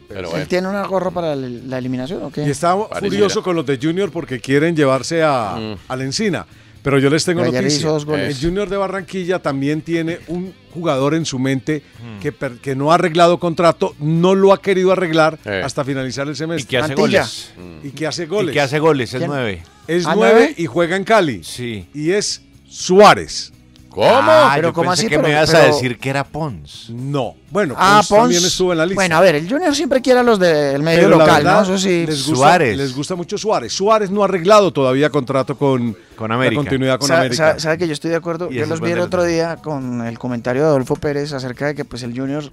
[SPEAKER 3] Pero
[SPEAKER 4] ¿Él
[SPEAKER 3] bueno.
[SPEAKER 4] tiene una gorra para la, la eliminación o qué?
[SPEAKER 8] Y estaba
[SPEAKER 3] Pareciera. Mm.
[SPEAKER 8] furioso con los de Junior porque quieren llevarse a, a la encina. Pero yo les tengo
[SPEAKER 4] Pero ayer
[SPEAKER 8] noticia. Eh,
[SPEAKER 4] hizo dos goles.
[SPEAKER 8] El Junior de Barranquilla también tiene un jugador en su mente
[SPEAKER 3] Mm.
[SPEAKER 8] que, per- que no ha arreglado contrato, no lo ha querido arreglar
[SPEAKER 3] Eh.
[SPEAKER 8] hasta finalizar el
[SPEAKER 7] Y
[SPEAKER 8] semestre.
[SPEAKER 7] que hace
[SPEAKER 4] Mantilla.
[SPEAKER 7] goles.
[SPEAKER 8] Y que hace
[SPEAKER 7] Y
[SPEAKER 8] goles.
[SPEAKER 7] que hace goles, es
[SPEAKER 4] ¿Quién?
[SPEAKER 7] nueve.
[SPEAKER 8] Es
[SPEAKER 4] ¿Ah,
[SPEAKER 8] nueve
[SPEAKER 4] nueve?
[SPEAKER 8] y juega en Cali.
[SPEAKER 7] Sí.
[SPEAKER 8] Y es Suárez.
[SPEAKER 3] ¿Cómo?
[SPEAKER 7] Ah,
[SPEAKER 4] Pero
[SPEAKER 7] yo
[SPEAKER 4] ¿cómo
[SPEAKER 7] pensé
[SPEAKER 4] así?
[SPEAKER 7] que me
[SPEAKER 4] Pero-
[SPEAKER 7] ibas a
[SPEAKER 4] pero-
[SPEAKER 7] decir que era Pons.
[SPEAKER 8] No. Bueno,
[SPEAKER 4] Ah,
[SPEAKER 8] Pons también
[SPEAKER 4] Pons.
[SPEAKER 8] estuvo en la lista.
[SPEAKER 4] Bueno, a ver, el Junior siempre quiere a los del medio
[SPEAKER 8] Pero la
[SPEAKER 4] local,
[SPEAKER 8] verdad,
[SPEAKER 4] ¿no? Eso sí.
[SPEAKER 8] Les gusta,
[SPEAKER 7] Suárez.
[SPEAKER 8] Les gusta mucho Suárez. Suárez no ha arreglado todavía contrato con,
[SPEAKER 7] Con
[SPEAKER 8] la
[SPEAKER 7] América.
[SPEAKER 8] continuidad con
[SPEAKER 4] Sa-
[SPEAKER 8] América.
[SPEAKER 4] sa- sabe que yo estoy de acuerdo.
[SPEAKER 7] Y
[SPEAKER 4] Yo
[SPEAKER 7] ese es
[SPEAKER 4] los vi
[SPEAKER 7] buen
[SPEAKER 4] el otro
[SPEAKER 7] delantero.
[SPEAKER 4] día con el comentario de Adolfo Pérez acerca de que pues el Junior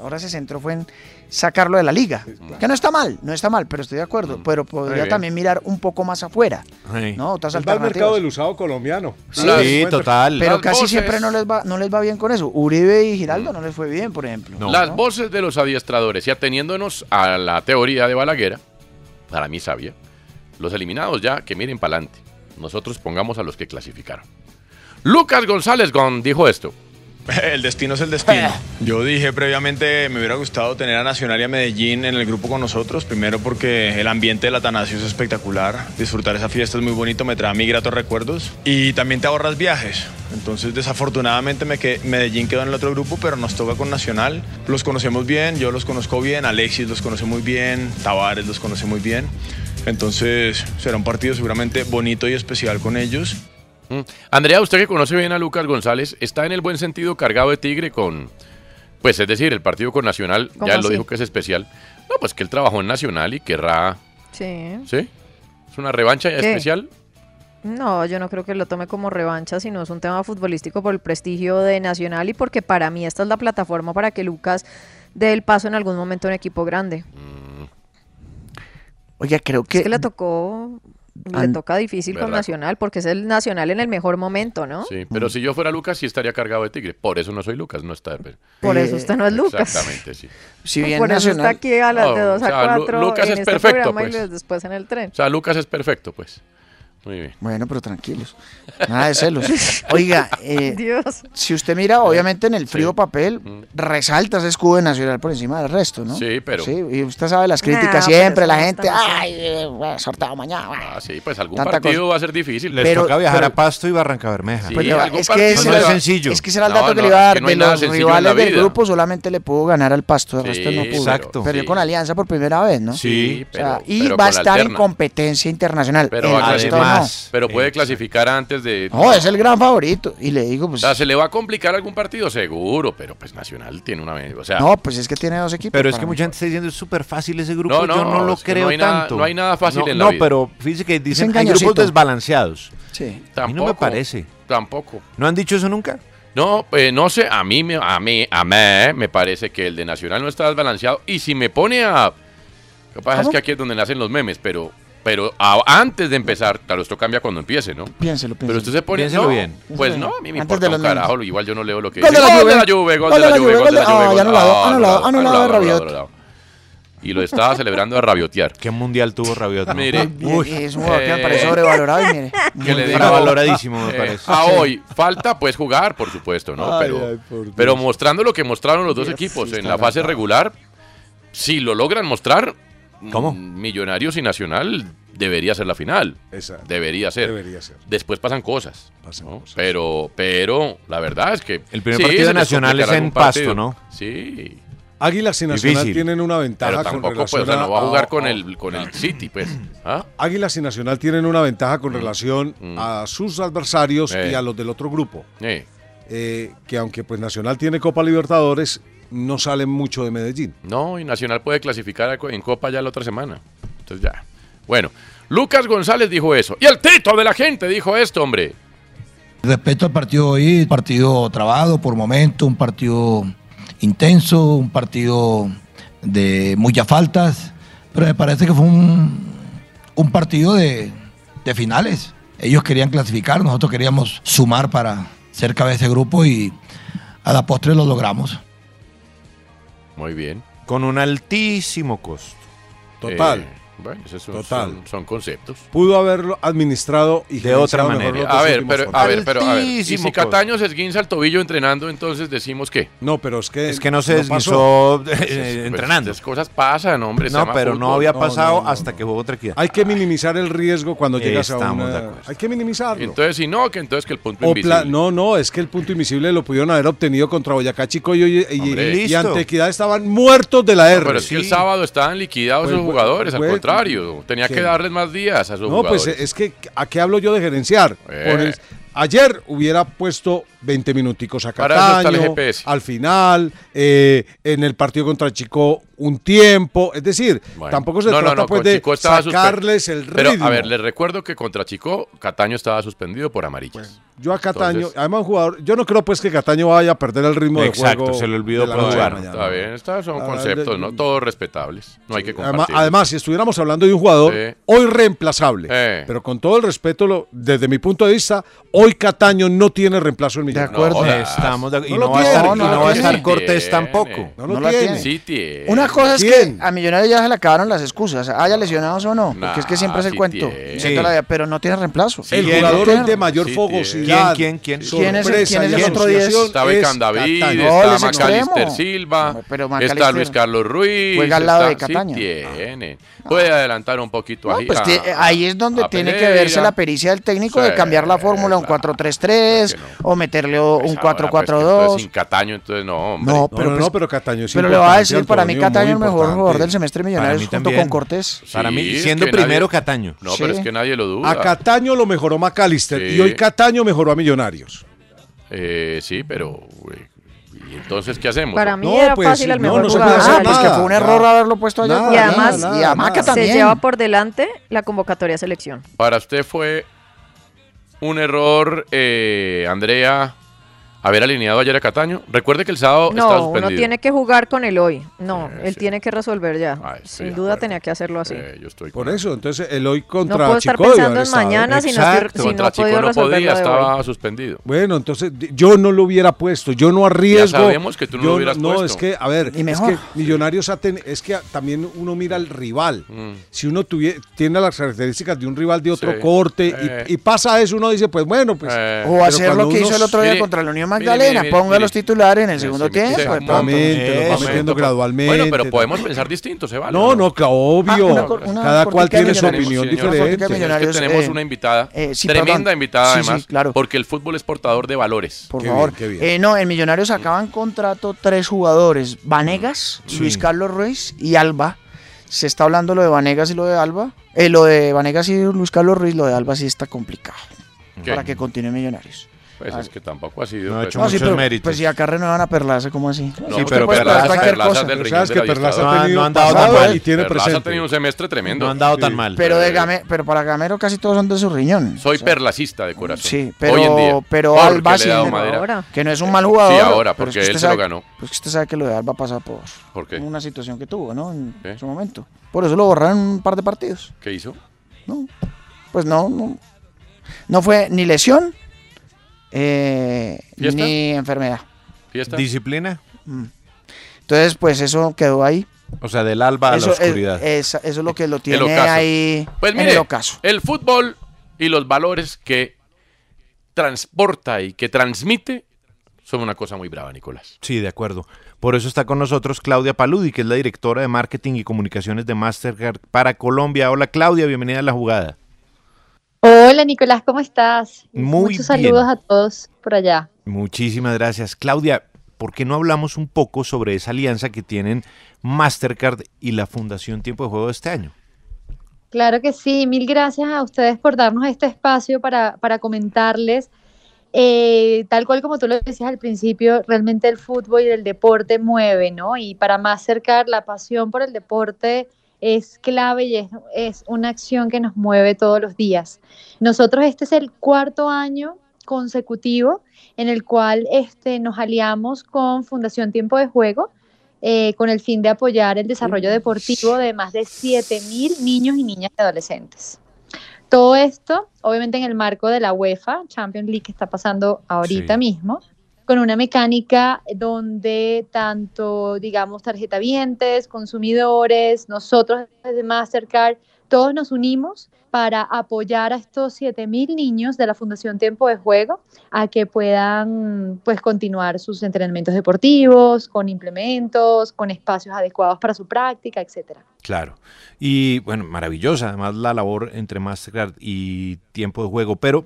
[SPEAKER 4] ahora se centró fue en sacarlo de la liga. Que no está mal, no está mal, pero estoy de acuerdo. Pero podría
[SPEAKER 3] bien.
[SPEAKER 4] también mirar un poco más afuera,
[SPEAKER 7] Sí.
[SPEAKER 4] ¿no? Otras
[SPEAKER 8] Él va al mercado
[SPEAKER 4] alternativas.
[SPEAKER 8] del usado colombiano.
[SPEAKER 7] Sí,
[SPEAKER 8] Ahí se encuentra.
[SPEAKER 7] total.
[SPEAKER 4] Pero
[SPEAKER 3] Las
[SPEAKER 4] casi
[SPEAKER 3] voces.
[SPEAKER 4] siempre no les va no les va bien con eso. Uribe y Giraldo no les fue bien, por ejemplo.
[SPEAKER 7] No.
[SPEAKER 3] Las voces de los adiestradores, y ateniéndonos a la teoría de Balaguer, para mí sabia, los eliminados ya que miren para adelante. Nosotros pongamos a los que clasificaron. Lucas González Gon dijo esto.
[SPEAKER 11] El destino es el destino. Yo dije previamente, me hubiera gustado tener a Nacional y a Medellín en el grupo con nosotros, primero porque el ambiente del Atanasio es espectacular, disfrutar esa fiesta es muy bonito, me trae mis gratos recuerdos y también te ahorras viajes. Entonces desafortunadamente me que- Medellín quedó en el otro grupo, pero nos toca con Nacional. Los conocemos bien, yo los conozco bien, Alexis los conoce muy bien, Tavares los conoce muy bien. Entonces será un partido seguramente bonito y especial con ellos.
[SPEAKER 3] Mm. Andrea, usted que conoce bien a Lucas González, está en el buen sentido cargado de tigre con, pues es decir, el partido con Nacional,
[SPEAKER 6] ¿Cómo
[SPEAKER 3] ya él lo
[SPEAKER 6] así?
[SPEAKER 3] dijo que es especial. No, pues que él trabajó en Nacional y querrá,
[SPEAKER 6] Sí.
[SPEAKER 3] ¿sí? Es una revancha ya
[SPEAKER 6] ¿Qué?
[SPEAKER 3] especial.
[SPEAKER 6] No, yo no creo que lo tome como revancha, sino es un tema futbolístico por el prestigio de Nacional y porque para mí esta es la plataforma para que Lucas dé el paso en algún momento a un equipo grande.
[SPEAKER 4] Oiga, creo que
[SPEAKER 6] Es que le tocó Le toca difícil con
[SPEAKER 3] Berraco.
[SPEAKER 6] Nacional porque es el Nacional en el mejor momento, ¿no?
[SPEAKER 3] Sí,
[SPEAKER 8] Mm.
[SPEAKER 3] pero si yo fuera Lucas, sí estaría cargado de tigre. Por eso no soy Lucas, no está. pues.
[SPEAKER 6] Por eso usted no es Lucas.
[SPEAKER 3] Exactamente, sí.
[SPEAKER 4] Si
[SPEAKER 6] Pues por eso está aquí a las de
[SPEAKER 3] No,
[SPEAKER 6] 2
[SPEAKER 3] o
[SPEAKER 6] a
[SPEAKER 3] sea, Lu-
[SPEAKER 6] 4
[SPEAKER 3] Lucas
[SPEAKER 6] en
[SPEAKER 3] es
[SPEAKER 6] este
[SPEAKER 3] perfecto,
[SPEAKER 6] programa y
[SPEAKER 3] pues.
[SPEAKER 6] los- después en el tren.
[SPEAKER 3] O sea, Lucas es perfecto, pues. Muy bien.
[SPEAKER 4] Bueno, pero tranquilos. Nada de celos. Oiga, eh,
[SPEAKER 6] Dios.
[SPEAKER 4] si usted mira, obviamente en el frío papel, resalta ese escudo de nacional por encima del resto, ¿no?
[SPEAKER 3] Sí, pero-
[SPEAKER 4] Mm. Sí, y usted sabe las críticas
[SPEAKER 6] pues,
[SPEAKER 3] Nah, pero
[SPEAKER 4] siempre,
[SPEAKER 3] eso
[SPEAKER 4] la
[SPEAKER 3] no
[SPEAKER 4] gente,
[SPEAKER 3] está
[SPEAKER 4] ¡ay! eh, bueno, sorteo mañana. bueno".
[SPEAKER 3] Ah, sí, pues algún
[SPEAKER 4] Tanta
[SPEAKER 3] partido
[SPEAKER 4] cosa.
[SPEAKER 3] va a ser difícil.
[SPEAKER 4] Les Pero- toca viajar
[SPEAKER 7] a Pasto y Barranca Bermeja.
[SPEAKER 3] Sí,
[SPEAKER 4] Pues le va-
[SPEAKER 3] algún
[SPEAKER 4] es que
[SPEAKER 3] partido
[SPEAKER 4] ese
[SPEAKER 3] no
[SPEAKER 4] era
[SPEAKER 3] le va-
[SPEAKER 4] el- Es que ese era el
[SPEAKER 3] No,
[SPEAKER 4] dato que
[SPEAKER 3] no,
[SPEAKER 4] le iba a
[SPEAKER 3] es
[SPEAKER 4] dar.
[SPEAKER 3] que no
[SPEAKER 4] de
[SPEAKER 3] hay nada
[SPEAKER 4] los
[SPEAKER 3] sencillo en la
[SPEAKER 4] rivales del
[SPEAKER 3] vida.
[SPEAKER 4] grupo solamente le pudo ganar al Pasto, el
[SPEAKER 3] Sí,
[SPEAKER 4] resto no pudo.
[SPEAKER 3] exacto.
[SPEAKER 4] Perdió
[SPEAKER 3] Sí.
[SPEAKER 4] con Alianza por primera vez, ¿no?
[SPEAKER 3] Sí,
[SPEAKER 4] O sea,
[SPEAKER 3] pero-
[SPEAKER 4] y
[SPEAKER 3] pero
[SPEAKER 4] va a
[SPEAKER 3] con la
[SPEAKER 4] estar en
[SPEAKER 3] alterna.
[SPEAKER 4] competencia internacional.
[SPEAKER 3] Pero,
[SPEAKER 4] El
[SPEAKER 3] va a
[SPEAKER 4] resto
[SPEAKER 3] clasificar-
[SPEAKER 4] no.
[SPEAKER 3] pero puede clasificar antes de...
[SPEAKER 4] No, es el gran favorito. Y le digo,
[SPEAKER 3] O
[SPEAKER 4] pues.
[SPEAKER 3] sea, ¿se le va a complicar algún partido? Seguro, pero pues Nacional tiene una... O sea,
[SPEAKER 4] No, pues es que tiene dos equipos.
[SPEAKER 7] Pero es
[SPEAKER 4] para
[SPEAKER 7] que
[SPEAKER 4] mí.
[SPEAKER 7] mucha gente está diciendo es súper fácil ese grupo.
[SPEAKER 3] No, no,
[SPEAKER 7] yo no lo
[SPEAKER 3] es que no
[SPEAKER 7] creo
[SPEAKER 3] hay nada-
[SPEAKER 7] tanto.
[SPEAKER 3] no hay nada fácil
[SPEAKER 7] No,
[SPEAKER 3] en la
[SPEAKER 7] no,
[SPEAKER 3] vida.
[SPEAKER 7] pero fíjense que dicen hay
[SPEAKER 3] engañosito.
[SPEAKER 7] grupos desbalanceados.
[SPEAKER 4] Sí.
[SPEAKER 7] A mí no me
[SPEAKER 3] Tampoco.
[SPEAKER 7] parece.
[SPEAKER 3] Tampoco.
[SPEAKER 7] ¿No han dicho eso nunca?
[SPEAKER 3] No, pues no sé, a mí, me- a mí, a mí me parece que el de Nacional no está desbalanceado. Y si me pone a... Lo que pasa es
[SPEAKER 4] ¿Cómo?
[SPEAKER 3] que aquí es donde nacen los memes, pero, pero a- antes de empezar, claro, esto cambia cuando empiece, ¿no?
[SPEAKER 4] Piénselo, piénselo.
[SPEAKER 3] Pero usted se pone...
[SPEAKER 7] Piénselo
[SPEAKER 3] no,
[SPEAKER 7] bien.
[SPEAKER 3] Pues no, a mí me
[SPEAKER 4] Antes
[SPEAKER 3] importa
[SPEAKER 4] de
[SPEAKER 3] un
[SPEAKER 4] los
[SPEAKER 3] carajo, igual yo no leo lo que
[SPEAKER 4] Gol de la
[SPEAKER 3] dice. Gol de la
[SPEAKER 4] Juve,
[SPEAKER 3] Juve, gol de la Juve, gol de la
[SPEAKER 4] Ah,
[SPEAKER 3] Juve. gol-
[SPEAKER 4] anulado,
[SPEAKER 3] ah,
[SPEAKER 4] anulado, anulado de Rabiot.
[SPEAKER 3] Y lo estaba celebrando a rabiotear.
[SPEAKER 7] ¿Qué mundial tuvo Rabiot? no?
[SPEAKER 3] Mire,
[SPEAKER 7] Uy.
[SPEAKER 4] Es un jugador que me
[SPEAKER 3] eh,
[SPEAKER 4] parece sobrevalorado y mire.
[SPEAKER 3] que le digo, eh,
[SPEAKER 7] Infravaloradísimo, me parece.
[SPEAKER 3] A hoy falta pues jugar, por supuesto, ¿no?
[SPEAKER 7] Ay,
[SPEAKER 3] pero,
[SPEAKER 7] ay, por Dios.
[SPEAKER 3] pero mostrando lo que mostraron los dos
[SPEAKER 7] Dios,
[SPEAKER 3] equipos
[SPEAKER 7] sí,
[SPEAKER 3] en
[SPEAKER 7] está
[SPEAKER 3] la fase regular, si lo logran mostrar,
[SPEAKER 7] ¿Cómo?
[SPEAKER 3] mm, Millonarios y Nacional debería ser la final.
[SPEAKER 8] Exacto.
[SPEAKER 3] Debería ser.
[SPEAKER 8] Debería ser.
[SPEAKER 3] Después pasan cosas. ¿no? Pero, pero la verdad es que
[SPEAKER 7] El primer
[SPEAKER 3] sí,
[SPEAKER 7] partido
[SPEAKER 3] se les
[SPEAKER 7] nacional es
[SPEAKER 3] complicará
[SPEAKER 7] en
[SPEAKER 3] algún partido.
[SPEAKER 7] Pasto, ¿no?
[SPEAKER 3] Sí.
[SPEAKER 8] Águilas y Nacional
[SPEAKER 7] Difícil.
[SPEAKER 8] tienen una ventaja
[SPEAKER 3] Pero
[SPEAKER 8] con
[SPEAKER 3] tampoco, pues,
[SPEAKER 8] relación
[SPEAKER 3] o sea, no va a
[SPEAKER 8] a-
[SPEAKER 3] jugar con el con el City, pues. ¿Ah?
[SPEAKER 8] Águilas y Nacional tienen una ventaja
[SPEAKER 3] Mm.
[SPEAKER 8] con relación a sus adversarios
[SPEAKER 3] Eh.
[SPEAKER 8] y a los del otro grupo.
[SPEAKER 3] Eh.
[SPEAKER 8] Eh, que aunque pues Nacional tiene Copa Libertadores, no salen mucho de Medellín.
[SPEAKER 3] No, y Nacional puede clasificar a- en Copa ya la otra semana. Entonces ya. Bueno, Lucas González dijo eso. Y el tito de la gente dijo esto, hombre.
[SPEAKER 12] Respecto al partido de hoy, partido trabado por momento, un partido intenso, un partido de muchas faltas, pero me parece que fue un, un partido de, de finales. Ellos querían clasificar, nosotros queríamos sumar para ser cabeza de grupo y a la postre lo logramos.
[SPEAKER 3] Muy bien.
[SPEAKER 7] Con un altísimo costo.
[SPEAKER 8] Total.
[SPEAKER 3] Eh, bueno, esos son,
[SPEAKER 8] Total.
[SPEAKER 3] son- son conceptos.
[SPEAKER 8] Pudo haberlo administrado y
[SPEAKER 7] De otra
[SPEAKER 8] gerenciado mejor
[SPEAKER 7] manera.
[SPEAKER 8] los
[SPEAKER 3] A
[SPEAKER 8] dos
[SPEAKER 3] ver,
[SPEAKER 8] últimos
[SPEAKER 3] pero, a
[SPEAKER 8] partidos.
[SPEAKER 3] ver, pero, a ver. Y si
[SPEAKER 8] Altísimo
[SPEAKER 3] Cataño se esguinza el tobillo entrenando, entonces decimos qué.
[SPEAKER 8] No, pero es que.
[SPEAKER 7] Es que no se
[SPEAKER 8] pasó.
[SPEAKER 7] desguisó eh, entrenando.
[SPEAKER 3] Esas cosas pasan, hombre. se
[SPEAKER 7] No,
[SPEAKER 3] llama
[SPEAKER 7] pero no
[SPEAKER 3] fútbol.
[SPEAKER 7] había pasado hasta que jugó otra
[SPEAKER 8] Hay que minimizar el riesgo cuando llegas a
[SPEAKER 7] Estamos
[SPEAKER 8] una.
[SPEAKER 7] de acuerdo.
[SPEAKER 8] Hay que minimizarlo.
[SPEAKER 3] Entonces, si no, que entonces que el punto
[SPEAKER 8] O pla-
[SPEAKER 3] invisible.
[SPEAKER 8] no, no, es que el punto invisible lo pudieron haber obtenido contra Boyacá Chico y, y- y-
[SPEAKER 3] Hombre.
[SPEAKER 8] y
[SPEAKER 3] Listo.
[SPEAKER 8] ante Equidad estaban muertos de la
[SPEAKER 3] No,
[SPEAKER 8] R.
[SPEAKER 3] pero es que el sábado estaban liquidados
[SPEAKER 8] Pues,
[SPEAKER 3] esos
[SPEAKER 8] bueno,
[SPEAKER 3] jugadores, al
[SPEAKER 8] bueno,
[SPEAKER 3] contrario. Tenía que
[SPEAKER 8] sí.
[SPEAKER 3] darles más días a sus
[SPEAKER 8] No,
[SPEAKER 3] jugadores.
[SPEAKER 8] pues es que ¿a qué hablo yo de gerenciar?
[SPEAKER 3] Eh.
[SPEAKER 8] Pones- ayer hubiera puesto 20 minuticos a
[SPEAKER 3] Para eso está el
[SPEAKER 8] Cataño,
[SPEAKER 3] GPS.
[SPEAKER 8] al final, eh, en el partido contra Chico un tiempo, es decir,
[SPEAKER 3] Bueno.
[SPEAKER 8] tampoco se
[SPEAKER 3] No, no,
[SPEAKER 8] trata
[SPEAKER 3] no,
[SPEAKER 8] pues
[SPEAKER 3] con
[SPEAKER 8] de
[SPEAKER 3] Chico estaba suspe-
[SPEAKER 8] sacarles el ritmo.
[SPEAKER 3] Pero, a ver, les recuerdo que contra Chico, Cataño estaba suspendido por amarillas.
[SPEAKER 8] yo a Cataño,
[SPEAKER 3] Entonces-
[SPEAKER 8] además un jugador, yo no creo pues que Cataño vaya a perder el ritmo de
[SPEAKER 7] Exacto,
[SPEAKER 8] juego.
[SPEAKER 7] se le olvidó
[SPEAKER 8] de la
[SPEAKER 7] por
[SPEAKER 8] noche a la
[SPEAKER 7] jugar.
[SPEAKER 8] mañana.
[SPEAKER 3] Está bien, estos son
[SPEAKER 8] Ah,
[SPEAKER 3] conceptos,
[SPEAKER 8] de-
[SPEAKER 3] ¿no? Todos respetables. No hay que
[SPEAKER 8] Además,
[SPEAKER 3] compartir.
[SPEAKER 8] además, si estuviéramos hablando de un jugador
[SPEAKER 3] Sí.
[SPEAKER 8] hoy reemplazable,
[SPEAKER 3] Eh.
[SPEAKER 8] pero con todo el respeto, lo- desde mi punto de vista, hoy Cataño no tiene reemplazo en Millonarios.
[SPEAKER 4] acuerdo.
[SPEAKER 7] Estamos de- y
[SPEAKER 8] No
[SPEAKER 7] no,
[SPEAKER 8] lo
[SPEAKER 7] va a
[SPEAKER 8] tiene.
[SPEAKER 7] estar,
[SPEAKER 8] No,
[SPEAKER 7] y
[SPEAKER 8] no
[SPEAKER 7] no
[SPEAKER 8] lo
[SPEAKER 7] va a
[SPEAKER 8] tiene.
[SPEAKER 7] estar Cortés
[SPEAKER 3] Tiene.
[SPEAKER 7] tampoco.
[SPEAKER 4] No
[SPEAKER 8] No lo
[SPEAKER 4] la
[SPEAKER 8] tiene.
[SPEAKER 3] Sí tiene.
[SPEAKER 4] Una cosa es
[SPEAKER 8] ¿Quién?
[SPEAKER 4] que a Millonarios ya se le acabaron las excusas, haya lesionados o no, porque es que siempre es el
[SPEAKER 3] sí
[SPEAKER 4] cuento.
[SPEAKER 3] tiene.
[SPEAKER 4] Sí, toda la vida, pero no tiene reemplazo.
[SPEAKER 3] Sí,
[SPEAKER 8] El
[SPEAKER 4] No
[SPEAKER 8] jugador
[SPEAKER 4] tiene-
[SPEAKER 8] de mayor
[SPEAKER 3] Sí,
[SPEAKER 8] fogosidad.
[SPEAKER 7] ¿Quién, quién, quién?
[SPEAKER 4] ¿Quién es el-
[SPEAKER 8] sorpresa
[SPEAKER 4] quién es
[SPEAKER 8] y
[SPEAKER 4] el otro diez?
[SPEAKER 8] asociación
[SPEAKER 3] Está
[SPEAKER 8] es
[SPEAKER 3] Becán David,
[SPEAKER 8] Cataño.
[SPEAKER 4] No, él
[SPEAKER 3] está
[SPEAKER 4] es
[SPEAKER 3] Macalister
[SPEAKER 4] extremo.
[SPEAKER 3] Silva,
[SPEAKER 4] Hombre, pero
[SPEAKER 3] está
[SPEAKER 4] Macalister
[SPEAKER 3] Luis Carlos Ruiz.
[SPEAKER 4] juega al lado de
[SPEAKER 3] está- sí
[SPEAKER 4] Cataño.
[SPEAKER 3] tiene. Puede adelantar un poquito ahí.
[SPEAKER 4] Pues
[SPEAKER 3] a-
[SPEAKER 4] tie- ahí es donde
[SPEAKER 3] Ah, a
[SPEAKER 4] tiene que
[SPEAKER 3] Pereira. Eh,
[SPEAKER 4] verse la pericia del técnico de
[SPEAKER 3] Sí,
[SPEAKER 4] cambiar la fórmula a un 4-3-3 o meterle o- un
[SPEAKER 3] Pues ahora, pues, que entonces
[SPEAKER 4] 4-4-2.
[SPEAKER 3] Sin Cataño, entonces no, hombre.
[SPEAKER 4] No,
[SPEAKER 8] No, no,
[SPEAKER 4] pero,
[SPEAKER 8] no,
[SPEAKER 4] pues-
[SPEAKER 8] pero Cataño es
[SPEAKER 4] pero le voy a
[SPEAKER 8] importante,
[SPEAKER 4] decir, para mí
[SPEAKER 8] Antonio,
[SPEAKER 4] Cataño es el
[SPEAKER 8] muy
[SPEAKER 4] mejor jugador
[SPEAKER 8] importante.
[SPEAKER 4] del semestre
[SPEAKER 7] Para mí
[SPEAKER 4] millonario junto
[SPEAKER 7] también.
[SPEAKER 4] con Cortés.
[SPEAKER 7] Para mí,
[SPEAKER 3] es
[SPEAKER 7] siendo
[SPEAKER 3] que
[SPEAKER 7] primero
[SPEAKER 3] nadie-
[SPEAKER 7] Cataño.
[SPEAKER 3] No, pero
[SPEAKER 4] Sí.
[SPEAKER 3] es que nadie lo duda.
[SPEAKER 8] A Cataño lo mejoró Macalister
[SPEAKER 3] Sí.
[SPEAKER 8] y hoy Cataño mejoró a Millonarios.
[SPEAKER 3] Eh, sí, pero. eh, ¿Y entonces qué hacemos?
[SPEAKER 6] Para mí
[SPEAKER 8] No,
[SPEAKER 6] era
[SPEAKER 8] pues,
[SPEAKER 6] fácil el
[SPEAKER 8] no,
[SPEAKER 6] mejor
[SPEAKER 8] no se puede
[SPEAKER 6] jugador.
[SPEAKER 8] hacer
[SPEAKER 4] Ah, pues que
[SPEAKER 8] nada,
[SPEAKER 4] fue un
[SPEAKER 8] nada.
[SPEAKER 4] error haberlo puesto allá.
[SPEAKER 8] Nada,
[SPEAKER 4] por-
[SPEAKER 6] Y además-
[SPEAKER 8] nada,
[SPEAKER 4] y a Maca
[SPEAKER 8] nada.
[SPEAKER 6] Se
[SPEAKER 4] también.
[SPEAKER 6] lleva por delante la convocatoria selección.
[SPEAKER 3] Para usted fue un error, eh, Andrea, haber alineado ayer a Cataño. Recuerde que el sábado está
[SPEAKER 6] No,
[SPEAKER 3] suspendido.
[SPEAKER 6] uno tiene que jugar con el hoy. No, él
[SPEAKER 3] Eh, sí.
[SPEAKER 6] tiene que resolver ya.
[SPEAKER 3] estoy
[SPEAKER 6] Sin
[SPEAKER 3] de
[SPEAKER 6] duda tenía que hacerlo así.
[SPEAKER 3] Eh,
[SPEAKER 8] Por eso, entonces el hoy
[SPEAKER 6] No
[SPEAKER 8] contra
[SPEAKER 6] puedo estar
[SPEAKER 8] Chico
[SPEAKER 6] pensando
[SPEAKER 8] debería
[SPEAKER 6] en
[SPEAKER 8] estar.
[SPEAKER 6] mañana si no, estoy- si no
[SPEAKER 3] Contra
[SPEAKER 6] he
[SPEAKER 3] Chico
[SPEAKER 6] podido
[SPEAKER 3] no podía,
[SPEAKER 6] resolverlo de hoy.
[SPEAKER 3] estaba suspendido.
[SPEAKER 8] Bueno, entonces di- yo no lo hubiera puesto, yo no arriesgo.
[SPEAKER 3] sabemos que tú no
[SPEAKER 8] yo
[SPEAKER 3] lo hubieras
[SPEAKER 8] no,
[SPEAKER 3] puesto.
[SPEAKER 8] es que, a ver,
[SPEAKER 3] Y mejor.
[SPEAKER 8] es que Millonarios ha teni- es que a- también uno mira al rival. Si uno tuvie- tiene las características de un rival de otro
[SPEAKER 3] Mm. Sí.
[SPEAKER 8] corte y-
[SPEAKER 3] Eh.
[SPEAKER 8] y, pasa eso, uno dice, pues bueno, pues.
[SPEAKER 4] O
[SPEAKER 8] pero
[SPEAKER 4] hacer lo
[SPEAKER 8] cuando
[SPEAKER 4] que
[SPEAKER 8] uno
[SPEAKER 4] hizo el otro día
[SPEAKER 8] mire,
[SPEAKER 4] contra la Unión
[SPEAKER 8] mire,
[SPEAKER 4] Magdalena.
[SPEAKER 8] mire,
[SPEAKER 4] ponga
[SPEAKER 8] mire.
[SPEAKER 4] los titulares en el segundo tiempo. de pronto.
[SPEAKER 8] Exactamente, lo va
[SPEAKER 4] Eso.
[SPEAKER 8] metiendo gradualmente.
[SPEAKER 3] Bueno, pero podemos pensar distinto, se vale.
[SPEAKER 8] No, no, claro, obvio.
[SPEAKER 3] Ah, una cor-
[SPEAKER 4] una
[SPEAKER 8] Cada cual
[SPEAKER 4] cortica de
[SPEAKER 8] tiene su
[SPEAKER 4] Millonarios.
[SPEAKER 8] opinión
[SPEAKER 4] Sí, señor.
[SPEAKER 8] diferente.
[SPEAKER 4] Una cortica de
[SPEAKER 3] Es que
[SPEAKER 4] Millonarios,
[SPEAKER 3] tenemos
[SPEAKER 4] eh,
[SPEAKER 3] una invitada,
[SPEAKER 4] eh, sí,
[SPEAKER 3] tremenda
[SPEAKER 4] perdón.
[SPEAKER 3] invitada
[SPEAKER 4] Sí, sí,
[SPEAKER 3] además,
[SPEAKER 4] claro.
[SPEAKER 3] porque el fútbol es portador de valores.
[SPEAKER 4] Por favor. Eh, no, en Millonarios acaban contrato tres jugadores: Vanegas,
[SPEAKER 3] Mm,
[SPEAKER 4] Luis Carlos Ruiz y Alba. Se está hablando lo de Vanegas y lo de Alba. Eh, lo de Vanegas y Luis Carlos Ruiz, lo de Alba sí está complicado.
[SPEAKER 3] ¿Qué?
[SPEAKER 4] Para que continúe Millonarios.
[SPEAKER 3] Pues
[SPEAKER 4] Ah.
[SPEAKER 3] es que tampoco ha sido.
[SPEAKER 4] No,
[SPEAKER 3] pues,
[SPEAKER 4] sí, pero, Pues si acá renuevan a Perlaza, ¿cómo así?
[SPEAKER 3] No,
[SPEAKER 4] Sí,
[SPEAKER 3] pero
[SPEAKER 4] puede
[SPEAKER 3] Perlaza-
[SPEAKER 4] esperar cualquier
[SPEAKER 3] Perlaza
[SPEAKER 4] cosa.
[SPEAKER 3] del rincón Pero sabes de la que Perlaza
[SPEAKER 8] ha tenido pasado y tiene
[SPEAKER 3] Perlaza ha
[SPEAKER 8] presente.
[SPEAKER 3] tenido un semestre tremendo.
[SPEAKER 8] No han dado tan Sí. mal.
[SPEAKER 4] Pero, de Game- pero para Gamero casi todos son de su riñón.
[SPEAKER 3] Soy perlacista de corazón.
[SPEAKER 4] pues, Sí, pero,
[SPEAKER 3] Hoy en día.
[SPEAKER 4] pero
[SPEAKER 3] Porque
[SPEAKER 4] Alba
[SPEAKER 3] le he
[SPEAKER 4] sí,
[SPEAKER 3] dado madera.
[SPEAKER 4] que no es un mal jugador.
[SPEAKER 3] Sí, ahora,
[SPEAKER 4] pero es
[SPEAKER 3] porque
[SPEAKER 4] que
[SPEAKER 3] él
[SPEAKER 4] usted
[SPEAKER 3] se lo
[SPEAKER 4] sabe-
[SPEAKER 3] ganó.
[SPEAKER 4] Pues que usted sabe que lo de Alba pasa por
[SPEAKER 3] ¿Por qué? ¿Eh?
[SPEAKER 4] una situación que tuvo, ¿no? En
[SPEAKER 3] ¿Qué?
[SPEAKER 4] su momento. Por eso lo borraron un par de partidos.
[SPEAKER 3] ¿Qué hizo?
[SPEAKER 4] Pues no, no, no fue ni lesión eh,
[SPEAKER 3] ¿Fiesta?
[SPEAKER 4] ni enfermedad.
[SPEAKER 3] ¿Fiesta?
[SPEAKER 7] ¿Disciplina?
[SPEAKER 4] Entonces, pues eso quedó ahí.
[SPEAKER 7] O sea, del alba
[SPEAKER 4] eso,
[SPEAKER 7] a la
[SPEAKER 4] es-
[SPEAKER 7] oscuridad.
[SPEAKER 4] es- eso es lo que lo tiene
[SPEAKER 3] ocaso.
[SPEAKER 4] ahí
[SPEAKER 3] Pues
[SPEAKER 4] en el
[SPEAKER 3] mire,
[SPEAKER 4] ocaso.
[SPEAKER 3] el fútbol y los valores que transporta y que transmite son una cosa muy brava, Nicolás.
[SPEAKER 7] Sí, de acuerdo. Por eso está con nosotros Claudia Paludi, que es la directora de marketing y comunicaciones de Mastercard para Colombia. Hola Claudia, bienvenida a la jugada.
[SPEAKER 13] Hola Nicolás, ¿cómo estás?
[SPEAKER 7] Muy
[SPEAKER 13] Eh, Muchos
[SPEAKER 7] bien.
[SPEAKER 13] saludos a todos por allá.
[SPEAKER 7] Muchísimas gracias. Claudia, ¿por qué no hablamos un poco sobre esa alianza que tienen Mastercard y la Fundación Tiempo de Juego de este año?
[SPEAKER 13] Claro que sí, mil gracias a ustedes por darnos este espacio para, para comentarles. Eh, tal cual como tú lo decías al principio, realmente el fútbol y el deporte mueve, ¿no? Y para más cercar, la pasión por el deporte es clave y es, es una acción que nos mueve todos los días. Nosotros este es el cuarto año consecutivo en el cual este, nos aliamos con Fundación Tiempo de Juego eh, con el fin de apoyar el desarrollo deportivo de más de 7.000 niños y niñas y adolescentes. Todo esto, obviamente, en el marco de la UEFA Champions League que está pasando ahorita mismo, con una mecánica donde tanto, digamos, tarjetavientes, consumidores, nosotros desde Mastercard, todos nos unimos para apoyar a estos 7.000 niños de la Fundación Tiempo de Juego a que puedan pues continuar sus entrenamientos deportivos con implementos, con espacios adecuados para su práctica, etcétera.
[SPEAKER 7] Claro. Y bueno, maravillosa además la labor entre Mastercard y Tiempo de Juego. Pero,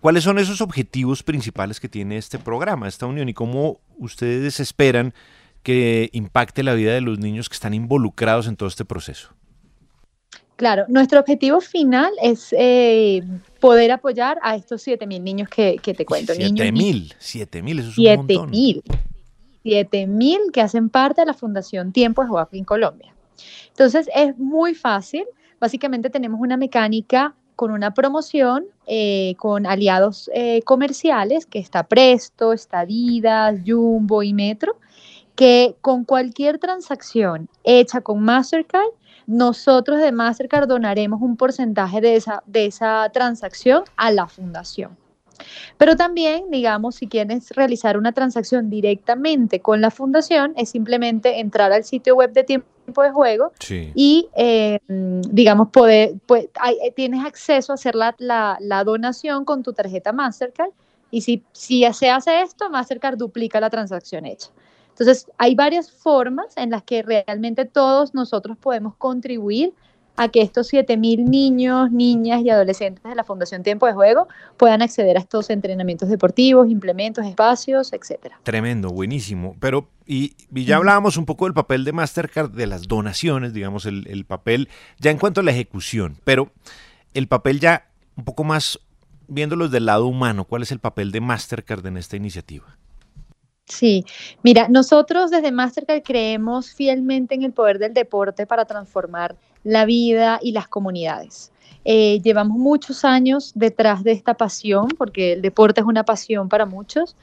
[SPEAKER 7] ¿cuáles son esos objetivos principales que tiene este programa, esta unión? ¿Y cómo ustedes esperan que impacte la vida de los niños que están involucrados en todo este proceso?
[SPEAKER 13] Claro, nuestro objetivo final es eh, poder apoyar a estos 7.000 niños que, que te cuento. niños y
[SPEAKER 7] Siete mil, siete mil, eso es un
[SPEAKER 13] Siete
[SPEAKER 7] montón.
[SPEAKER 13] mil. Siete mil que hacen parte de la Fundación Tiempo de Joaquín Colombia. Entonces es muy fácil. Básicamente tenemos una mecánica con una promoción, eh, con aliados eh, comerciales, que está Presto, está Adidas, Jumbo y Metro, que con cualquier transacción hecha con Mastercard, nosotros de Mastercard donaremos un porcentaje de esa, de esa transacción a la fundación. Pero también, digamos, si quieres realizar una transacción directamente con la fundación, es simplemente entrar al sitio web de tiempo de juego
[SPEAKER 7] Sí.
[SPEAKER 13] y, eh, mm, digamos, poder, pues, hay- eh, tienes acceso a hacer la, la- la donación con tu tarjeta Mastercard. Y si, si ya se hace esto, Mastercard duplica la transacción hecha. Entonces, hay varias formas en las que realmente todos nosotros podemos contribuir a que estos 7.000 niños, niñas y adolescentes de la Fundación Tiempo de Juego puedan acceder a estos entrenamientos deportivos, implementos, espacios, etcétera.
[SPEAKER 7] Tremendo, buenísimo. Pero, y, y ya hablábamos un poco del papel de Mastercard, de las donaciones, digamos, el, el papel, ya en cuanto a la ejecución, pero el papel ya un poco más, viéndolo del lado humano, ¿cuál es el papel de Mastercard en esta iniciativa?
[SPEAKER 13] Sí, mira, nosotros desde Mastercard creemos fielmente en el poder del deporte para transformar la vida y las comunidades. Eh, llevamos muchos años detrás de esta pasión, porque el deporte es una pasión para muchos,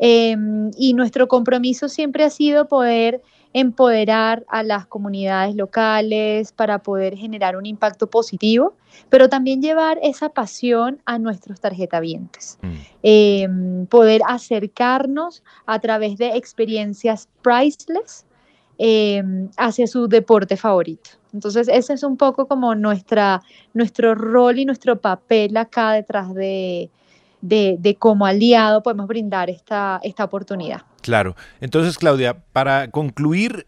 [SPEAKER 13] Eh, y nuestro compromiso siempre ha sido poder empoderar a las comunidades locales para poder generar un impacto positivo, pero también llevar esa pasión a nuestros tarjetavientes. Eh, poder acercarnos a través de experiencias priceless eh, hacia su deporte favorito. Entonces, ese es un poco como nuestra, nuestro rol y nuestro papel acá detrás de, de, de cómo aliado podemos brindar esta, esta oportunidad.
[SPEAKER 7] Claro. Entonces, Claudia, para concluir,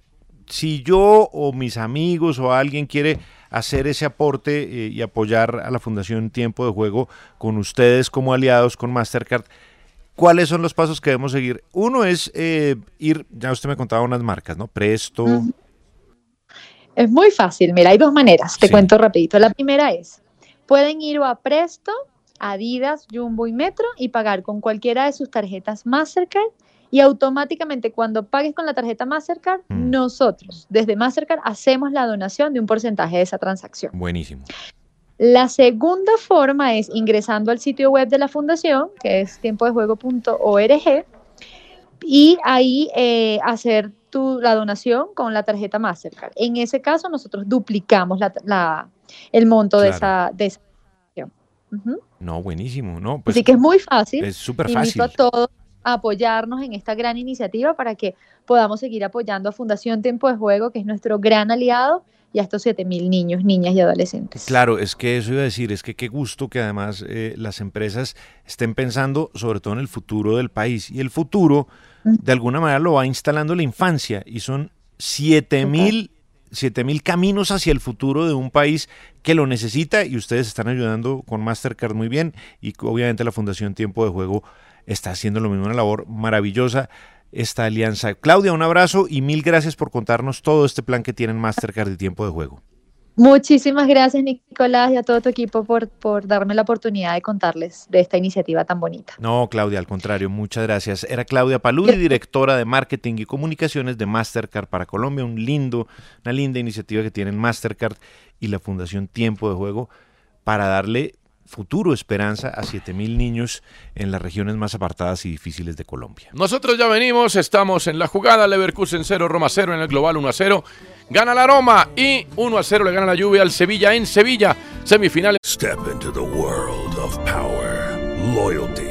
[SPEAKER 7] si yo o mis amigos o alguien quiere hacer ese aporte eh, y apoyar a la Fundación Tiempo de Juego con ustedes como aliados con Mastercard, ¿cuáles son los pasos que debemos seguir? Uno es eh, ir, ya usted me contaba unas marcas, ¿no? Presto.
[SPEAKER 13] Ujú. Es muy fácil, mira, hay dos maneras, te
[SPEAKER 7] Sí.
[SPEAKER 13] cuento rapidito. La primera es, pueden ir a Presto, Adidas, Jumbo y Metro y pagar con cualquiera de sus tarjetas Mastercard y automáticamente cuando pagues con la tarjeta Mastercard, nosotros desde Mastercard hacemos la donación de un porcentaje de esa transacción.
[SPEAKER 7] Buenísimo.
[SPEAKER 13] La segunda forma es ingresando al sitio web de la fundación, que es tiempodejuego.org, y ahí eh, hacer tu, la donación con la tarjeta Mastercard. En ese caso, nosotros duplicamos la- la- el monto de
[SPEAKER 7] Claro.
[SPEAKER 13] esa, de esa donación. Ujú.
[SPEAKER 7] No, buenísimo, ¿no? Pues
[SPEAKER 13] Así que es muy fácil.
[SPEAKER 7] es súper
[SPEAKER 13] Invito a
[SPEAKER 7] fácil.
[SPEAKER 13] todos a apoyarnos en esta gran iniciativa para que podamos seguir apoyando a Fundación Tiempo de Juego, que es nuestro gran aliado, y a estos 7.000 niños, niñas y adolescentes.
[SPEAKER 7] Claro, es que eso iba a decir, es que qué gusto que además eh, las empresas estén pensando sobre todo en el futuro del país y el futuro de alguna manera lo va instalando la infancia y son 7000 7000 caminos hacia el futuro de un país que lo necesita y ustedes están ayudando con Mastercard muy bien y obviamente la Fundación Tiempo de Juego está haciendo lo mismo, una labor maravillosa esta alianza. Claudia, un abrazo y mil gracias por contarnos todo este plan que tienen Mastercard y Tiempo de Juego.
[SPEAKER 13] Muchísimas gracias, Nicolás, y a todo tu equipo por, por darme la oportunidad de contarles de esta iniciativa tan bonita.
[SPEAKER 7] No, Claudia, al contrario, muchas gracias. Era Claudia Paludi, directora de marketing y comunicaciones de Mastercard para Colombia, un lindo, una linda iniciativa que tienen Mastercard y la Fundación Tiempo de Juego para darle futuro esperanza a 7000 niños en las regiones más apartadas y difíciles de Colombia.
[SPEAKER 3] Nosotros ya venimos, estamos en la jugada. Leverkusen 0, Roma 0 en el global 1 a 0. Gana la Roma y 1 a 0 le gana la lluvia al Sevilla en Sevilla. Semifinales.
[SPEAKER 14] Step into the world of power, loyalty,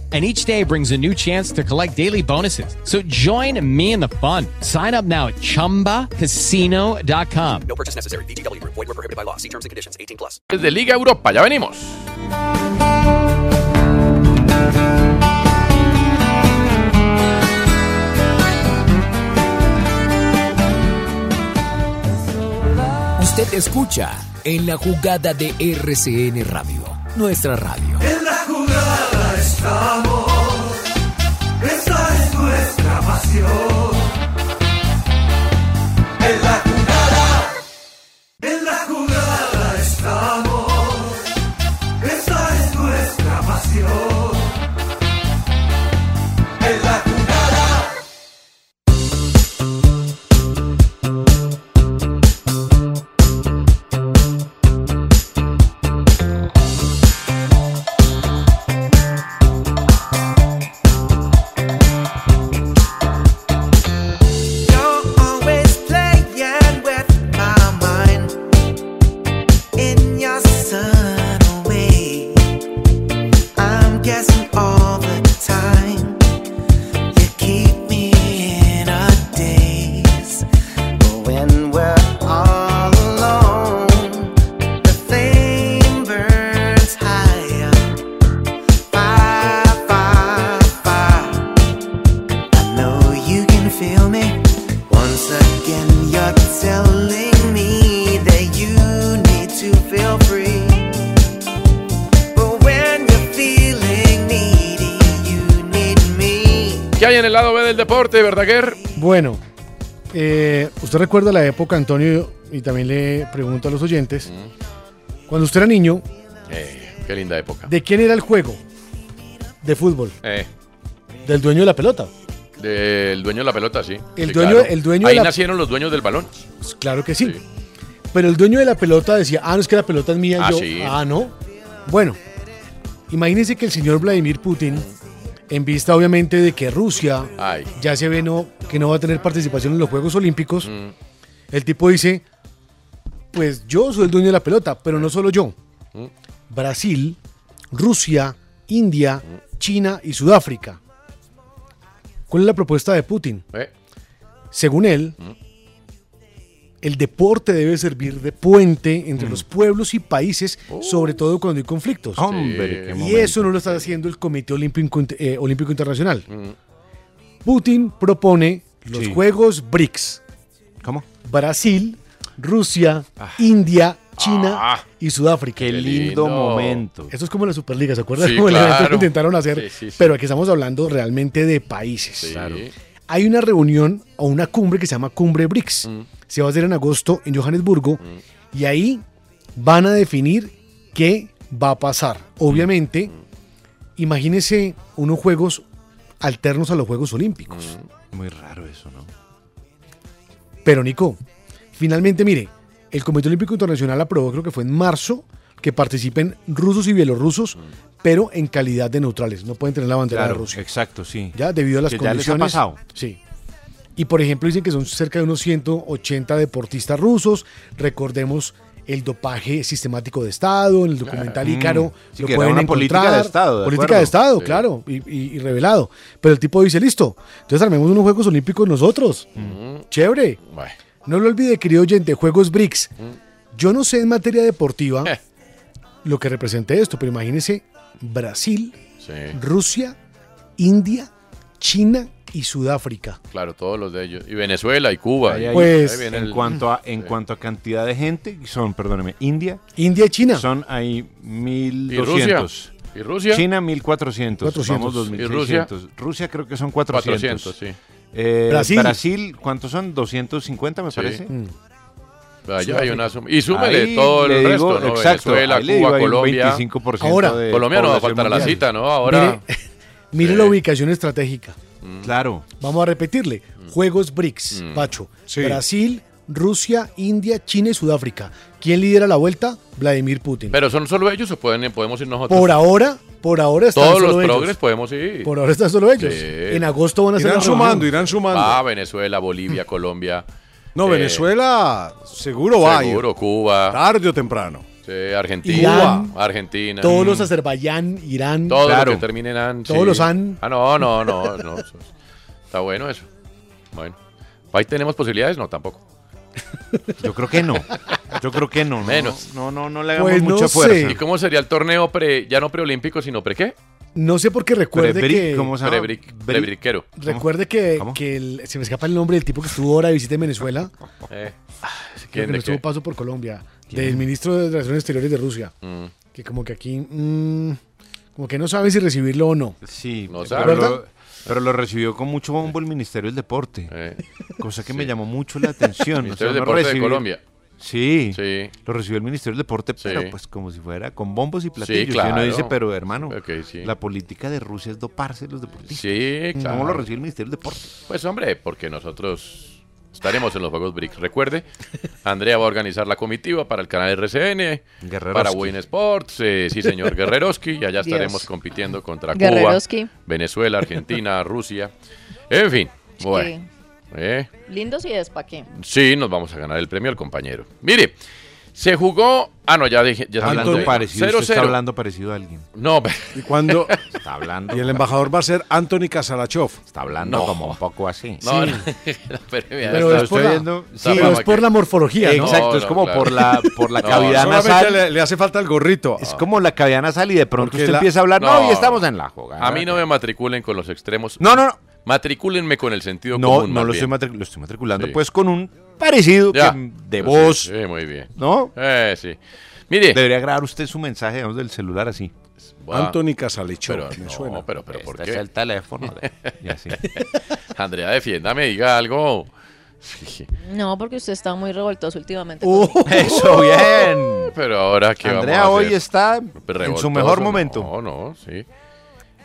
[SPEAKER 15] And each day brings a new chance to collect daily bonuses. So join me in the fun. Sign up now at chumbacasino.com.
[SPEAKER 16] No purchase necessary. VGW Group. Void where prohibited by law. See terms and conditions. 18 plus.
[SPEAKER 3] de Liga Europa, ya venimos.
[SPEAKER 17] Usted escucha en la jugada de RCN Radio, nuestra radio.
[SPEAKER 2] En la jugada estamos, esta es nuestra pasión. En la jugada, en la jugada estamos, esta es nuestra pasión. En la jugada.
[SPEAKER 3] del deporte, Verdaguer.
[SPEAKER 5] Bueno, eh, usted recuerda la época, Antonio, y también le pregunto a los oyentes. Cuando usted era niño,
[SPEAKER 3] Eh, qué linda época.
[SPEAKER 5] ¿de quién era el juego? De fútbol.
[SPEAKER 3] Eh,
[SPEAKER 5] Del dueño de la pelota.
[SPEAKER 3] del dueño de la pelota, sí.
[SPEAKER 5] El
[SPEAKER 3] Sí,
[SPEAKER 5] dueño- el dueño de
[SPEAKER 3] Ahí
[SPEAKER 5] la-
[SPEAKER 3] nacieron los dueños del balón.
[SPEAKER 5] Pues claro que sí. Pero el dueño de la pelota decía, ah, no es que la pelota es mía,
[SPEAKER 3] Ah,
[SPEAKER 5] yo.
[SPEAKER 3] sí.
[SPEAKER 5] Ah, no. Bueno, imagínense que el señor Vladimir Putin, en vista obviamente de que Rusia
[SPEAKER 3] Ay.
[SPEAKER 5] ya se ve no, que no va a tener participación en los Juegos Olímpicos,
[SPEAKER 3] Mm.
[SPEAKER 5] el tipo dice, pues yo soy el dueño de la pelota, pero no solo yo.
[SPEAKER 3] Mm.
[SPEAKER 5] Brasil, Rusia, India, China y Sudáfrica. ¿Cuál es la propuesta de Putin?
[SPEAKER 3] Eh.
[SPEAKER 5] Según él, el deporte debe servir de puente entre los pueblos y países, sobre todo cuando hay conflictos.
[SPEAKER 7] Hombre, qué
[SPEAKER 5] y
[SPEAKER 7] momento.
[SPEAKER 5] eso no lo está haciendo el Comité Olímpico, Int- eh, Olímpico Internacional. Putin propone los
[SPEAKER 7] Sí.
[SPEAKER 5] Juegos BRICS.
[SPEAKER 7] ¿Cómo? Ah.
[SPEAKER 5] Brasil, Rusia, India, China y Sudáfrica. Qué
[SPEAKER 7] lindo lindo. momento.
[SPEAKER 5] Esto es como la Superliga, ¿se acuerdan?
[SPEAKER 7] Sí,
[SPEAKER 5] Como el evento
[SPEAKER 7] claro.
[SPEAKER 5] que intentaron hacer.
[SPEAKER 7] Sí, sí, sí.
[SPEAKER 5] Pero aquí estamos hablando realmente de países. Hay una reunión o una cumbre que se llama Cumbre BRICS.
[SPEAKER 7] Mm.
[SPEAKER 5] Se va a hacer en agosto en Johannesburgo y ahí van a definir qué va a pasar.
[SPEAKER 7] Mm.
[SPEAKER 5] Obviamente, imagínense unos juegos alternos a los Juegos Olímpicos.
[SPEAKER 7] Muy raro eso, ¿no?
[SPEAKER 5] Pero Nico, finalmente mire, el Comité Olímpico Internacional aprobó, creo que fue en marzo, que participen rusos y bielorrusos, pero en calidad de neutrales. No pueden tener la bandera de
[SPEAKER 7] Mm. Claro,
[SPEAKER 5] Rusia.
[SPEAKER 7] exacto, sí.
[SPEAKER 5] Ya, debido a las
[SPEAKER 7] Que ya les
[SPEAKER 5] condiciones.
[SPEAKER 7] ha pasado.
[SPEAKER 5] Sí. Y por ejemplo, dicen que son cerca de unos 180 deportistas rusos. Recordemos el dopaje sistemático de Estado, en el documental
[SPEAKER 7] Claro.
[SPEAKER 5] Ícaro.
[SPEAKER 7] Mm. Sí, que era una política de Estado, de
[SPEAKER 5] política
[SPEAKER 7] acuerdo.
[SPEAKER 5] de Estado,
[SPEAKER 7] Sí.
[SPEAKER 5] claro, y, y- y revelado. Pero el tipo dice, listo, entonces armemos unos Juegos Olímpicos nosotros.
[SPEAKER 3] Mm,
[SPEAKER 5] Chévere.
[SPEAKER 3] Bueno.
[SPEAKER 5] No lo olvide, querido oyente, Juegos BRICS. Yo no sé en materia deportiva
[SPEAKER 3] Eh.
[SPEAKER 5] lo que represente esto, pero imagínese Brasil,
[SPEAKER 3] Sí,
[SPEAKER 5] Rusia, India, China y Sudáfrica.
[SPEAKER 3] claro, todos los de ellos. Y Venezuela y Cuba.
[SPEAKER 7] Ahí,
[SPEAKER 3] y-
[SPEAKER 7] ahí,
[SPEAKER 5] Pues-
[SPEAKER 7] ahí viene
[SPEAKER 3] el-
[SPEAKER 7] en cuanto a en cuanto a cantidad de gente son, perdóneme, India,
[SPEAKER 5] India y China.
[SPEAKER 7] Son ahí
[SPEAKER 3] ¿Y Rusia?
[SPEAKER 7] 1200.
[SPEAKER 3] ¿Y Rusia?
[SPEAKER 7] China 1400,
[SPEAKER 3] 400.
[SPEAKER 7] vamos
[SPEAKER 3] ¿Y Rusia?
[SPEAKER 7] 2600. Rusia creo que son 400.
[SPEAKER 3] 400, sí.
[SPEAKER 7] Eh,
[SPEAKER 3] Brasil.
[SPEAKER 7] Brasil. ¿cuántos son? 250 me
[SPEAKER 3] Sí.
[SPEAKER 7] parece.
[SPEAKER 3] Mm. Allá hay una suma. Y súmele todo el
[SPEAKER 7] le digo,
[SPEAKER 3] resto, ¿no?
[SPEAKER 7] exacto,
[SPEAKER 3] Venezuela,
[SPEAKER 7] ahí le digo,
[SPEAKER 3] Cuba,
[SPEAKER 7] hay un
[SPEAKER 3] Colombia.
[SPEAKER 7] 25%
[SPEAKER 5] Ahora-
[SPEAKER 7] de
[SPEAKER 3] Colombia no va a
[SPEAKER 7] población
[SPEAKER 3] faltar a la
[SPEAKER 7] mundial.
[SPEAKER 3] cita, ¿no? Ahora. mm.
[SPEAKER 5] Mire, mire la ubicación estratégica.
[SPEAKER 7] Claro.
[SPEAKER 5] Vamos a repetirle. Juegos BRICS,
[SPEAKER 7] Mm.
[SPEAKER 5] Pacho.
[SPEAKER 7] Sí.
[SPEAKER 5] Brasil, Rusia, India, China y Sudáfrica. ¿Quién lidera la vuelta? Vladimir Putin.
[SPEAKER 3] Pero son solo ellos o pueden, podemos ir nosotros.
[SPEAKER 5] Por ahora, por ahora están
[SPEAKER 3] Todos los
[SPEAKER 5] solo ellos.
[SPEAKER 3] progres podemos ir.
[SPEAKER 5] Por ahora están solo ellos.
[SPEAKER 3] Sí.
[SPEAKER 5] En agosto van a ser Mm.
[SPEAKER 8] Irán
[SPEAKER 5] la reunión.
[SPEAKER 8] sumando, irán sumando.
[SPEAKER 3] Ah, Venezuela, Bolivia, Colombia.
[SPEAKER 8] No,
[SPEAKER 3] eh,
[SPEAKER 8] Venezuela seguro va a ir.
[SPEAKER 3] Seguro, Cuba.
[SPEAKER 8] Tarde o temprano.
[SPEAKER 3] sí, Argentina.
[SPEAKER 5] Irán.
[SPEAKER 3] Argentina.
[SPEAKER 5] Todos los
[SPEAKER 3] Mm.
[SPEAKER 5] Azerbaiyán, Irán.
[SPEAKER 3] Todo lo que termine en an,
[SPEAKER 5] Todos
[SPEAKER 3] sí.
[SPEAKER 5] los han.
[SPEAKER 3] Ah, no, no, no, no. Eso- Está bueno eso. Bueno. ¿Ahí tenemos posibilidades? No, tampoco.
[SPEAKER 7] Yo creo que no. Yo creo que no. no,
[SPEAKER 3] Menos.
[SPEAKER 7] No, Pues no, no, le hagamos mucha
[SPEAKER 3] ¿Y
[SPEAKER 7] fuerza.
[SPEAKER 3] cómo sería el torneo pre, ya no preolímpico, sino pre qué?
[SPEAKER 5] No sé por qué recuerde
[SPEAKER 3] Prebric,
[SPEAKER 5] que.
[SPEAKER 3] ¿cómo se llama? Prebric- prebriquero.
[SPEAKER 5] Recuerde que, que el- se me escapa el nombre del tipo que estuvo ahora de visita en Venezuela. Ah,
[SPEAKER 3] Eh,
[SPEAKER 5] Creo
[SPEAKER 3] ¿quién
[SPEAKER 5] que
[SPEAKER 3] de
[SPEAKER 5] no estuvo
[SPEAKER 3] qué?
[SPEAKER 5] paso por Colombia.
[SPEAKER 3] ¿Quién?
[SPEAKER 5] Del ministro de Relaciones Exteriores de Rusia.
[SPEAKER 3] Mm.
[SPEAKER 5] Que como que aquí. mm, como que no sabe si recibirlo o no.
[SPEAKER 7] Sí,
[SPEAKER 5] sabe.
[SPEAKER 7] pero,
[SPEAKER 5] ¿Verdad?
[SPEAKER 7] lo, pero lo recibió con mucho bombo el Ministerio del Deporte. Cosa que me llamó mucho la atención.
[SPEAKER 3] Eh. Ministerio del Deporte de
[SPEAKER 7] recibir-
[SPEAKER 3] Colombia.
[SPEAKER 7] Sí, lo recibió el Ministerio del Deporte, pero pues como si fuera con bombos y platillos. Y uno
[SPEAKER 3] claro.
[SPEAKER 7] dice, pero hermano,
[SPEAKER 3] Ok, sí.
[SPEAKER 7] la política de Rusia es doparse los deportistas.
[SPEAKER 3] Sí, claro.
[SPEAKER 7] ¿Cómo lo recibe el Ministerio del Deporte?
[SPEAKER 3] Pues hombre, porque nosotros estaremos en los Juegos BRICS. Recuerde, Andrea va a organizar la comitiva para el canal RCN, para Win Sports, eh, sí señor Guerreroski, y allá
[SPEAKER 6] Dios.
[SPEAKER 3] estaremos compitiendo contra Cuba,
[SPEAKER 6] Guerreroski.
[SPEAKER 3] Venezuela, Argentina, Rusia. En fin, bueno. eh,
[SPEAKER 6] Lindos y es pa' qué.
[SPEAKER 3] Sí, nos vamos a ganar el premio al compañero. Mire, se jugó... Ah, no, ya dije... Ya
[SPEAKER 7] Hablando
[SPEAKER 3] de-
[SPEAKER 7] parecido, usted está
[SPEAKER 3] 0-0.
[SPEAKER 7] hablando parecido a alguien.
[SPEAKER 3] No, pero-
[SPEAKER 8] ¿Y cuándo?
[SPEAKER 7] Está hablando.
[SPEAKER 8] Y el embajador va a ser Anthony Kasarachov.
[SPEAKER 7] Está hablando
[SPEAKER 8] No.
[SPEAKER 7] como un poco así.
[SPEAKER 3] No,
[SPEAKER 8] Sí.
[SPEAKER 3] no, pero mira,
[SPEAKER 8] Pero
[SPEAKER 3] está-
[SPEAKER 8] es por
[SPEAKER 3] estoy
[SPEAKER 8] la-
[SPEAKER 3] viendo-
[SPEAKER 8] sí,
[SPEAKER 3] está
[SPEAKER 8] pero
[SPEAKER 3] como
[SPEAKER 8] es por
[SPEAKER 3] que-
[SPEAKER 8] la morfología, ¿no?
[SPEAKER 7] Exacto,
[SPEAKER 8] No,
[SPEAKER 7] es
[SPEAKER 8] no,
[SPEAKER 7] como
[SPEAKER 8] claro.
[SPEAKER 7] por la, por la
[SPEAKER 8] No,
[SPEAKER 7] cavidad
[SPEAKER 8] solamente
[SPEAKER 7] nasal.
[SPEAKER 8] le- le hace falta el gorrito.
[SPEAKER 7] Es como la cavidad nasal y de pronto
[SPEAKER 8] Porque
[SPEAKER 7] usted
[SPEAKER 8] la-
[SPEAKER 7] empieza a hablar, no, y estamos en la jugada.
[SPEAKER 3] A mí no me matriculen con los extremos.
[SPEAKER 7] No, no, no.
[SPEAKER 3] Matricúlenme con el sentido
[SPEAKER 7] No,
[SPEAKER 3] común.
[SPEAKER 7] no
[SPEAKER 3] más
[SPEAKER 7] lo
[SPEAKER 3] bien.
[SPEAKER 7] estoy matric- lo estoy matriculando,
[SPEAKER 3] Sí.
[SPEAKER 7] pues con un parecido
[SPEAKER 3] Ya.
[SPEAKER 7] que- de
[SPEAKER 3] Sí,
[SPEAKER 7] voz.
[SPEAKER 3] Sí, muy bien.
[SPEAKER 7] ¿No?
[SPEAKER 3] Eh, sí. Mire.
[SPEAKER 7] Debería grabar usted su mensaje digamos, del celular así.
[SPEAKER 3] Voy a-
[SPEAKER 8] Anthony Casalichó,
[SPEAKER 3] Pero,
[SPEAKER 8] me
[SPEAKER 3] no,
[SPEAKER 8] suena.
[SPEAKER 3] pero, pero ¿por
[SPEAKER 8] Este
[SPEAKER 3] qué?
[SPEAKER 8] es el teléfono de-
[SPEAKER 7] y así.
[SPEAKER 3] Andrea, defiéndame, diga algo.
[SPEAKER 18] No, porque usted está muy revoltoso últimamente.
[SPEAKER 3] Uh.
[SPEAKER 6] uh,
[SPEAKER 7] eso, bien.
[SPEAKER 3] Pero ahora que vamos
[SPEAKER 7] Andrea
[SPEAKER 3] a
[SPEAKER 7] hoy
[SPEAKER 3] hacer?
[SPEAKER 7] está en su
[SPEAKER 3] Revoltoso,
[SPEAKER 7] mejor
[SPEAKER 3] no,
[SPEAKER 7] momento.
[SPEAKER 3] No, no, sí.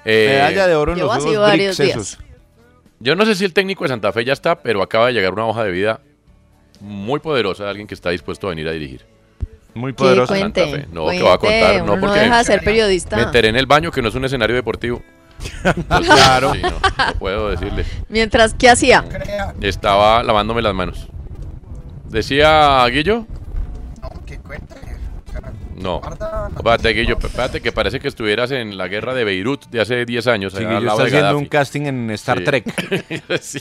[SPEAKER 3] Eh,
[SPEAKER 7] Medalla de oro en Llevo los así Juegos varios Bricks días. esos.
[SPEAKER 3] Yo no sé si el técnico de Santa Fe ya está, pero acaba de llegar una hoja de vida muy poderosa de alguien que está dispuesto a venir a dirigir.
[SPEAKER 7] Muy
[SPEAKER 18] Que poderosa. cuente,
[SPEAKER 3] No, que va a
[SPEAKER 18] cuente,
[SPEAKER 3] contar. No,
[SPEAKER 18] uno no
[SPEAKER 3] porque
[SPEAKER 18] deja de ser periodista.
[SPEAKER 3] Me enteré en el baño que no es un escenario deportivo. claro. no, no puedo decirle.
[SPEAKER 18] Mientras, ¿qué hacía?
[SPEAKER 3] Estaba lavándome las manos. ¿Decía Guillo? No. Espérate, Guillo, espérate, que parece que estuvieras en la guerra de Beirut de hace 10 años.
[SPEAKER 7] Sí,
[SPEAKER 3] allá
[SPEAKER 7] Guillo
[SPEAKER 3] al lado
[SPEAKER 7] está
[SPEAKER 3] de
[SPEAKER 7] haciendo
[SPEAKER 3] Gaddafi.
[SPEAKER 7] un casting en Star
[SPEAKER 3] Sí.
[SPEAKER 7] Trek.
[SPEAKER 3] Sí.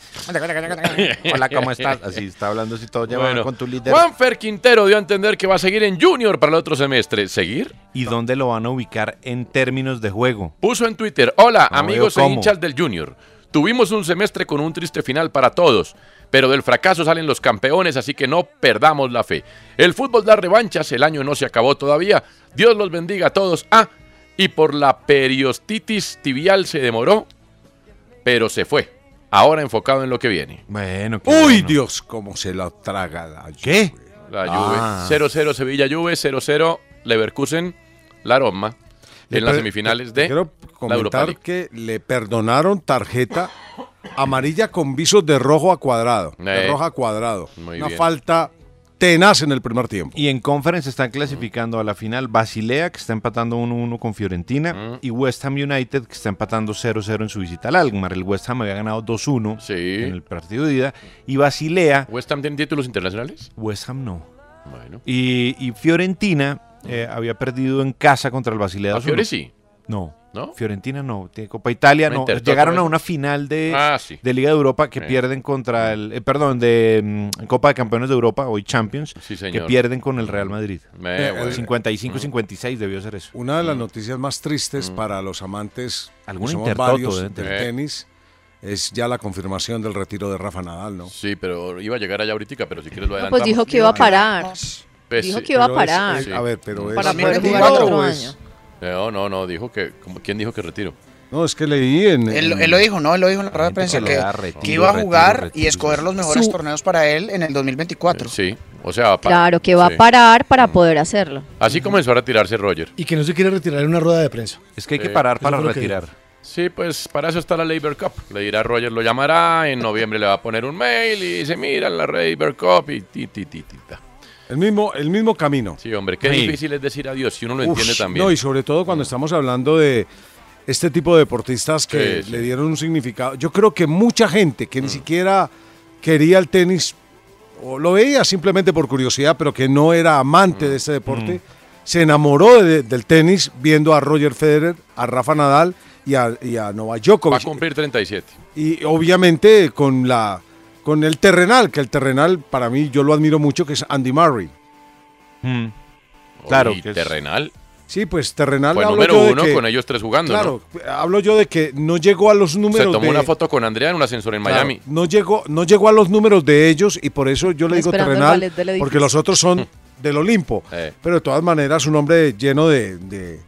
[SPEAKER 7] Hola, ¿cómo estás? Así está hablando, así todo llevado
[SPEAKER 3] Bueno,
[SPEAKER 7] con tu líder.
[SPEAKER 3] Juanfer Quintero dio a entender que va a seguir en Junior para el otro semestre. ¿Seguir?
[SPEAKER 7] ¿Y dónde lo van a ubicar en términos de juego?
[SPEAKER 3] Puso en Twitter, hola
[SPEAKER 7] No
[SPEAKER 3] amigos e
[SPEAKER 7] veo cómo.
[SPEAKER 3] hinchas del Junior. Tuvimos un semestre con un triste final para todos, pero del fracaso salen los campeones, así que no perdamos la fe. El fútbol da revanchas, el año no se acabó todavía. Dios los bendiga a todos. Ah, y por la periostitis tibial se demoró, pero se fue. Ahora enfocado en lo que viene.
[SPEAKER 7] Bueno,
[SPEAKER 8] Uy, Dios, cómo se la traga la
[SPEAKER 7] ¿Qué?
[SPEAKER 3] La
[SPEAKER 8] Ah.
[SPEAKER 3] Juve. 0-0 Sevilla Juve, 0-0 Leverkusen, la Roma.
[SPEAKER 8] Le
[SPEAKER 3] En las
[SPEAKER 8] per-
[SPEAKER 3] semifinales
[SPEAKER 8] te- te
[SPEAKER 3] de
[SPEAKER 8] quiero
[SPEAKER 3] la Europa
[SPEAKER 8] comentar
[SPEAKER 3] League.
[SPEAKER 8] que le perdonaron tarjeta amarilla con visos de rojo a cuadrado. De
[SPEAKER 7] Eh.
[SPEAKER 8] roja a cuadrado.
[SPEAKER 7] Muy
[SPEAKER 8] Una
[SPEAKER 7] bien.
[SPEAKER 8] falta tenaz en el primer tiempo.
[SPEAKER 7] Y en conference están clasificando a la final Basilea, que está empatando 1-1 con Fiorentina,
[SPEAKER 3] Mm.
[SPEAKER 7] y West Ham United, que está empatando 0-0 en su visita al Alkmaar. El West Ham había ganado 2-1 en el partido de ida. Y Basilea...
[SPEAKER 3] ¿West Ham tiene títulos internacionales?
[SPEAKER 7] West Ham no.
[SPEAKER 3] Bueno. Mm.
[SPEAKER 7] Y, y Fiorentina eh, había perdido en casa contra el Basilea.
[SPEAKER 3] ¿A
[SPEAKER 7] 2-1.
[SPEAKER 3] Fiore sí?
[SPEAKER 7] No.
[SPEAKER 3] ¿No?
[SPEAKER 7] Fiorentina no. Tiene Copa Italia
[SPEAKER 3] Una
[SPEAKER 7] no.
[SPEAKER 3] Intertoto,
[SPEAKER 7] Llegaron a
[SPEAKER 3] eso.
[SPEAKER 7] una final de,
[SPEAKER 3] Ah, sí.
[SPEAKER 7] de Liga de Europa que
[SPEAKER 3] Eh.
[SPEAKER 7] pierden contra el... eh, perdón, de mm, Copa de Campeones de Europa, hoy Champions,
[SPEAKER 3] Sí,
[SPEAKER 7] que
[SPEAKER 3] señor.
[SPEAKER 7] pierden con el Real Madrid.
[SPEAKER 3] Me-
[SPEAKER 7] Eh,
[SPEAKER 3] bueno. Mm.
[SPEAKER 7] 55-56 debió ser eso.
[SPEAKER 8] Una de las noticias más tristes para los amantes, que
[SPEAKER 7] Algún
[SPEAKER 8] somos
[SPEAKER 7] intertoto
[SPEAKER 8] varios
[SPEAKER 7] deben
[SPEAKER 8] del
[SPEAKER 7] tener.
[SPEAKER 8] tenis, es ya la confirmación del retiro de Rafa Nadal, ¿no?
[SPEAKER 3] Sí, pero iba a llegar allá ahorita, pero si quieres lo
[SPEAKER 18] Pues
[SPEAKER 3] adelantamos. Pues
[SPEAKER 18] dijo que iba a parar. Dijo que iba a
[SPEAKER 8] Pero es-
[SPEAKER 18] parar.
[SPEAKER 8] es- a ver, pero es-
[SPEAKER 18] Para
[SPEAKER 8] ¿es
[SPEAKER 18] poder
[SPEAKER 8] mentira
[SPEAKER 18] jugar
[SPEAKER 8] o
[SPEAKER 18] otro
[SPEAKER 8] es-
[SPEAKER 18] año.
[SPEAKER 3] No, Eh, oh, no, no, dijo que... como- ¿Quién dijo que retiro?
[SPEAKER 8] No, es que leí en...
[SPEAKER 4] Él, él lo dijo, ¿no? Él lo dijo en la rueda de prensa
[SPEAKER 3] no
[SPEAKER 4] que,
[SPEAKER 3] le da retiro,
[SPEAKER 4] que iba a
[SPEAKER 3] retiro,
[SPEAKER 4] jugar y
[SPEAKER 3] retiro.
[SPEAKER 4] escoger los mejores
[SPEAKER 3] Su-
[SPEAKER 4] torneos para él en el 2024.
[SPEAKER 3] Sí, o sea... pa-
[SPEAKER 18] Claro, que va
[SPEAKER 3] sí. Mm.
[SPEAKER 18] a parar para poder hacerlo.
[SPEAKER 3] Así comenzó a retirarse Roger.
[SPEAKER 5] Y que no se quiere retirar en una rueda de prensa.
[SPEAKER 7] Es que hay que
[SPEAKER 3] Eh,
[SPEAKER 7] parar
[SPEAKER 3] eso
[SPEAKER 7] para
[SPEAKER 3] fue lo que
[SPEAKER 7] retirar.
[SPEAKER 3] Sí, pues para eso está la Labor Cup. Le dirá Roger, lo llamará, en noviembre le va a poner un mail y dice, mira la Labor Cup y ti, ti, ti, ti, ta.
[SPEAKER 8] El mismo, el mismo camino.
[SPEAKER 3] Sí, hombre, qué
[SPEAKER 8] Sí.
[SPEAKER 3] difícil es decir adiós si uno lo
[SPEAKER 8] Ush,
[SPEAKER 3] entiende también. Mm.
[SPEAKER 8] No, y sobre todo cuando estamos hablando de este tipo de deportistas que
[SPEAKER 3] Sí, Mm. sí.
[SPEAKER 8] le dieron un significado. Yo creo que mucha gente que ni siquiera quería el tenis o lo veía simplemente por curiosidad, pero que no era amante
[SPEAKER 3] Mm.
[SPEAKER 8] de este deporte, se enamoró de- del tenis viendo a Roger Federer, a Rafa Nadal y a, y a Novak
[SPEAKER 3] Va a
[SPEAKER 8] Djokovic.
[SPEAKER 3] cumplir 37.
[SPEAKER 8] Y obviamente con la con el terrenal, que el terrenal para mí yo lo admiro mucho, que es Andy Murray. Claro,
[SPEAKER 3] Claro. Y
[SPEAKER 8] Mm. que es-
[SPEAKER 3] terrenal.
[SPEAKER 8] Sí, pues terrenal.
[SPEAKER 3] Fue
[SPEAKER 8] hablo
[SPEAKER 3] número
[SPEAKER 8] yo de
[SPEAKER 3] uno
[SPEAKER 8] que-
[SPEAKER 3] con ellos tres jugando,
[SPEAKER 8] Claro, hablo yo de que no llegó a los
[SPEAKER 3] Se
[SPEAKER 8] números.
[SPEAKER 3] tomó
[SPEAKER 8] de-
[SPEAKER 3] una foto con Andrea en un ascensor en
[SPEAKER 8] Claro,
[SPEAKER 3] Miami.
[SPEAKER 8] No llegó, no llegó a los números de ellos y por eso yo le digo
[SPEAKER 3] Esperando el
[SPEAKER 8] terrenal,
[SPEAKER 3] ballet del edificio.
[SPEAKER 8] porque los otros son del Olimpo. Pero de todas maneras, un hombre lleno de, de-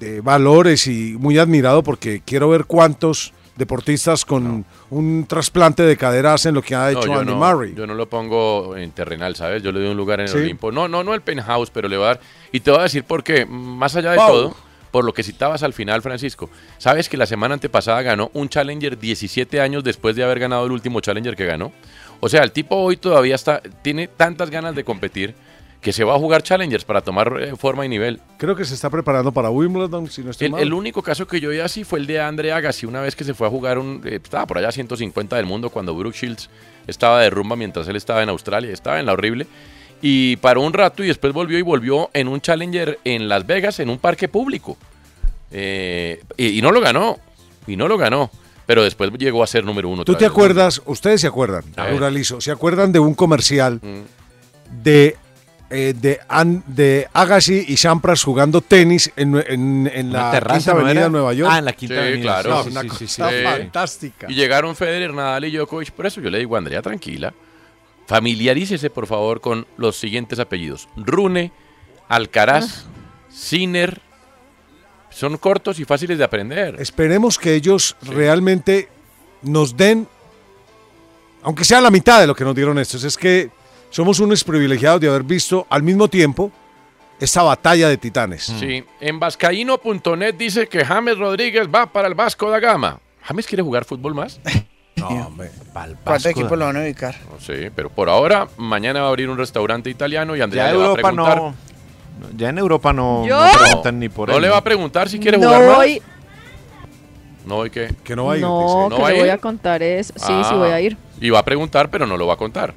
[SPEAKER 8] de valores y muy admirado porque quiero ver cuántos deportistas con un trasplante de cadera hacen lo que ha hecho
[SPEAKER 3] yo
[SPEAKER 8] Andy
[SPEAKER 3] no,
[SPEAKER 8] Murray.
[SPEAKER 3] Yo no lo pongo en terrenal, ¿sabes? Yo le doy un lugar en
[SPEAKER 8] Sí.
[SPEAKER 3] el Olimpo. No, no, no el penthouse, pero le va a dar. Y te voy a decir por qué, más allá de
[SPEAKER 8] Pau.
[SPEAKER 3] todo, por lo que citabas al final, Francisco. Sabes que la semana antepasada ganó un Challenger 17 años después de haber ganado el último Challenger que ganó. O sea, el tipo hoy todavía está, tiene tantas ganas de competir que se va a jugar Challengers para tomar eh, forma y nivel.
[SPEAKER 8] Creo que se está preparando para Wimbledon, si no estoy
[SPEAKER 3] El,
[SPEAKER 8] mal.
[SPEAKER 3] el único caso que yo vi así fue el de Andre Agassi, una vez que se fue a jugar, un, eh, estaba por allá 150 del mundo cuando Brooke Shields estaba de rumba mientras él estaba en Australia, estaba en la horrible, y paró un rato y después volvió y volvió en un Challenger en Las Vegas, en un parque público. Eh, y, y no lo ganó, y no lo ganó, pero después llegó a ser número uno.
[SPEAKER 8] ¿Tú
[SPEAKER 3] otra
[SPEAKER 8] te
[SPEAKER 3] vez.
[SPEAKER 8] acuerdas? Ustedes se acuerdan,
[SPEAKER 3] A ver.
[SPEAKER 8] pluralizo, ¿se acuerdan de un comercial de, eh, de, An- de Agassi y Sampras jugando tenis en, en- en la Quinta
[SPEAKER 7] ¿no
[SPEAKER 8] Avenida
[SPEAKER 7] era?
[SPEAKER 8] de Nueva York?
[SPEAKER 7] Ah, en la Quinta
[SPEAKER 3] Sí,
[SPEAKER 7] Avenida.
[SPEAKER 3] claro.
[SPEAKER 7] No,
[SPEAKER 3] Sí,
[SPEAKER 7] una
[SPEAKER 3] sí, sí,
[SPEAKER 7] cosa
[SPEAKER 3] sí.
[SPEAKER 7] fantástica.
[SPEAKER 3] Y llegaron Federer, Nadal y Djokovic. Por eso yo le digo, Andrea, tranquila. Familiarícese, por favor, con los siguientes apellidos. Rune, Alcaraz, Sinner. Son cortos y fáciles de aprender.
[SPEAKER 8] Esperemos que ellos realmente nos den, aunque sea la mitad de lo que nos dieron estos. Es que somos unos privilegiados de haber visto al mismo tiempo esta batalla de titanes.
[SPEAKER 3] Sí, en vascaíno.net dice que James Rodríguez va para el Vasco da Gama. ¿James quiere jugar fútbol más? No, hombre.
[SPEAKER 4] ¿Cuántos equipos lo van a ubicar?
[SPEAKER 3] Sí, pero por ahora, mañana va a abrir un restaurante italiano y Andrea
[SPEAKER 7] Ya
[SPEAKER 3] le va a
[SPEAKER 7] Europa
[SPEAKER 3] preguntar.
[SPEAKER 7] no. Ya en Europa no,
[SPEAKER 3] ¿Yo?
[SPEAKER 7] no preguntan ni por
[SPEAKER 3] No
[SPEAKER 7] él,
[SPEAKER 3] le va a preguntar si quiere
[SPEAKER 6] no
[SPEAKER 3] jugar más.
[SPEAKER 6] voy-
[SPEAKER 3] No, ¿y qué?
[SPEAKER 8] Que
[SPEAKER 6] no, que le voy a contar es. Sí, sí, voy a ir.
[SPEAKER 3] Ah, Y va a preguntar, pero no lo va a contar.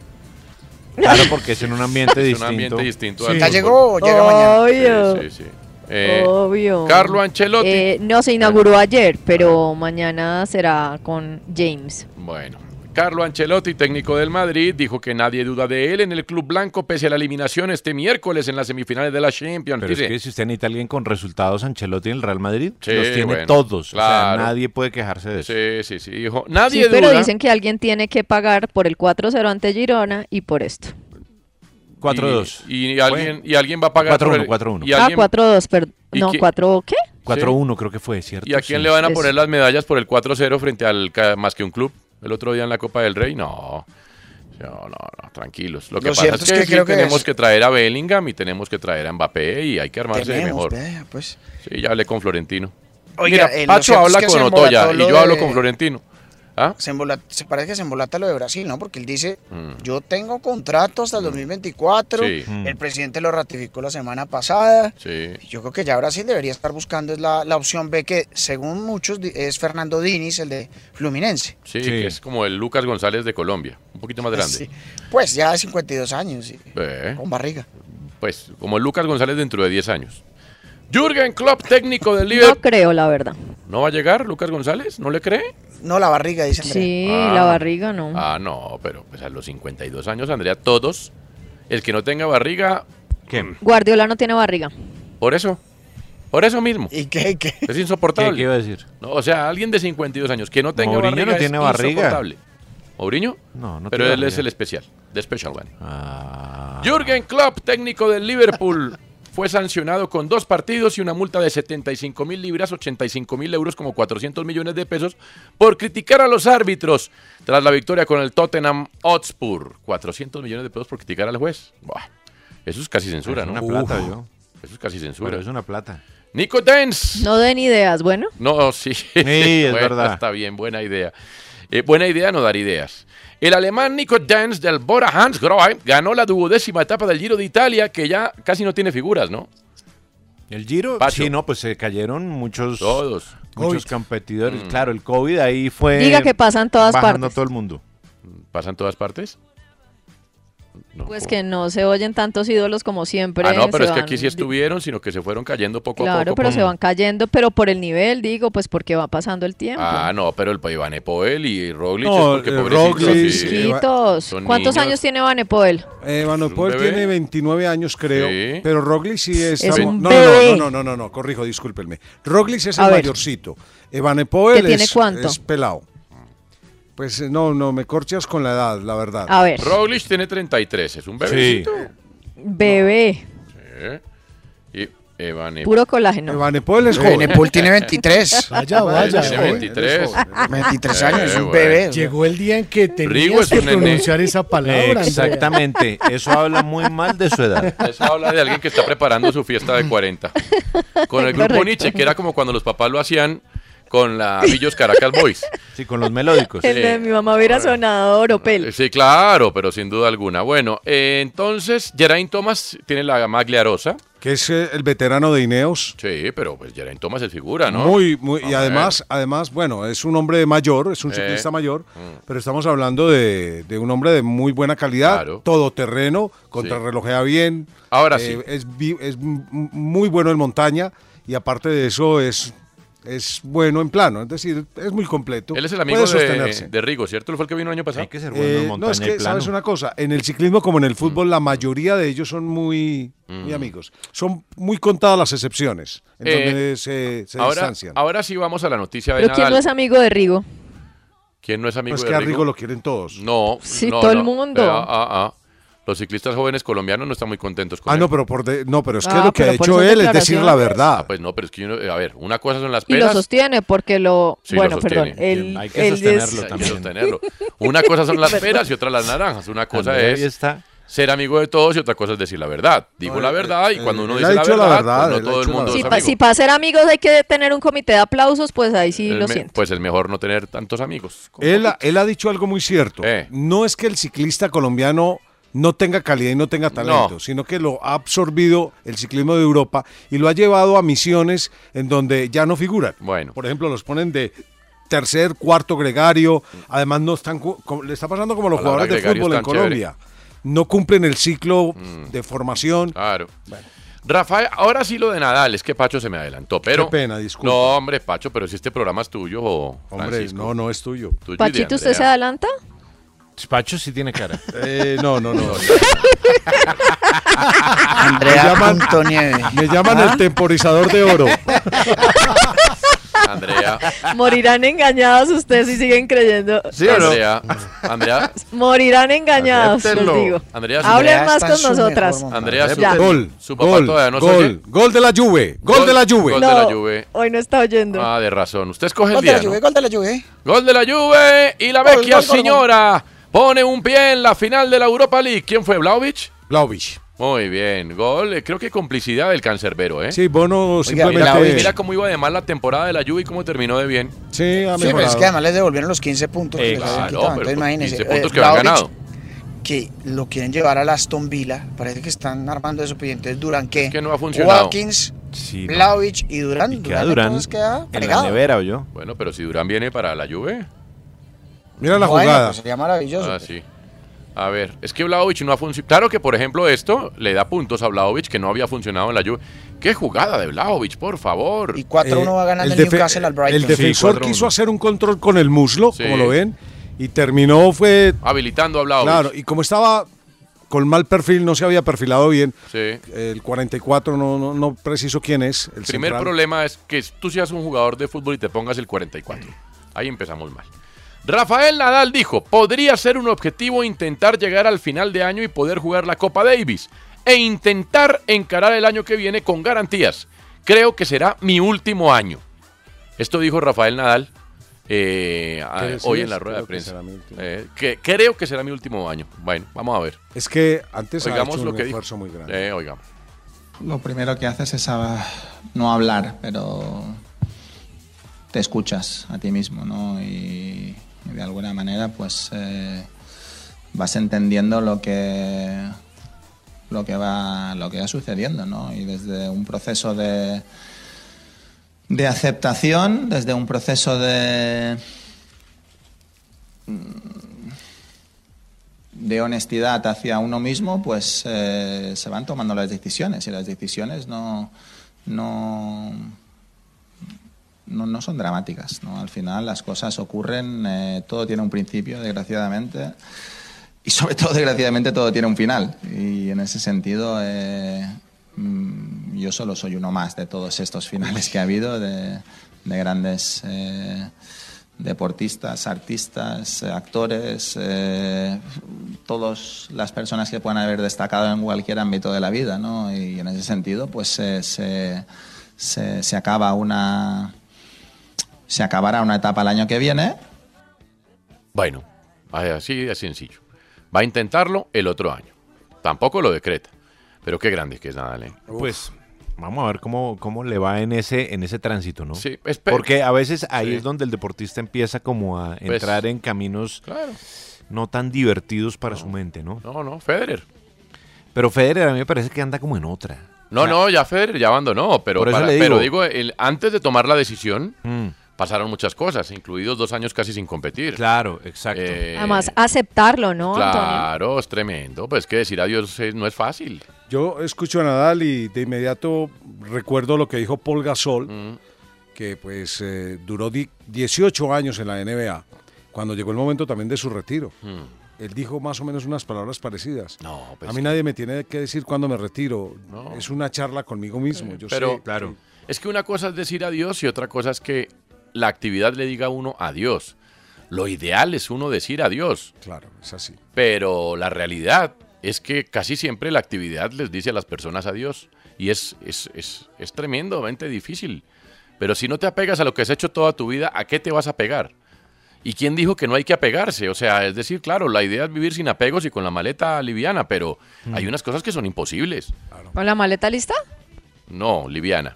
[SPEAKER 7] Claro, porque es en un ambiente
[SPEAKER 3] Es un
[SPEAKER 7] distinto.
[SPEAKER 3] ambiente distinto
[SPEAKER 7] Sí.
[SPEAKER 3] al
[SPEAKER 7] ¿Ya
[SPEAKER 3] fútbol.
[SPEAKER 7] llegó
[SPEAKER 6] o llega mañana? Obvio.
[SPEAKER 3] Oh, Sí, sí, sí. Eh,
[SPEAKER 6] Obvio.
[SPEAKER 3] Carlo Ancelotti.
[SPEAKER 6] Eh, no, se inauguró ayer, pero mañana será con James.
[SPEAKER 3] Bueno, Carlo Ancelotti, técnico del Madrid, dijo que nadie duda de él en el club blanco pese a la eliminación este miércoles en las semifinales de la Champions.
[SPEAKER 7] Pero es
[SPEAKER 3] Dice,
[SPEAKER 7] que si usted necesita alguien con resultados, Ancelotti en el Real Madrid,
[SPEAKER 3] Sí,
[SPEAKER 7] los tiene
[SPEAKER 3] bueno,
[SPEAKER 7] todos. O
[SPEAKER 3] claro.
[SPEAKER 7] sea, nadie puede quejarse de eso.
[SPEAKER 3] Sí, sí, sí. Dijo, nadie
[SPEAKER 6] sí, pero
[SPEAKER 3] duda.
[SPEAKER 6] dicen que alguien tiene que pagar por el 4-0 ante Girona y por esto.
[SPEAKER 7] 4-2.
[SPEAKER 3] Y, y alguien, y alguien va a pagar. por
[SPEAKER 7] 4-1,
[SPEAKER 3] el-
[SPEAKER 7] 4-1.
[SPEAKER 3] y
[SPEAKER 6] Ah,
[SPEAKER 3] alguien-
[SPEAKER 6] 4-2, perdón.
[SPEAKER 3] ¿Y
[SPEAKER 6] No,
[SPEAKER 3] qué-
[SPEAKER 6] 4 ¿qué?
[SPEAKER 7] 4-1 creo que fue, ¿cierto?
[SPEAKER 3] ¿Y a quién
[SPEAKER 7] Sí.
[SPEAKER 3] le van a
[SPEAKER 6] Es-
[SPEAKER 3] poner las medallas por el 4-0 frente al ca- más que un club? El otro día en la Copa del Rey, no. No, no, no, tranquilos. Lo que
[SPEAKER 4] Lo
[SPEAKER 3] pasa
[SPEAKER 4] cierto
[SPEAKER 3] es
[SPEAKER 4] es
[SPEAKER 3] que,
[SPEAKER 4] que
[SPEAKER 3] sí
[SPEAKER 4] creo que
[SPEAKER 3] tenemos
[SPEAKER 4] es-
[SPEAKER 3] que traer a Bellingham y tenemos que traer a Mbappé y hay que armarse de
[SPEAKER 4] Tenemos,
[SPEAKER 3] mejor.
[SPEAKER 4] vea, pues.
[SPEAKER 3] Sí, ya hablé con Florentino.
[SPEAKER 4] Oiga, eh,
[SPEAKER 3] Mira,
[SPEAKER 4] lo
[SPEAKER 3] Pacho
[SPEAKER 4] cierto es
[SPEAKER 3] habla
[SPEAKER 4] que
[SPEAKER 3] con
[SPEAKER 4] se
[SPEAKER 3] Otoya
[SPEAKER 4] embolató
[SPEAKER 3] y
[SPEAKER 4] lo
[SPEAKER 3] yo hablo
[SPEAKER 4] de-
[SPEAKER 3] con Florentino. ¿Ah?
[SPEAKER 4] Se, embola- se parece que se embolata lo de Brasil, ¿no? Porque él dice,
[SPEAKER 3] Mm.
[SPEAKER 4] yo tengo contrato hasta el 2024,
[SPEAKER 3] Sí.
[SPEAKER 4] el
[SPEAKER 3] Mm.
[SPEAKER 4] presidente lo ratificó la semana pasada.
[SPEAKER 3] Sí.
[SPEAKER 4] Yo creo que ya Brasil debería estar buscando es la, la opción B, que según muchos di- es Fernando Diniz, el de Fluminense.
[SPEAKER 3] Sí, que es como el Lucas González de Colombia, un poquito más grande.
[SPEAKER 4] Sí. Pues ya de 52 años, y
[SPEAKER 3] Eh,
[SPEAKER 4] con barriga.
[SPEAKER 3] Pues como el Lucas González dentro de 10 años. Jürgen Klopp, técnico del
[SPEAKER 6] No
[SPEAKER 3] Liverpool.
[SPEAKER 6] creo, la verdad.
[SPEAKER 3] ¿No va a llegar Lucas González? ¿No le cree?
[SPEAKER 4] No, la barriga, dice Andrea.
[SPEAKER 6] Sí,
[SPEAKER 3] Ah.
[SPEAKER 6] la barriga no.
[SPEAKER 3] Ah, no, pero pues a los 52 años, Andrea, todos, el que no tenga barriga... ¿Qué?
[SPEAKER 6] Guardiola no tiene barriga.
[SPEAKER 3] Por eso, por eso mismo.
[SPEAKER 4] ¿Y qué?
[SPEAKER 3] Es insoportable.
[SPEAKER 7] ¿Qué- qué iba a decir?
[SPEAKER 3] No, o sea, alguien de 52 años que no tenga
[SPEAKER 7] Mourinho
[SPEAKER 3] barriga
[SPEAKER 7] no
[SPEAKER 3] es
[SPEAKER 7] tiene barriga.
[SPEAKER 3] insoportable. ¿Mourinho?
[SPEAKER 7] No, no
[SPEAKER 3] Pero él
[SPEAKER 7] tiene Ah.
[SPEAKER 3] es
[SPEAKER 7] barriga.
[SPEAKER 3] el especial, the special one. Jürgen Klopp, técnico del Liverpool, fue sancionado con dos partidos y una multa de 75 mil libras, 85 mil euros, como 400 millones de pesos, por criticar a los árbitros tras la victoria con el Tottenham Hotspur. 400 millones de pesos por criticar al juez. Buah, eso es casi censura,
[SPEAKER 7] Es
[SPEAKER 3] ¿no?
[SPEAKER 7] una plata, yo.
[SPEAKER 3] Eso es casi censura.
[SPEAKER 7] Pero es una plata.
[SPEAKER 3] Nico Dance.
[SPEAKER 6] No den ideas, bueno.
[SPEAKER 3] No, sí.
[SPEAKER 7] es
[SPEAKER 3] Bueno,
[SPEAKER 7] verdad.
[SPEAKER 3] Está bien, buena idea. Eh, buena idea no dar ideas. El alemán Nico Dance del Bora Hans ganó la duodécima etapa del Giro de Italia, que ya casi no tiene figuras, ¿no?
[SPEAKER 7] El Giro,
[SPEAKER 3] Pacho.
[SPEAKER 7] sí, no, pues se cayeron muchos,
[SPEAKER 3] Todos. COVID.
[SPEAKER 7] muchos competidores.
[SPEAKER 3] Mm.
[SPEAKER 7] Claro, el COVID ahí fue
[SPEAKER 6] Diga que pasa en todas
[SPEAKER 7] bajando a
[SPEAKER 6] partes.
[SPEAKER 7] todo el mundo.
[SPEAKER 3] ¿Pasa en todas partes?
[SPEAKER 6] Pues que no se oyen tantos ídolos como siempre.
[SPEAKER 3] ah, no,
[SPEAKER 6] se
[SPEAKER 3] pero es que
[SPEAKER 6] van-
[SPEAKER 3] aquí sí estuvieron, sino que se fueron cayendo poco a
[SPEAKER 6] Claro,
[SPEAKER 3] poco.
[SPEAKER 6] pero
[SPEAKER 3] por-
[SPEAKER 6] se van cayendo, pero por el nivel, digo, pues porque va pasando el tiempo.
[SPEAKER 3] Ah, no, pero el Iván Epoel y Roglic
[SPEAKER 8] No,
[SPEAKER 3] es porque
[SPEAKER 8] eh,
[SPEAKER 3] pobrecitos,
[SPEAKER 8] Roglic,
[SPEAKER 3] sí.
[SPEAKER 6] Chiquitos.
[SPEAKER 3] Son
[SPEAKER 6] ¿Cuántos
[SPEAKER 3] niños.
[SPEAKER 6] años tiene Van Epoel?
[SPEAKER 8] Eh, Van Opel
[SPEAKER 3] bebé.
[SPEAKER 8] tiene 29 años, creo.
[SPEAKER 3] Sí.
[SPEAKER 8] Pero Roglic sí es.
[SPEAKER 6] Es
[SPEAKER 8] no,
[SPEAKER 6] un
[SPEAKER 8] no,
[SPEAKER 6] bebé.
[SPEAKER 8] no, no, no, no, no, no, corrijo, discúlpenme. Roglic es
[SPEAKER 6] A
[SPEAKER 8] el
[SPEAKER 6] ver.
[SPEAKER 8] mayorcito. Evanepoel
[SPEAKER 6] ¿Que tiene
[SPEAKER 8] es,
[SPEAKER 6] cuánto?
[SPEAKER 8] es pelado. Pues eh, no, no, me corchas con la edad, la verdad.
[SPEAKER 6] A ver.
[SPEAKER 3] Roglic tiene 33, es un bebecito.
[SPEAKER 6] Bebé.
[SPEAKER 3] Sí. Y Evan
[SPEAKER 6] Puro colágeno.
[SPEAKER 8] Evanepoel es
[SPEAKER 4] Eh,
[SPEAKER 8] joven.
[SPEAKER 4] Evanepoel tiene 23.
[SPEAKER 5] Vaya, vaya.
[SPEAKER 3] Tiene 23.
[SPEAKER 4] 23
[SPEAKER 3] Eh,
[SPEAKER 4] años, es un
[SPEAKER 3] bueno.
[SPEAKER 4] bebé.
[SPEAKER 5] Llegó el día en que
[SPEAKER 3] Rigo
[SPEAKER 5] tenías
[SPEAKER 3] es
[SPEAKER 5] que
[SPEAKER 3] un nene.
[SPEAKER 5] pronunciar esa palabra.
[SPEAKER 7] Exactamente, eso habla muy mal de su edad.
[SPEAKER 3] Eso habla de alguien que está preparando su fiesta de 40. Con el grupo
[SPEAKER 7] Correcto.
[SPEAKER 3] Nietzsche, que era como cuando los papás lo hacían con la Villos Caracas Boys.
[SPEAKER 7] Sí, con los melódicos.
[SPEAKER 6] El de mi mamá hubiera sonado Oropel.
[SPEAKER 3] Eh, Sí, claro, pero sin duda alguna. Bueno, eh, entonces Geraint Thomas tiene la maglia rosa.
[SPEAKER 8] Que es eh, el veterano de Ineos.
[SPEAKER 3] Sí, pero pues Geraint Thomas es figura, ¿no?
[SPEAKER 8] Muy, muy, y
[SPEAKER 3] A
[SPEAKER 8] además, además, bueno, es un hombre mayor, es un
[SPEAKER 3] Eh.
[SPEAKER 8] ciclista mayor,
[SPEAKER 3] Mm.
[SPEAKER 8] pero estamos hablando de, de un hombre de muy buena calidad, todoterreno, contrarrelojea bien. eh,
[SPEAKER 3] Ahora sí.
[SPEAKER 8] Es, vi- es m- m- muy bueno en montaña y aparte de eso es, es bueno en plano, es decir, es muy completo.
[SPEAKER 3] Él es el amigo
[SPEAKER 8] Puede
[SPEAKER 3] de,
[SPEAKER 8] sostenerse.
[SPEAKER 3] de Rigo, ¿cierto? Él fue el que vino el año pasado. Hay
[SPEAKER 7] que ser
[SPEAKER 8] Eh, no, es que, ¿sabes una cosa? En el ciclismo como en el fútbol, la mayoría de ellos son muy, muy
[SPEAKER 3] Mm.
[SPEAKER 8] amigos. Son muy contadas las excepciones, en
[SPEAKER 3] Eh,
[SPEAKER 8] donde se, se
[SPEAKER 3] ahora,
[SPEAKER 8] distancian.
[SPEAKER 3] ahora sí vamos a la noticia de
[SPEAKER 6] Pero ¿quién
[SPEAKER 3] Nadal.
[SPEAKER 6] no es amigo de Rigo?
[SPEAKER 3] ¿Quién no es amigo
[SPEAKER 8] Pues
[SPEAKER 3] de
[SPEAKER 8] que a
[SPEAKER 3] Rigo?
[SPEAKER 8] Rigo lo quieren todos.
[SPEAKER 3] No,
[SPEAKER 6] Sí,
[SPEAKER 3] no,
[SPEAKER 6] todo el
[SPEAKER 3] no.
[SPEAKER 6] mundo.
[SPEAKER 3] Eh, ah, ah, ah. los ciclistas jóvenes colombianos no están muy contentos con
[SPEAKER 8] Ah,
[SPEAKER 3] él.
[SPEAKER 8] no, pero, por de- no, pero es que
[SPEAKER 6] Ah,
[SPEAKER 8] lo que ha
[SPEAKER 6] pero por
[SPEAKER 8] hecho
[SPEAKER 6] esas
[SPEAKER 8] él es decir la
[SPEAKER 6] declaraciones.
[SPEAKER 8] verdad.
[SPEAKER 3] Ah, pues no, pero es que uno- eh, a ver, una cosa son las
[SPEAKER 6] Y lo
[SPEAKER 3] peras.
[SPEAKER 6] sostiene porque lo...
[SPEAKER 3] Sí, lo
[SPEAKER 6] bueno, perdón.
[SPEAKER 3] sostiene.
[SPEAKER 6] Él,
[SPEAKER 3] Hay
[SPEAKER 6] él es-
[SPEAKER 3] Hay que sostenerlo. Una cosa son las
[SPEAKER 6] Perdón.
[SPEAKER 3] peras y otra las naranjas. Una cosa
[SPEAKER 7] Andrea,
[SPEAKER 3] es
[SPEAKER 7] ahí está.
[SPEAKER 3] ser amigo de todos y otra cosa es decir la verdad. Digo
[SPEAKER 7] No,
[SPEAKER 3] la
[SPEAKER 7] él-
[SPEAKER 3] verdad y
[SPEAKER 7] él-
[SPEAKER 3] cuando uno
[SPEAKER 7] eh, él
[SPEAKER 3] dice
[SPEAKER 7] ha
[SPEAKER 3] la
[SPEAKER 7] dicho la
[SPEAKER 3] verdad,
[SPEAKER 7] verdad,
[SPEAKER 3] pues
[SPEAKER 7] él
[SPEAKER 3] no
[SPEAKER 7] ha
[SPEAKER 3] todo el
[SPEAKER 7] dicho la
[SPEAKER 3] mundo
[SPEAKER 6] Si,
[SPEAKER 3] es
[SPEAKER 6] pa-
[SPEAKER 3] amigo.
[SPEAKER 6] si para ser amigos hay que tener un comité de aplausos, pues ahí sí
[SPEAKER 3] Es
[SPEAKER 6] lo
[SPEAKER 3] me-
[SPEAKER 6] siento.
[SPEAKER 3] Pues es mejor no tener tantos amigos.
[SPEAKER 8] Él, ha- él ha dicho algo muy cierto.
[SPEAKER 3] Eh.
[SPEAKER 8] No es que el ciclista colombiano no tenga calidad y no tenga talento, sino que lo ha absorbido el ciclismo de Europa y lo ha llevado a misiones en donde ya no figuran. Por ejemplo, los ponen de tercer, cuarto gregario. Además, no están cu- co- le está pasando como a los
[SPEAKER 3] Palabra
[SPEAKER 8] jugadores de
[SPEAKER 3] gregario
[SPEAKER 8] fútbol
[SPEAKER 3] es
[SPEAKER 8] en
[SPEAKER 3] tan chévere. Mm.
[SPEAKER 8] Colombia. No cumplen el ciclo de formación.
[SPEAKER 3] Claro. Rafael, ahora sí lo de Nadal, es que Pacho se me adelantó, pero...
[SPEAKER 8] Qué pena, disculpa.
[SPEAKER 3] No, hombre, Pacho, pero si este programa es tuyo, o
[SPEAKER 8] Hombre, no, no es tuyo.
[SPEAKER 6] Pachito, ¿usted se adelanta?
[SPEAKER 7] Pacho sí tiene cara.
[SPEAKER 8] Eh, no, no, no.
[SPEAKER 4] Andrea
[SPEAKER 8] Ah, Me llaman-
[SPEAKER 4] Punto Nieve.
[SPEAKER 8] Me llaman
[SPEAKER 4] ¿Ah?
[SPEAKER 8] el temporizador de oro.
[SPEAKER 3] Andrea.
[SPEAKER 6] Morirán engañados ustedes si siguen creyendo. Pues,
[SPEAKER 3] Andrea. Andrea.
[SPEAKER 6] Morirán engañados, les digo.
[SPEAKER 3] Andrea, su-
[SPEAKER 6] Hablen más con nosotras.
[SPEAKER 3] Andrea, su,
[SPEAKER 6] Ya.
[SPEAKER 8] Gol,
[SPEAKER 3] su papá
[SPEAKER 8] gol,
[SPEAKER 3] todavía no se oye.
[SPEAKER 8] gol, gol de la Juve, gol, de la Juve.
[SPEAKER 3] Gol de la Juve.
[SPEAKER 6] Hoy no está oyendo.
[SPEAKER 3] Ah, de razón. Usted escoge el
[SPEAKER 4] Gol de
[SPEAKER 3] día,
[SPEAKER 4] la
[SPEAKER 3] ¿no?
[SPEAKER 4] Juve, gol de la Juve.
[SPEAKER 3] Gol de la Juve y la
[SPEAKER 4] Gol,
[SPEAKER 3] vecchia
[SPEAKER 4] gol, gol, gol.
[SPEAKER 3] señora pone un pie en la final de la Europa League. ¿Quién fue, Vlaovic?
[SPEAKER 8] Vlaovic.
[SPEAKER 3] Muy bien, gol. eh, Creo que complicidad del cancerbero, ¿eh?
[SPEAKER 8] Sí, Bono
[SPEAKER 3] Mira,
[SPEAKER 8] simplemente...
[SPEAKER 3] mira cómo iba de mal la temporada de la Juve y cómo terminó de bien.
[SPEAKER 8] Sí, ha
[SPEAKER 4] Sí, pero es
[SPEAKER 8] mejorado.
[SPEAKER 4] que además les devolvieron los 15 puntos que
[SPEAKER 3] Eh,
[SPEAKER 4] les habían
[SPEAKER 3] claro,
[SPEAKER 4] quitado.
[SPEAKER 3] pero
[SPEAKER 4] Entonces,
[SPEAKER 3] por
[SPEAKER 4] imagínense.
[SPEAKER 3] 15 puntos
[SPEAKER 4] eh,
[SPEAKER 3] que habían
[SPEAKER 4] Vlahovic,
[SPEAKER 3] ganado.
[SPEAKER 4] Que lo quieren llevar al Aston Villa. Parece que están armando eso. pero entonces, Durán, ¿qué?
[SPEAKER 3] que no ha funcionado.
[SPEAKER 4] Watkins,
[SPEAKER 7] Sí, no.
[SPEAKER 4] Vlahovic y Durán. Durán, entonces queda fregado.
[SPEAKER 7] nevera, yo.
[SPEAKER 3] Bueno, pero si Durán viene para la Juve.
[SPEAKER 8] Mira
[SPEAKER 4] Bueno, pues sería maravilloso.
[SPEAKER 3] Ah, sí. A ver, es que Vlaovic no ha funcionado. Claro que, por ejemplo, esto le da puntos a Vlaovic que no había funcionado en la Juve. ¡Qué jugada de Vlaovic, por favor! Y
[SPEAKER 4] 4-1 va ganando el,
[SPEAKER 8] defe-
[SPEAKER 4] Newcastle al Brighton.
[SPEAKER 8] eh, el defensor quiso hacer un control con el muslo,
[SPEAKER 3] Sí.
[SPEAKER 8] como lo ven, y terminó, fue...
[SPEAKER 3] Habilitando a Vlaovic.
[SPEAKER 8] Claro, y como estaba con mal perfil, no se había perfilado bien,
[SPEAKER 3] Sí.
[SPEAKER 8] el 44 no, no, no preciso quién es. El
[SPEAKER 3] El primer
[SPEAKER 8] central.
[SPEAKER 3] problema es que tú seas un jugador de fútbol y te pongas el 44. Ahí empezamos mal. Rafael Nadal dijo, podría ser un objetivo intentar llegar al final de año y poder jugar la Copa Davis e intentar encarar el año que viene con garantías. Creo que será mi último año. Esto dijo Rafael Nadal eh, a-
[SPEAKER 8] ¿Qué decías?
[SPEAKER 3] hoy en la rueda de
[SPEAKER 8] Ah, Creo que será
[SPEAKER 3] prensa.
[SPEAKER 8] mi último.
[SPEAKER 3] Eh, que creo que será mi último año. Bueno, vamos a ver.
[SPEAKER 8] Es que antes ha
[SPEAKER 3] Oigamos
[SPEAKER 8] hecho
[SPEAKER 3] lo
[SPEAKER 8] un
[SPEAKER 3] que dijo.
[SPEAKER 8] esfuerzo muy grande.
[SPEAKER 3] Eh, oigamos.
[SPEAKER 1] Lo primero que haces es ah, no hablar, pero te escuchas a ti mismo, ¿no? Y, y de alguna manera, pues eh, vas entendiendo lo que lo que va lo que va sucediendo, ¿no? Y desde un proceso de de aceptación, desde un proceso de de honestidad hacia uno mismo, pues eh, se van tomando las decisiones y las decisiones no, no, no, no son dramáticas. ¿no? Al final las cosas ocurren, eh, todo tiene un principio, desgraciadamente, y sobre todo, desgraciadamente, todo tiene un final. Y en ese sentido, eh, mm, yo solo soy uno más de todos estos finales que ha habido, de, de grandes... eh, deportistas, artistas, eh, actores, eh, todas las personas que puedan haber destacado en cualquier ámbito de la vida, ¿no? Y en ese sentido, pues eh, se, se- se acaba una se acabará una etapa el año que viene.
[SPEAKER 3] Bueno, así de sencillo. Va a intentarlo el otro año. Tampoco lo decreta. Pero qué grande que es Nadal. ¿eh?
[SPEAKER 7] Pues vamos a ver cómo, cómo le va en ese, en ese tránsito, ¿no?
[SPEAKER 3] Sí, espe-
[SPEAKER 7] Porque a veces ahí
[SPEAKER 3] Sí.
[SPEAKER 7] es donde el deportista empieza como a
[SPEAKER 3] Pues,
[SPEAKER 7] entrar en caminos no tan divertidos para su mente, ¿no?
[SPEAKER 3] No, no, Federer.
[SPEAKER 7] Pero Federer a mí me parece que anda como en otra.
[SPEAKER 3] No, no, ya Federer ya abandonó. Pero,
[SPEAKER 7] Por eso
[SPEAKER 3] para-
[SPEAKER 7] le digo.
[SPEAKER 3] pero digo, el- antes de tomar la decisión,
[SPEAKER 7] Mm.
[SPEAKER 3] pasaron muchas cosas, incluidos dos años casi sin competir. Eh,
[SPEAKER 7] Claro, exacto.
[SPEAKER 6] Además, aceptarlo, ¿no, Antonio?
[SPEAKER 3] claro, es tremendo. Pues que decir adiós eh, no es fácil.
[SPEAKER 8] Yo escucho a Nadal y de inmediato recuerdo lo que dijo Paul Gasol, que pues eh, duró di- 18 años en la NBA, cuando llegó el momento también de su retiro. Él dijo más o menos unas palabras parecidas. a mí nadie me tiene que decir cuándo me retiro. Es una charla conmigo mismo. Yo
[SPEAKER 3] pero
[SPEAKER 8] sé.
[SPEAKER 3] es que una cosa es decir adiós y otra cosa es que la actividad le diga a uno adiós. Lo ideal es uno decir adiós.
[SPEAKER 8] Claro, es así.
[SPEAKER 3] Pero la realidad es que casi siempre la actividad les dice a las personas adiós. Y es, es, es, es tremendamente difícil. Pero si no te apegas a lo que has hecho toda tu vida, ¿a qué te vas a pegar? ¿Y quién dijo que no hay que apegarse? O sea, es decir, claro, la idea es vivir sin apegos y con la maleta liviana, pero
[SPEAKER 8] Hmm.
[SPEAKER 3] hay unas cosas que son imposibles.
[SPEAKER 6] ¿Con la maleta lista?
[SPEAKER 3] No, liviana.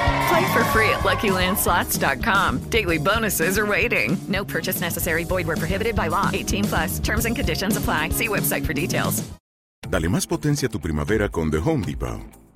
[SPEAKER 10] Play for free at LuckyLandSlots.com. Daily bonuses are waiting. No purchase necessary. Void were prohibited by law. 18 plus. Terms and conditions apply. See website for details.
[SPEAKER 19] Dale más potencia a tu primavera con The Home Depot.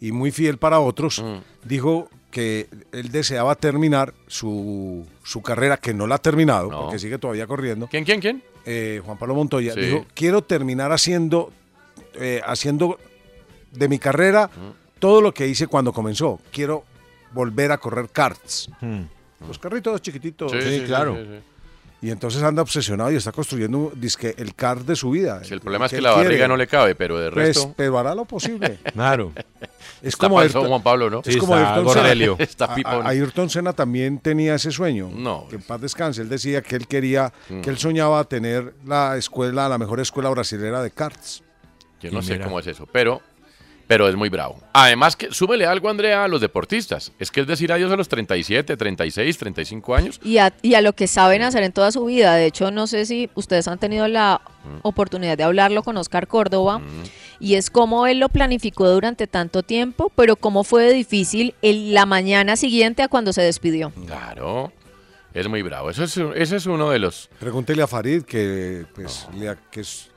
[SPEAKER 8] y muy fiel para otros,
[SPEAKER 3] Mm.
[SPEAKER 8] dijo que él deseaba terminar su, su carrera, que no la ha terminado, porque sigue todavía corriendo. Eh,
[SPEAKER 3] ¿Quién, quién, quién?
[SPEAKER 8] Juan Pablo Montoya.
[SPEAKER 3] Sí.
[SPEAKER 8] Dijo, quiero terminar haciendo, eh, haciendo de mi carrera todo lo que hice cuando comenzó. Quiero volver a correr karts.
[SPEAKER 3] Mm.
[SPEAKER 8] Los carritos chiquititos.
[SPEAKER 3] Sí, sí, sí,
[SPEAKER 8] claro.
[SPEAKER 3] sí, sí.
[SPEAKER 8] Y entonces anda obsesionado y está construyendo dizque, el kart de su vida.
[SPEAKER 3] El problema es que
[SPEAKER 8] él
[SPEAKER 3] la
[SPEAKER 8] quiere.
[SPEAKER 3] barriga no le cabe, pero de
[SPEAKER 8] Pues,
[SPEAKER 3] resto...
[SPEAKER 8] pero hará lo posible.
[SPEAKER 7] Claro.
[SPEAKER 8] Es
[SPEAKER 3] Está
[SPEAKER 8] como
[SPEAKER 3] panzón Juan Pablo, ¿no?
[SPEAKER 8] Es
[SPEAKER 3] Sí,
[SPEAKER 8] como
[SPEAKER 3] está
[SPEAKER 8] Ayrton Senna.
[SPEAKER 3] gordelio. Está
[SPEAKER 8] A- a-
[SPEAKER 3] pipón.
[SPEAKER 8] Ayrton Senna también tenía ese sueño. No. Que en paz descanse. Él decía que él quería,
[SPEAKER 3] Mm.
[SPEAKER 8] que él soñaba tener la escuela, la mejor escuela brasilera de karts.
[SPEAKER 3] Yo no
[SPEAKER 8] Y
[SPEAKER 3] sé
[SPEAKER 8] mira.
[SPEAKER 3] cómo es eso, pero, pero es muy bravo. Además, que súmele algo, Andrea, a los deportistas. Es que es decir adiós a los 37, 36, 35 años.
[SPEAKER 18] Y a, y a lo que saben hacer en toda su vida. De hecho, no sé si ustedes han tenido la
[SPEAKER 3] Mm.
[SPEAKER 18] oportunidad de hablarlo con Oscar Córdoba. Y es como él lo planificó durante tanto tiempo, pero cómo fue de difícil el- la mañana siguiente a cuando se despidió.
[SPEAKER 3] pues, Claro, es muy bravo. Eso es, ese es uno de los...
[SPEAKER 8] Pregúntele a Farid, que, pues, le ha- que es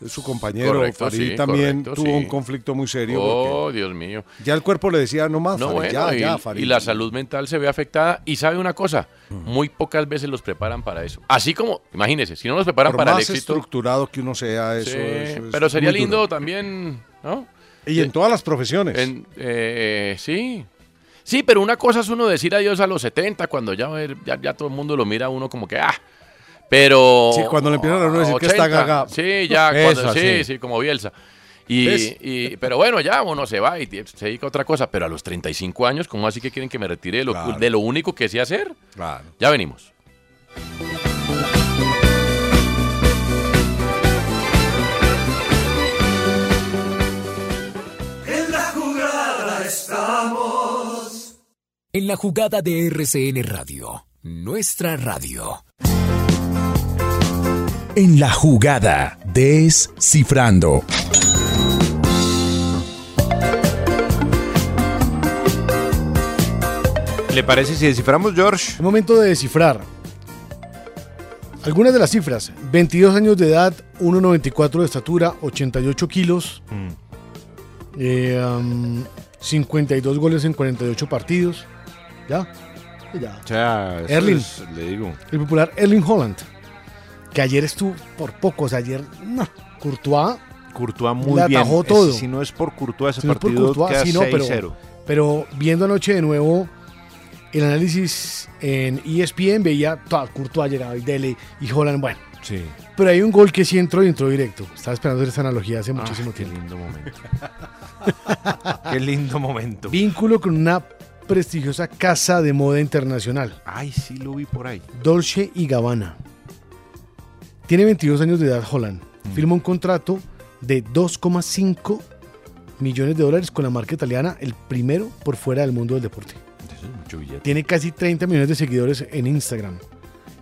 [SPEAKER 8] es su compañero.
[SPEAKER 3] Correcto,
[SPEAKER 8] Farid
[SPEAKER 3] sí,
[SPEAKER 8] también
[SPEAKER 3] correcto,
[SPEAKER 8] tuvo
[SPEAKER 3] sí.
[SPEAKER 8] un conflicto muy serio.
[SPEAKER 3] Oh, Dios mío.
[SPEAKER 8] porque Ya el cuerpo le decía, no más,
[SPEAKER 3] No,
[SPEAKER 8] Ah, Farid,
[SPEAKER 3] bueno,
[SPEAKER 8] ya,
[SPEAKER 3] y,
[SPEAKER 8] ya,
[SPEAKER 3] y
[SPEAKER 8] Farid. Mm.
[SPEAKER 3] la salud mental se ve afectada. Y sabe una cosa, muy pocas veces los preparan para eso. Así como, imagínense, si no los preparan
[SPEAKER 8] Por
[SPEAKER 3] para el
[SPEAKER 8] más
[SPEAKER 3] éxito...
[SPEAKER 8] estructurado que uno sea, eso,
[SPEAKER 3] Sí,
[SPEAKER 8] eso es
[SPEAKER 3] Eh, pero sería
[SPEAKER 8] muy duro.
[SPEAKER 3] lindo también, ¿no?
[SPEAKER 8] Y en todas las profesiones.
[SPEAKER 3] En- eh, sí. Sí, pero una cosa es uno decir adiós a los 70, cuando ya, eh, ya, ya todo el mundo lo mira a uno como que, ah, pero...
[SPEAKER 8] Sí, cuando le empiezan a uno decir que está
[SPEAKER 3] 80.
[SPEAKER 8] gaga.
[SPEAKER 3] Sí, ya, cuando-
[SPEAKER 8] Eso,
[SPEAKER 3] sí,
[SPEAKER 8] sí.
[SPEAKER 3] sí, como Bielsa. Y,
[SPEAKER 8] ¿Ves?
[SPEAKER 3] y- pero bueno, ya uno se va y te- se dedica a otra cosa, pero a los 35 años, ¿cómo así que quieren que me retire de lo,
[SPEAKER 8] Claro.
[SPEAKER 3] de lo único que sé hacer?
[SPEAKER 8] Claro.
[SPEAKER 3] Ya venimos.
[SPEAKER 2] En la jugada estamos.
[SPEAKER 17] En la jugada de RCN Radio, nuestra radio.
[SPEAKER 20] En la jugada, descifrando.
[SPEAKER 7] ¿Le parece si desciframos, George?
[SPEAKER 5] Es momento de descifrar. Algunas de las cifras. 22 años de edad, 1,94 de estatura, 88 kilos, eh, um, 52 goles en 48 partidos. ¿Ya? Sí, ya.
[SPEAKER 7] O sea, eso
[SPEAKER 5] Erling.
[SPEAKER 7] es- le digo.
[SPEAKER 5] El popular Erling Holland, que ayer estuvo por poco, o sea, ayer, no, Courtois,
[SPEAKER 7] Courtois muy
[SPEAKER 5] Le
[SPEAKER 7] bien.
[SPEAKER 5] atajó
[SPEAKER 7] Ese-
[SPEAKER 5] todo.
[SPEAKER 7] Si no es por Courtois, ese
[SPEAKER 5] si no es por
[SPEAKER 7] partido
[SPEAKER 5] Courtois,
[SPEAKER 7] queda
[SPEAKER 5] sí, no, pero-
[SPEAKER 7] 6-0.
[SPEAKER 5] Pero viendo anoche de nuevo el análisis en E ESPN, veía toda Courtois, Gerard, Dele y Holland. Bueno,
[SPEAKER 7] Sí.
[SPEAKER 5] pero hay un gol que sí entró y entró directo. Estaba esperando esa analogía hace
[SPEAKER 7] Ah,
[SPEAKER 5] muchísimo
[SPEAKER 7] qué
[SPEAKER 5] tiempo.
[SPEAKER 7] lindo momento. qué lindo momento.
[SPEAKER 5] Vínculo con una prestigiosa casa de moda internacional,
[SPEAKER 7] Ay, sí lo vi por ahí.
[SPEAKER 5] Dolce y Gabbana. Tiene 22 años de edad Holland.
[SPEAKER 7] Mm.
[SPEAKER 5] Firma un contrato de 2,5 millones de dólares con la marca italiana, el primero por fuera del mundo del deporte.
[SPEAKER 7] Eso es mucho billete.
[SPEAKER 5] Tiene casi 30 millones de pues, seguidores en Instagram.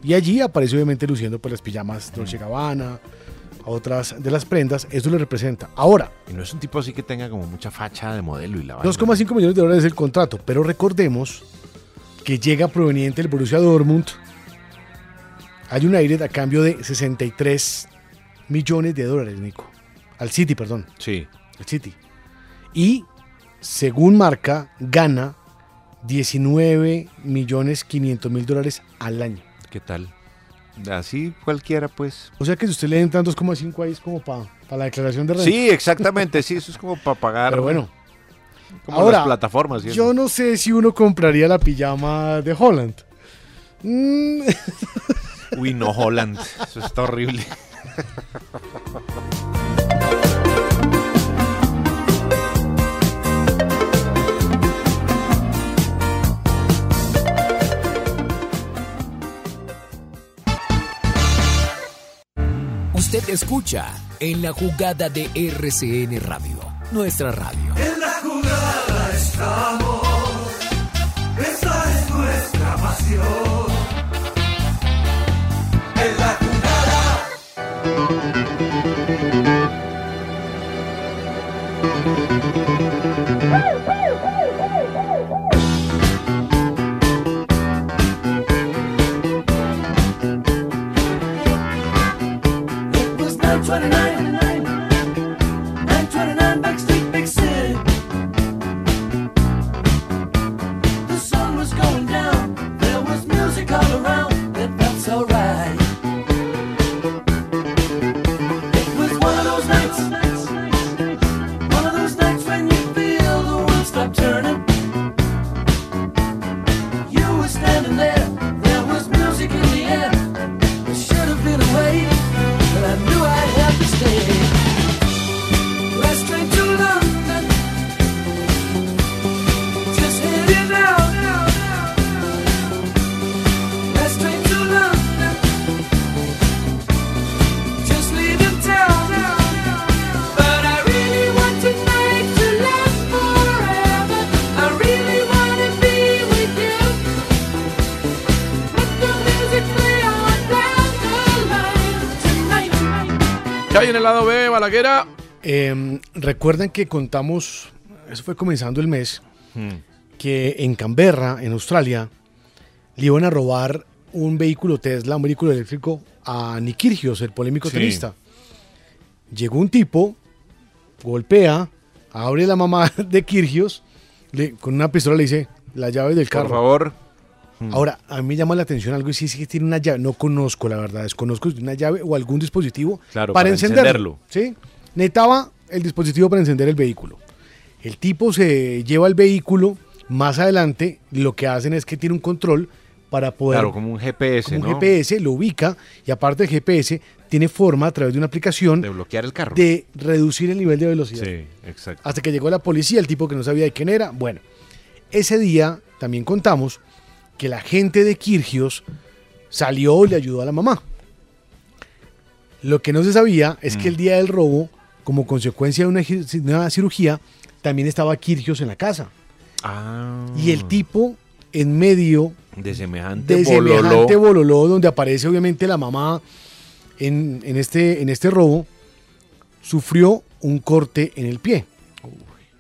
[SPEAKER 5] Y allí aparece obviamente luciendo por las pijamas Dolce Gabbana, a otras de las prendas, eso le representa. Ahora,
[SPEAKER 7] Y no es un tipo así que tenga como mucha facha de modelo y la vaina.
[SPEAKER 5] 2,5 millones de dólares el contrato, pero recordemos que llega proveniente del Borussia Dortmund a United a cambio de 63 millones de dólares, Nico. Al City, perdón.
[SPEAKER 7] Sí.
[SPEAKER 5] Al City. Y, según marca, gana 19 millones 500 mil dólares al año.
[SPEAKER 7] ¿Qué tal? Así cualquiera, pues.
[SPEAKER 5] O sea que si usted le entran 2,5 ahí es como para la declaración de renta.
[SPEAKER 7] Sí, exactamente, sí, eso es como para pagar.
[SPEAKER 5] Pero bueno.
[SPEAKER 7] Como las plataformas. ¿sí?
[SPEAKER 5] Yo no sé si uno compraría la pijama de Holland. Mm.
[SPEAKER 7] Uy, no, Holland, eso está horrible.
[SPEAKER 17] Usted escucha en la jugada de RCN Radio, nuestra radio.
[SPEAKER 2] En la jugada estamos, esa es nuestra pasión. En la jugada, it was 929, 929 Backstreet Big City. The sun was going down, there was music all around, and that's alright. It was one of those nights, one of those nights when you feel the world stop turning. You were standing there, there was music in the air. I should have been away, but I knew I had to stay. Last train to London, just heading out. Last train to London, just leaving town. But I really want tonight to last forever. I really wanna be with you. Let the music play on down the line tonight.
[SPEAKER 3] ¿Qué hay en el lado B, Balaguera?
[SPEAKER 5] Em, Recuerdan que contamos, eso fue comenzando el mes, que en Canberra, en Australia, le iban a robar un vehículo Tesla, un vehículo eléctrico, a Nikirgios, el polémico
[SPEAKER 7] Sí.
[SPEAKER 5] tenista. Llegó un tipo, golpea, abre la mamá de Kirgios, le- con una pistola le dice, la llave del carro.
[SPEAKER 7] Por favor. Hmm. Mm.
[SPEAKER 5] Ahora, a mí me llama la atención algo y sí, sí que tiene una llave. No conozco, la verdad, desconozco si tiene una llave o algún dispositivo
[SPEAKER 7] Claro,
[SPEAKER 5] para,
[SPEAKER 7] para
[SPEAKER 5] encenderlo.
[SPEAKER 7] encenderlo.
[SPEAKER 5] ¿sí? Necesitaba el dispositivo para encender el vehículo. El tipo se lleva el vehículo. Más adelante, lo que hacen es que tiene un control para poder.
[SPEAKER 7] Claro, como un GPS,
[SPEAKER 5] como un
[SPEAKER 7] ¿no?
[SPEAKER 5] GPS, lo ubica y aparte del GPS, tiene forma a través de una aplicación. De
[SPEAKER 7] bloquear el carro.
[SPEAKER 5] De reducir el nivel de velocidad.
[SPEAKER 7] Sí, exacto.
[SPEAKER 5] Hasta que llegó la policía, el tipo que no sabía de quién era. Bueno, ese día también contamos que la gente de Kirgios salió y le ayudó a la mamá. Lo que no se sabía es que el día del robo, como consecuencia de una, gi- de una cirugía, también estaba Kirgios en la casa.
[SPEAKER 7] Ah,
[SPEAKER 5] Y el tipo, en medio
[SPEAKER 7] de semejante
[SPEAKER 5] de semejante
[SPEAKER 7] bololó.
[SPEAKER 5] bololó, donde aparece obviamente la mamá en, en este, en este robo, sufrió un corte en el pie.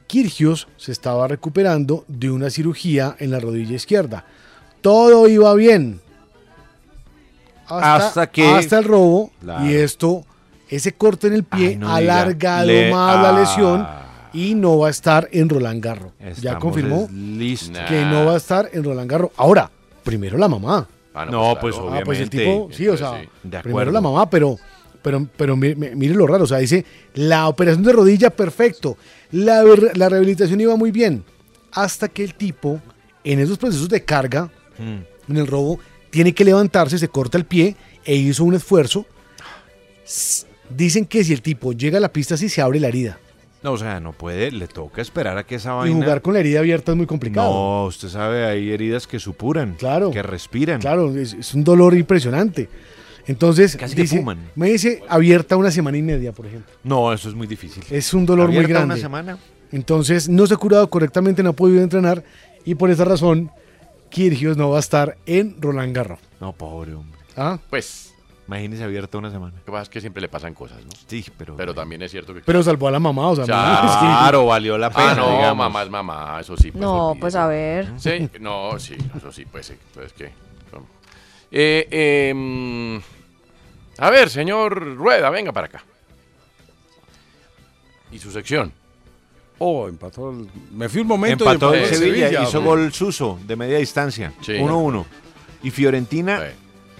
[SPEAKER 5] Kirgios se estaba recuperando de una cirugía en la rodilla izquierda. Todo iba bien. Hasta,
[SPEAKER 7] Hasta que-
[SPEAKER 5] hasta el robo.
[SPEAKER 7] Claro.
[SPEAKER 5] Y esto, ese corte en el pie
[SPEAKER 7] Ay, no
[SPEAKER 5] ha
[SPEAKER 7] diga.
[SPEAKER 5] alargado
[SPEAKER 7] Le-
[SPEAKER 5] más la
[SPEAKER 7] ah.
[SPEAKER 5] lesión y no va a estar en Roland Garro. ya
[SPEAKER 7] Estamos
[SPEAKER 5] confirmó
[SPEAKER 7] es- listo.
[SPEAKER 5] que no va a estar en Roland Garro. Ahora, primero la mamá.
[SPEAKER 7] no, no, pues,
[SPEAKER 5] Ah, pues el
[SPEAKER 7] obviamente.
[SPEAKER 5] tipo, sí, o sea,
[SPEAKER 7] De
[SPEAKER 5] primero
[SPEAKER 7] acuerdo.
[SPEAKER 5] la mamá, pero, pero, pero mi- mi- mire lo raro, o sea, dice, la operación de rodilla, perfecto, la, ver- la rehabilitación iba muy bien, hasta que el tipo, en esos procesos de carga,
[SPEAKER 7] Mm.
[SPEAKER 5] en el robo, tiene que levantarse, se corta el pie e hizo un esfuerzo. S- Dicen que si el tipo llega a la pista, sí se abre la herida.
[SPEAKER 7] No, o sea, no puede, le toca esperar a que esa
[SPEAKER 5] Y
[SPEAKER 7] vaina...
[SPEAKER 5] jugar con la herida abierta es muy complicado.
[SPEAKER 7] No, usted sabe, hay heridas que supuran, claro, que respiran.
[SPEAKER 5] Claro, es, es un dolor impresionante. Entonces,
[SPEAKER 7] Casi que
[SPEAKER 5] dice-
[SPEAKER 7] fuman.
[SPEAKER 5] me dice abierta una semana y media, por ejemplo.
[SPEAKER 7] No, eso es muy difícil.
[SPEAKER 5] Es un dolor muy
[SPEAKER 7] Abierta
[SPEAKER 5] grande.
[SPEAKER 7] una semana.
[SPEAKER 5] Entonces, no se ha curado correctamente, no ha podido entrenar y por esa razón, Kirgios no va a estar en Roland Garros.
[SPEAKER 7] No, pobre hombre.
[SPEAKER 5] ¿Ah?
[SPEAKER 3] Pues,
[SPEAKER 7] Imagínese abierta una semana.
[SPEAKER 3] Lo que pasa es que siempre le pasan cosas, ¿no?
[SPEAKER 7] Sí, pero.
[SPEAKER 3] Pero también es cierto que.
[SPEAKER 5] Pero salvó a la mamá, o sea,
[SPEAKER 3] Claro,
[SPEAKER 7] Claro, valió la pena.
[SPEAKER 3] Ah, no,
[SPEAKER 7] digamos.
[SPEAKER 3] mamá es mamá, eso sí. pues,
[SPEAKER 6] No,
[SPEAKER 3] olvídese.
[SPEAKER 6] pues a ver.
[SPEAKER 3] Sí, no, sí, eso sí, pues sí, pues que. no. Eh, eh, mm, a ver, señor Rueda, venga para acá. Y su sección.
[SPEAKER 8] Oh, empató. el- Me fui un momento y
[SPEAKER 7] Empató el
[SPEAKER 8] el
[SPEAKER 7] Sevilla, hizo
[SPEAKER 8] hombre.
[SPEAKER 7] gol Suso de media distancia,
[SPEAKER 8] Sí.
[SPEAKER 7] 1-1. Y Fiorentina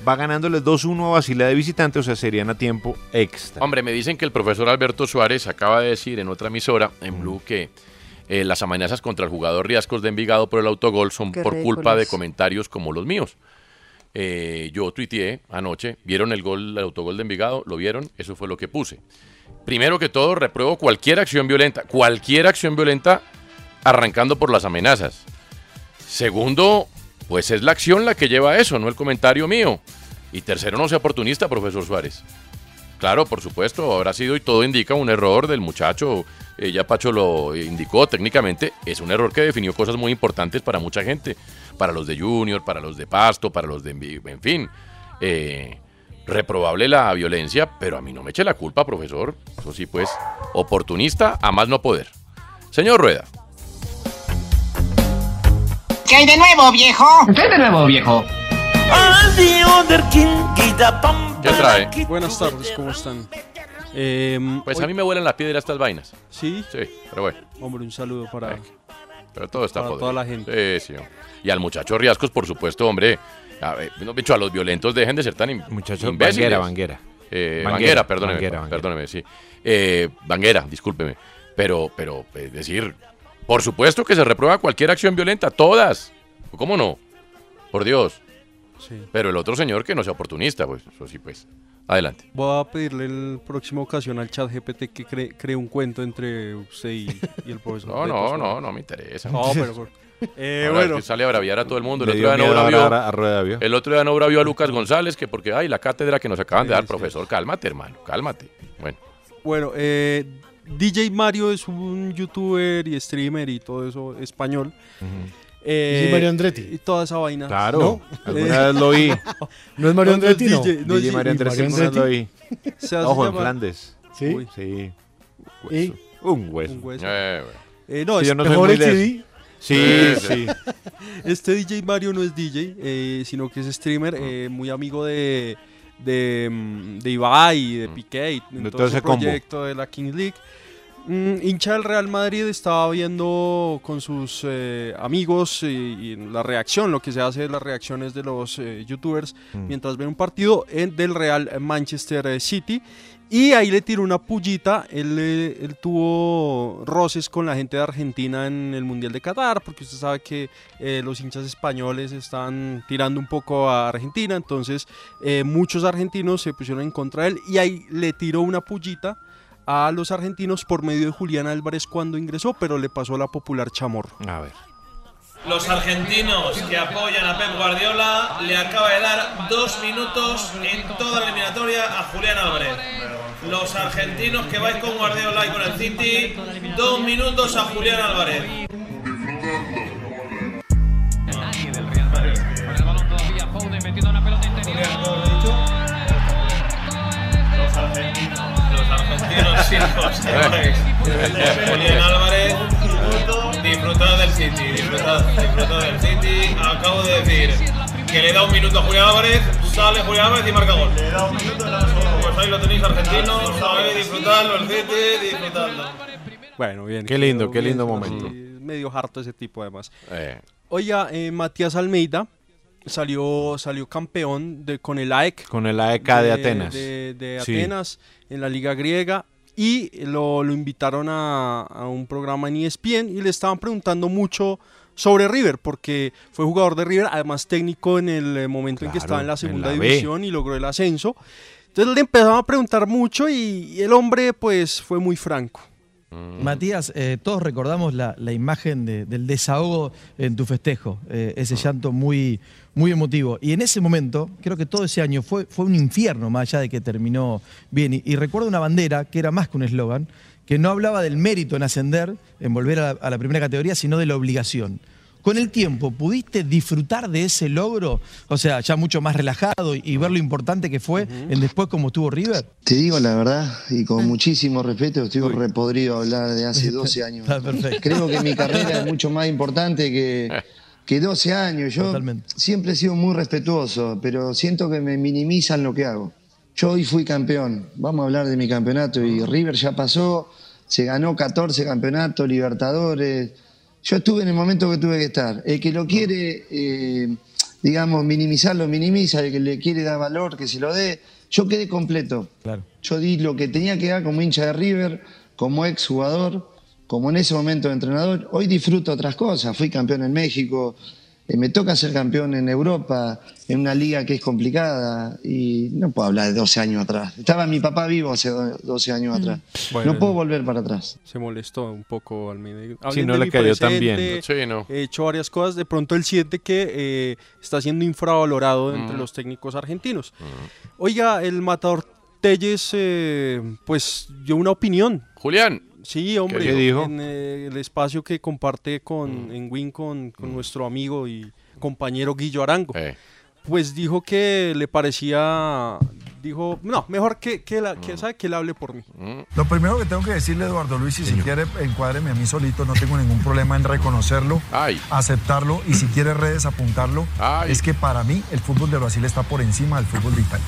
[SPEAKER 7] va ganándole 2-1 a Basilea de visitante, o sea, serían a tiempo extra.
[SPEAKER 3] Hombre, me dicen que el profesor Alberto Suárez acaba de decir en otra emisora, en Blue, que eh, las amenazas contra el jugador Riascos de Envigado por el autogol son
[SPEAKER 21] Qué
[SPEAKER 3] por culpa de
[SPEAKER 21] ridículos.
[SPEAKER 3] comentarios como los míos. Eh, yo tuiteé anoche, vieron el gol, el autogol de Envigado, lo vieron, eso fue lo que puse. Primero que todo, repruebo cualquier acción violenta, cualquier acción violenta arrancando por las amenazas. Segundo, pues es la acción la que lleva a eso, no el comentario mío. Y tercero, no sea oportunista, profesor Suárez. Claro, por supuesto, habrá sido y todo indica un error del muchacho. Eh, ya Pacho lo indicó técnicamente. Es un error que definió cosas muy importantes para mucha gente. Para los de Junior, para los de Pasto, para los de... Envi- En fin, eh, reprobable la violencia, pero a mí no me eche la culpa, profesor. Eso sí, pues, oportunista a más no poder. Señor Rueda.
[SPEAKER 11] ¿Qué hay de nuevo, viejo?
[SPEAKER 3] ¿Qué de nuevo, viejo? ¿Qué trae?
[SPEAKER 12] Buenas tardes, ¿cómo están?
[SPEAKER 3] pues a
[SPEAKER 12] eh, hoy-
[SPEAKER 3] mí me vuelan las piedras estas vainas.
[SPEAKER 12] ¿Sí?
[SPEAKER 3] Sí, pero bueno.
[SPEAKER 12] Hombre, un saludo para...
[SPEAKER 3] Pero todo está
[SPEAKER 12] Para
[SPEAKER 3] podrido.
[SPEAKER 12] toda la
[SPEAKER 3] Sí, sí, hombre. Y al muchacho Riascos, por supuesto, hombre. A ver, no, bicho, a los violentos dejen de ser tan im-
[SPEAKER 7] Muchacho,
[SPEAKER 3] imbéciles.
[SPEAKER 7] Banguera, Banguera.
[SPEAKER 3] Eh,
[SPEAKER 7] Banguera,
[SPEAKER 3] Banguera, perdóneme.
[SPEAKER 7] Banguera,
[SPEAKER 3] pa-
[SPEAKER 7] Banguera.
[SPEAKER 3] Perdóneme, sí. Eh, Banguera, discúlpeme. Pero, pero, es decir, por supuesto que se reprueba cualquier acción violenta, todas. ¿Cómo no? Por Dios.
[SPEAKER 12] Sí.
[SPEAKER 3] Pero el otro señor que no sea oportunista, pues, eso sí, pues. Adelante.
[SPEAKER 12] Voy a pedirle el próximo ocasión al chat GPT que cree, cree un cuento entre usted y, y el profesor.
[SPEAKER 3] No,
[SPEAKER 12] de
[SPEAKER 3] no,
[SPEAKER 12] Pastrana.
[SPEAKER 3] no, no me interesa.
[SPEAKER 12] No, pero... por- Eh,
[SPEAKER 3] Ahora
[SPEAKER 12] bueno.
[SPEAKER 3] que sale a braviar a todo el mundo. El
[SPEAKER 7] Le
[SPEAKER 3] otro, día
[SPEAKER 7] dio
[SPEAKER 3] no
[SPEAKER 7] miedo
[SPEAKER 3] bravió,
[SPEAKER 7] ahora a- a Rueda, ¿vio?
[SPEAKER 3] el otro día no bravió a Lucas González, que porque, ay, la cátedra que nos acaban de dar, profesor, cálmate, hermano, cálmate. Bueno,
[SPEAKER 12] Bueno, eh, DJ Mario es un youtuber y streamer y todo eso español. Eh,
[SPEAKER 5] ¿Es Mario Andretti?
[SPEAKER 12] Y toda esa vaina.
[SPEAKER 7] Claro,
[SPEAKER 12] ¿No? Eh,
[SPEAKER 7] alguna vez lo vi.
[SPEAKER 5] ¿No es Mario Andretti, no?
[SPEAKER 7] DJ Mario Andretti, alguna vez lo vi.
[SPEAKER 12] Se hace
[SPEAKER 7] Ojo, en
[SPEAKER 12] llamar-
[SPEAKER 7] Flandes.
[SPEAKER 12] ¿Sí?
[SPEAKER 7] Uy, Sí. Hueso. Un hueso.
[SPEAKER 12] Un hueso.
[SPEAKER 3] Eh,
[SPEAKER 12] Eh, no,
[SPEAKER 7] Sí,
[SPEAKER 12] es
[SPEAKER 7] yo no soy muy de- Sí, sí.
[SPEAKER 12] Este DJ Mario no es DJ, eh, sino que es streamer,
[SPEAKER 7] Ah.
[SPEAKER 12] eh, muy amigo de, de, mm, de Ibai, de Piqué, y en
[SPEAKER 7] De
[SPEAKER 12] todo
[SPEAKER 7] todo
[SPEAKER 12] ese
[SPEAKER 7] ese combo.
[SPEAKER 12] proyecto de la Kings League. Mm, hincha del Real Madrid estaba viendo con sus eh, amigos y, y la reacción, lo que se hace de las reacciones de los eh, youtubers
[SPEAKER 7] Mm.
[SPEAKER 12] mientras ven un partido en- del Real Manchester eh, City. Y ahí le tiró una pullita. Él, eh, él tuvo roces con la gente de Argentina en el Mundial de Qatar, porque usted sabe que eh, los hinchas españoles están tirando un poco a Argentina. Entonces, eh, muchos argentinos se pusieron en contra de él. Y ahí le tiró una pullita a los argentinos por medio de Julián Álvarez cuando ingresó, pero le pasó la popular chamorro.
[SPEAKER 7] A ver.
[SPEAKER 13] Los argentinos que apoyan a Pep Guardiola le acaba de dar dos minutos en toda la eliminatoria a Julián Álvarez. Los argentinos que vais con Guardiola y con el City, dos minutos a Julián Álvarez. Los argentinos, hijos, Julián Álvarez, disfrutad del City, disfrutad, disfrutad del City. Acabo de decir que le da un minuto a Julián Álvarez, sale Julián Álvarez y marca gol. Le da un minuto, Pues ahí lo tenéis argentinos, sabéis disfrutarlo el City, disfrutadlo.
[SPEAKER 12] Bueno, bien.
[SPEAKER 7] Qué lindo,
[SPEAKER 12] quedó
[SPEAKER 7] qué lindo
[SPEAKER 12] bien,
[SPEAKER 7] momento.
[SPEAKER 12] sí, medio harto ese tipo, además. Oiga, eh, Matías Almeida salió, salió campeón de, con el AEK.
[SPEAKER 7] Con el AEK de Atenas.
[SPEAKER 12] De, de
[SPEAKER 7] Sí.
[SPEAKER 12] Atenas, en la Liga Griega. Y lo, lo invitaron a, a un programa en E ESPN y le estaban preguntando mucho sobre River, porque fue jugador de River, además técnico en el eh, momento en que
[SPEAKER 7] Claro,
[SPEAKER 12] estaba en la
[SPEAKER 7] en
[SPEAKER 12] segunda
[SPEAKER 7] la B.
[SPEAKER 12] división y logró el ascenso. Entonces le empezaban a preguntar mucho y, y el hombre pues fue muy franco.
[SPEAKER 14] Matías, eh, todos recordamos la, la imagen de- del desahogo en tu festejo, eh, ese llanto muy, muy emotivo. Y en ese momento, creo que todo ese año fue, fue un infierno, más allá de que terminó bien. Y, y recuerdo una bandera que era más que un eslogan, que no hablaba del mérito en ascender, en volver a la, a la primera categoría, sino de la obligación. Con el tiempo, ¿pudiste disfrutar de ese logro? O sea, ya mucho más relajado y, y ver lo importante que fue en después como estuvo River.
[SPEAKER 22] Te digo la verdad, y con muchísimo respeto, estoy repodrido a hablar de hace 12 años.
[SPEAKER 14] Está perfecto.
[SPEAKER 22] Creo que mi carrera es mucho más importante que, que 12 años. Yo siempre he sido muy respetuoso, pero siento que me minimizan lo que hago. Yo hoy fui campeón. Vamos a hablar de mi campeonato. Y River ya pasó, se ganó 14 campeonatos, Libertadores. Yo estuve en el momento que tuve que estar. El que lo quiere, eh, digamos, minimizar, lo minimiza. El que le quiere dar valor, que se lo dé. Yo quedé completo.
[SPEAKER 14] Claro.
[SPEAKER 22] Yo di lo que tenía que dar como hincha de River, como ex jugador, como en ese momento entrenador. Hoy disfruto otras cosas. Fui campeón en México, eh, me toca ser campeón en Europa, en una liga que es complicada. Y no puedo hablar de 12 años atrás. Estaba mi papá vivo hace do- 12 años atrás.
[SPEAKER 12] Bueno.
[SPEAKER 22] no puedo volver para atrás.
[SPEAKER 12] Se molestó un poco Almeida.
[SPEAKER 22] Sí,
[SPEAKER 12] Hablen
[SPEAKER 22] no
[SPEAKER 12] de
[SPEAKER 22] le
[SPEAKER 12] mi
[SPEAKER 22] cayó tan bien.
[SPEAKER 12] presente,
[SPEAKER 3] Sí, no.
[SPEAKER 12] He hecho varias cosas. De pronto el 7 que eh, está siendo infravalorado entre
[SPEAKER 3] Mm.
[SPEAKER 12] los técnicos argentinos. Oiga, el matador Telles, eh, pues yo una opinión.
[SPEAKER 3] Julián.
[SPEAKER 12] Sí, hombre.
[SPEAKER 3] ¿Qué dijo? Mm.
[SPEAKER 12] En eh, el espacio que comparte con, en Win con, con nuestro amigo y compañero Guillo Arango.
[SPEAKER 3] Eh.
[SPEAKER 12] Pues dijo que le parecía... Dijo, no, mejor que, que, la,
[SPEAKER 3] Mm.
[SPEAKER 12] que, ¿sabe? que él hable por mí.
[SPEAKER 21] Lo primero que tengo que decirle a Eduardo Luis, y si quiere, encuádreme a mí solito, no tengo ningún problema en reconocerlo, aceptarlo y si quiere redes apuntarlo, es que para mí el fútbol de Brasil está por encima del fútbol de Italia.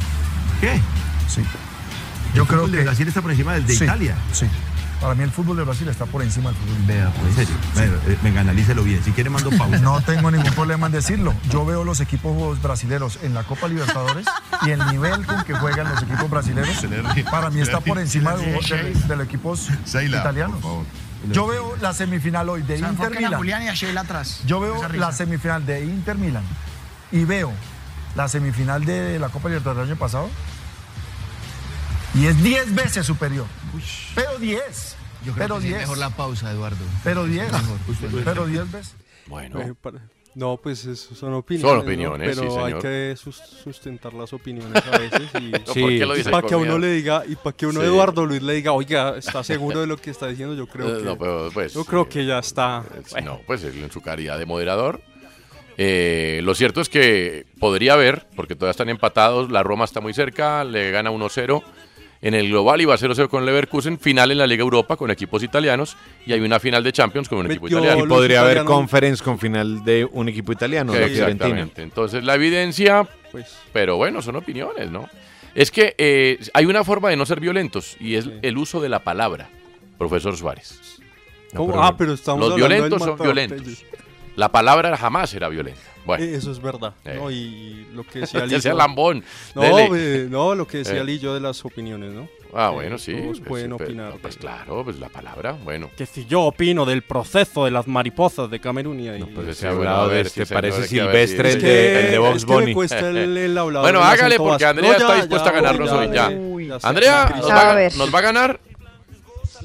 [SPEAKER 21] ¿Qué? Sí. Yo creo que. Brasil está por encima del
[SPEAKER 15] de Italia?
[SPEAKER 21] Sí. Para mí el fútbol de Brasil está por encima del fútbol de
[SPEAKER 15] Vea, pues, en serio. Venga, eh, venga, analícelo bien. Si quiere, mando pausa.
[SPEAKER 21] No tengo ningún problema en decirlo. Yo veo los equipos brasileños en la Copa Libertadores y el nivel con que juegan los equipos brasileños para mí está por encima de, de- de los equipos italianos. Yo veo la semifinal hoy de Inter
[SPEAKER 4] Enfoquen a
[SPEAKER 21] Milan.
[SPEAKER 4] Julián y a Sheila atrás.
[SPEAKER 21] Yo veo
[SPEAKER 4] Esa risa.
[SPEAKER 21] la semifinal de Inter Milan y veo la semifinal de la Copa Libertadores del año pasado y es 10 veces superior. Pero 10.
[SPEAKER 4] Yo creo
[SPEAKER 21] Pero
[SPEAKER 4] que sí es
[SPEAKER 21] 10.
[SPEAKER 4] mejor la pausa, Eduardo.
[SPEAKER 21] Pero
[SPEAKER 4] Sí,
[SPEAKER 21] 10.
[SPEAKER 4] mejor.
[SPEAKER 21] Pero 10 veces.
[SPEAKER 3] Bueno.
[SPEAKER 12] Eh, para- No, pues eso son opiniones. ¿no?
[SPEAKER 3] opiniones, sí,
[SPEAKER 12] Pero hay
[SPEAKER 3] señor.
[SPEAKER 12] que sus- sustentar las opiniones a veces. Y,
[SPEAKER 3] No, ¿por qué lo dice
[SPEAKER 12] para
[SPEAKER 3] con
[SPEAKER 12] que a uno
[SPEAKER 3] miedo?
[SPEAKER 12] le diga, y para que uno
[SPEAKER 3] Sí.
[SPEAKER 12] Eduardo Luis le diga, oiga, ¿está seguro de lo que está diciendo? Yo creo
[SPEAKER 3] Eh,
[SPEAKER 12] que.
[SPEAKER 3] no, pero, pues,
[SPEAKER 12] yo creo que ya está.
[SPEAKER 3] Es- No, pues él en su calidad de moderador. Eh, lo cierto es que podría haber, porque todavía están empatados, la Roma está muy cerca, le gana 1-0 en el global y va 0-0 con Leverkusen, final en la Liga Europa con equipos italianos y hay una final de Champions con un equipo italiano.
[SPEAKER 7] Y podría haber conference con final de un equipo italiano,
[SPEAKER 3] Sí,
[SPEAKER 7] la Fiorentina.
[SPEAKER 3] Exactamente. Entonces la evidencia, pero bueno, son opiniones, ¿no? Es que eh, hay una forma de no ser violentos y es el uso de la palabra, profesor Suárez.
[SPEAKER 12] ¿Cómo? Ah, pero estamos
[SPEAKER 3] Los
[SPEAKER 12] hablando del
[SPEAKER 3] violentos son
[SPEAKER 12] matador
[SPEAKER 3] violentos. La palabra jamás era violenta. Bueno.
[SPEAKER 12] Eh, Eso es verdad.
[SPEAKER 3] Eh.
[SPEAKER 12] No, y lo que decía
[SPEAKER 3] Ya
[SPEAKER 12] Lillo-
[SPEAKER 3] sea lambón,
[SPEAKER 12] No,
[SPEAKER 3] dele.
[SPEAKER 12] eh, no, lo que decía
[SPEAKER 3] Eh.
[SPEAKER 12] Lillo de las opiniones, ¿no?
[SPEAKER 3] Ah,
[SPEAKER 12] Eh,
[SPEAKER 3] bueno, sí.
[SPEAKER 12] todos
[SPEAKER 3] pues,
[SPEAKER 12] pueden
[SPEAKER 3] sí, pero-
[SPEAKER 12] opinar.
[SPEAKER 3] Pues claro, pues la palabra, bueno.
[SPEAKER 12] Que si yo opino del proceso de las mariposas de Camerún y ahí.
[SPEAKER 3] Pues
[SPEAKER 7] Se ha hablado de este, parece Silvestre,
[SPEAKER 12] Es
[SPEAKER 7] el
[SPEAKER 12] que-
[SPEAKER 7] de, el de Vox
[SPEAKER 12] es que me
[SPEAKER 7] Bunny.
[SPEAKER 12] cuesta el- el hablado
[SPEAKER 3] Bueno,
[SPEAKER 12] del
[SPEAKER 3] hágale
[SPEAKER 12] acento
[SPEAKER 3] porque
[SPEAKER 12] vasco.
[SPEAKER 3] Andrea
[SPEAKER 12] No,
[SPEAKER 3] está
[SPEAKER 12] ya, ya,
[SPEAKER 3] dispuesta a ganarnos
[SPEAKER 12] uy,
[SPEAKER 3] hoy.
[SPEAKER 12] ya,
[SPEAKER 3] Ya.
[SPEAKER 12] uy, ya sé.
[SPEAKER 3] Andrea, ¿nos va,
[SPEAKER 6] A
[SPEAKER 3] a-
[SPEAKER 6] ver.
[SPEAKER 3] ¿nos va a ganar?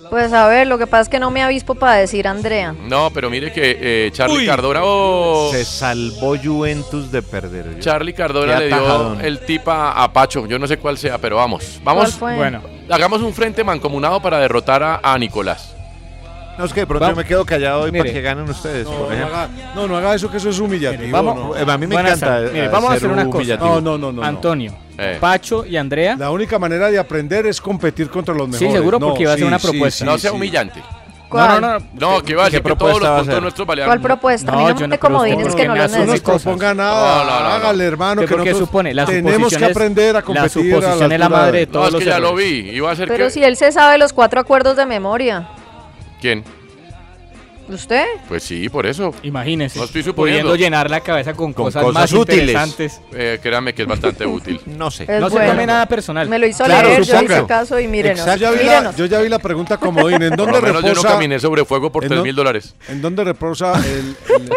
[SPEAKER 6] Pues a ver, lo que pasa es que no me avispo para decir Andrea.
[SPEAKER 3] No, pero mire que eh, Charlie Cardona. oh,
[SPEAKER 7] Se salvó Juventus de perder.
[SPEAKER 3] Charlie Cardona
[SPEAKER 7] Qué
[SPEAKER 3] le dio
[SPEAKER 7] atajadón.
[SPEAKER 3] el tipa a Pacho. Yo no sé cuál sea, pero vamos. Vamos.
[SPEAKER 7] ¿Cuál fue? Bueno.
[SPEAKER 3] Hagamos un frente mancomunado para derrotar a, a Nicolás.
[SPEAKER 7] No, es que de pronto
[SPEAKER 3] Vamos.
[SPEAKER 7] yo me quedo callado y para
[SPEAKER 3] Mire.
[SPEAKER 7] que ganen ustedes,
[SPEAKER 3] No,
[SPEAKER 7] por
[SPEAKER 3] no
[SPEAKER 7] ejemplo.
[SPEAKER 8] haga- No, no haga eso, que eso es eh, humillativo.
[SPEAKER 7] vamos-
[SPEAKER 8] no.
[SPEAKER 7] a mí me
[SPEAKER 8] Buenas
[SPEAKER 7] encanta,
[SPEAKER 8] tardes.
[SPEAKER 7] eh,
[SPEAKER 8] vamos a
[SPEAKER 7] ser
[SPEAKER 8] hacer una cosa.
[SPEAKER 7] humillativo.
[SPEAKER 8] No, no, no, no.
[SPEAKER 16] Antonio,
[SPEAKER 3] Eh.
[SPEAKER 16] Pacho y Andrea.
[SPEAKER 8] La única manera de aprender es competir contra los mejores.
[SPEAKER 16] seguro,
[SPEAKER 8] No,
[SPEAKER 16] porque va a ser
[SPEAKER 8] sí,
[SPEAKER 16] una
[SPEAKER 8] sí,
[SPEAKER 16] propuesta.
[SPEAKER 8] sí,
[SPEAKER 3] no sea
[SPEAKER 8] sí.
[SPEAKER 3] humillante.
[SPEAKER 6] ¿Cuál?
[SPEAKER 3] No, que va a decir que todos los puntos nuestros valían.
[SPEAKER 6] ¿Cuál propuesta? A mí no
[SPEAKER 16] No, yo
[SPEAKER 6] me
[SPEAKER 16] no,
[SPEAKER 6] no,
[SPEAKER 16] pero usted
[SPEAKER 6] comodines
[SPEAKER 16] porque
[SPEAKER 6] que no
[SPEAKER 16] me
[SPEAKER 6] los
[SPEAKER 16] hace unas
[SPEAKER 6] necesito.
[SPEAKER 16] cosas.
[SPEAKER 8] ponga nada,
[SPEAKER 3] No, no, no, no.
[SPEAKER 8] hágale, hermano.
[SPEAKER 16] Que
[SPEAKER 8] que
[SPEAKER 16] porque
[SPEAKER 8] nosotros
[SPEAKER 16] supone, la
[SPEAKER 8] tenemos que
[SPEAKER 16] suposición es-
[SPEAKER 8] aprender a
[SPEAKER 16] la
[SPEAKER 8] competir. a
[SPEAKER 16] suposición es la
[SPEAKER 8] altura
[SPEAKER 16] madre de
[SPEAKER 3] No, es que ya lo vi. Iba a ser
[SPEAKER 6] Pero
[SPEAKER 3] que.
[SPEAKER 6] si él se sabe los cuatro acuerdos de memoria.
[SPEAKER 3] ¿Quién?
[SPEAKER 6] ¿Usted?
[SPEAKER 3] Pues sí, por eso.
[SPEAKER 16] Imagínese.
[SPEAKER 3] No estoy suponiendo.
[SPEAKER 16] Pudiendo llenar la cabeza con,
[SPEAKER 3] Con
[SPEAKER 16] cosas,
[SPEAKER 3] cosas
[SPEAKER 16] más
[SPEAKER 3] útiles.
[SPEAKER 16] interesantes.
[SPEAKER 3] Eh, créame que es bastante útil.
[SPEAKER 7] no sé.
[SPEAKER 6] Es
[SPEAKER 16] no se
[SPEAKER 6] bueno.
[SPEAKER 16] tome nada personal.
[SPEAKER 6] Me lo hizo
[SPEAKER 3] Claro,
[SPEAKER 6] leer, yo
[SPEAKER 3] supongo.
[SPEAKER 6] hice caso y mírenos.
[SPEAKER 8] Yo ya, vi la,
[SPEAKER 6] mírenos.
[SPEAKER 8] yo ya vi la pregunta comodín. ¿En
[SPEAKER 3] Por
[SPEAKER 8] dónde
[SPEAKER 3] lo menos yo no
[SPEAKER 8] reposa?
[SPEAKER 3] caminé sobre fuego por
[SPEAKER 8] ¿En
[SPEAKER 3] 3
[SPEAKER 8] dó-
[SPEAKER 3] mil dólares.
[SPEAKER 8] ¿En dónde reposa el, el- ¿En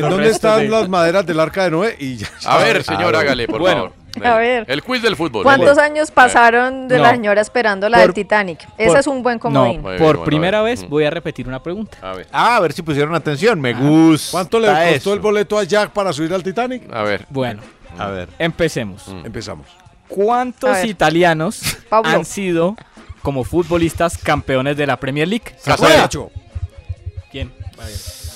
[SPEAKER 3] Los
[SPEAKER 8] dónde
[SPEAKER 3] restos
[SPEAKER 8] están
[SPEAKER 3] de-
[SPEAKER 8] las maderas del arca de Noé? Y ya-
[SPEAKER 3] A ver, señor, hágale, por
[SPEAKER 8] Bueno.
[SPEAKER 3] favor.
[SPEAKER 6] A ver.
[SPEAKER 3] El quiz del fútbol.
[SPEAKER 6] ¿Cuántos años pasaron de
[SPEAKER 16] No.
[SPEAKER 6] la señora esperando la
[SPEAKER 16] Por-
[SPEAKER 6] del Titanic? Ese
[SPEAKER 16] por-
[SPEAKER 6] es un buen comodín.
[SPEAKER 16] No, por primera vez voy a repetir una pregunta. Ah.
[SPEAKER 3] A ver.
[SPEAKER 7] Ah, a ver si pusieron atención. Me gusta.
[SPEAKER 8] ¿Cuánto le costó
[SPEAKER 7] eso.
[SPEAKER 8] el boleto a Jack para subir al Titanic?
[SPEAKER 3] A ver.
[SPEAKER 16] Bueno,
[SPEAKER 7] A ver.
[SPEAKER 16] empecemos.
[SPEAKER 8] Empezamos.
[SPEAKER 6] A
[SPEAKER 16] ¿Cuántos
[SPEAKER 6] ver.
[SPEAKER 16] italianos
[SPEAKER 6] Pablo.
[SPEAKER 16] han sido como futbolistas campeones de la Premier League? ¿Se
[SPEAKER 3] Casella.
[SPEAKER 16] acuerdan? ¿Quién?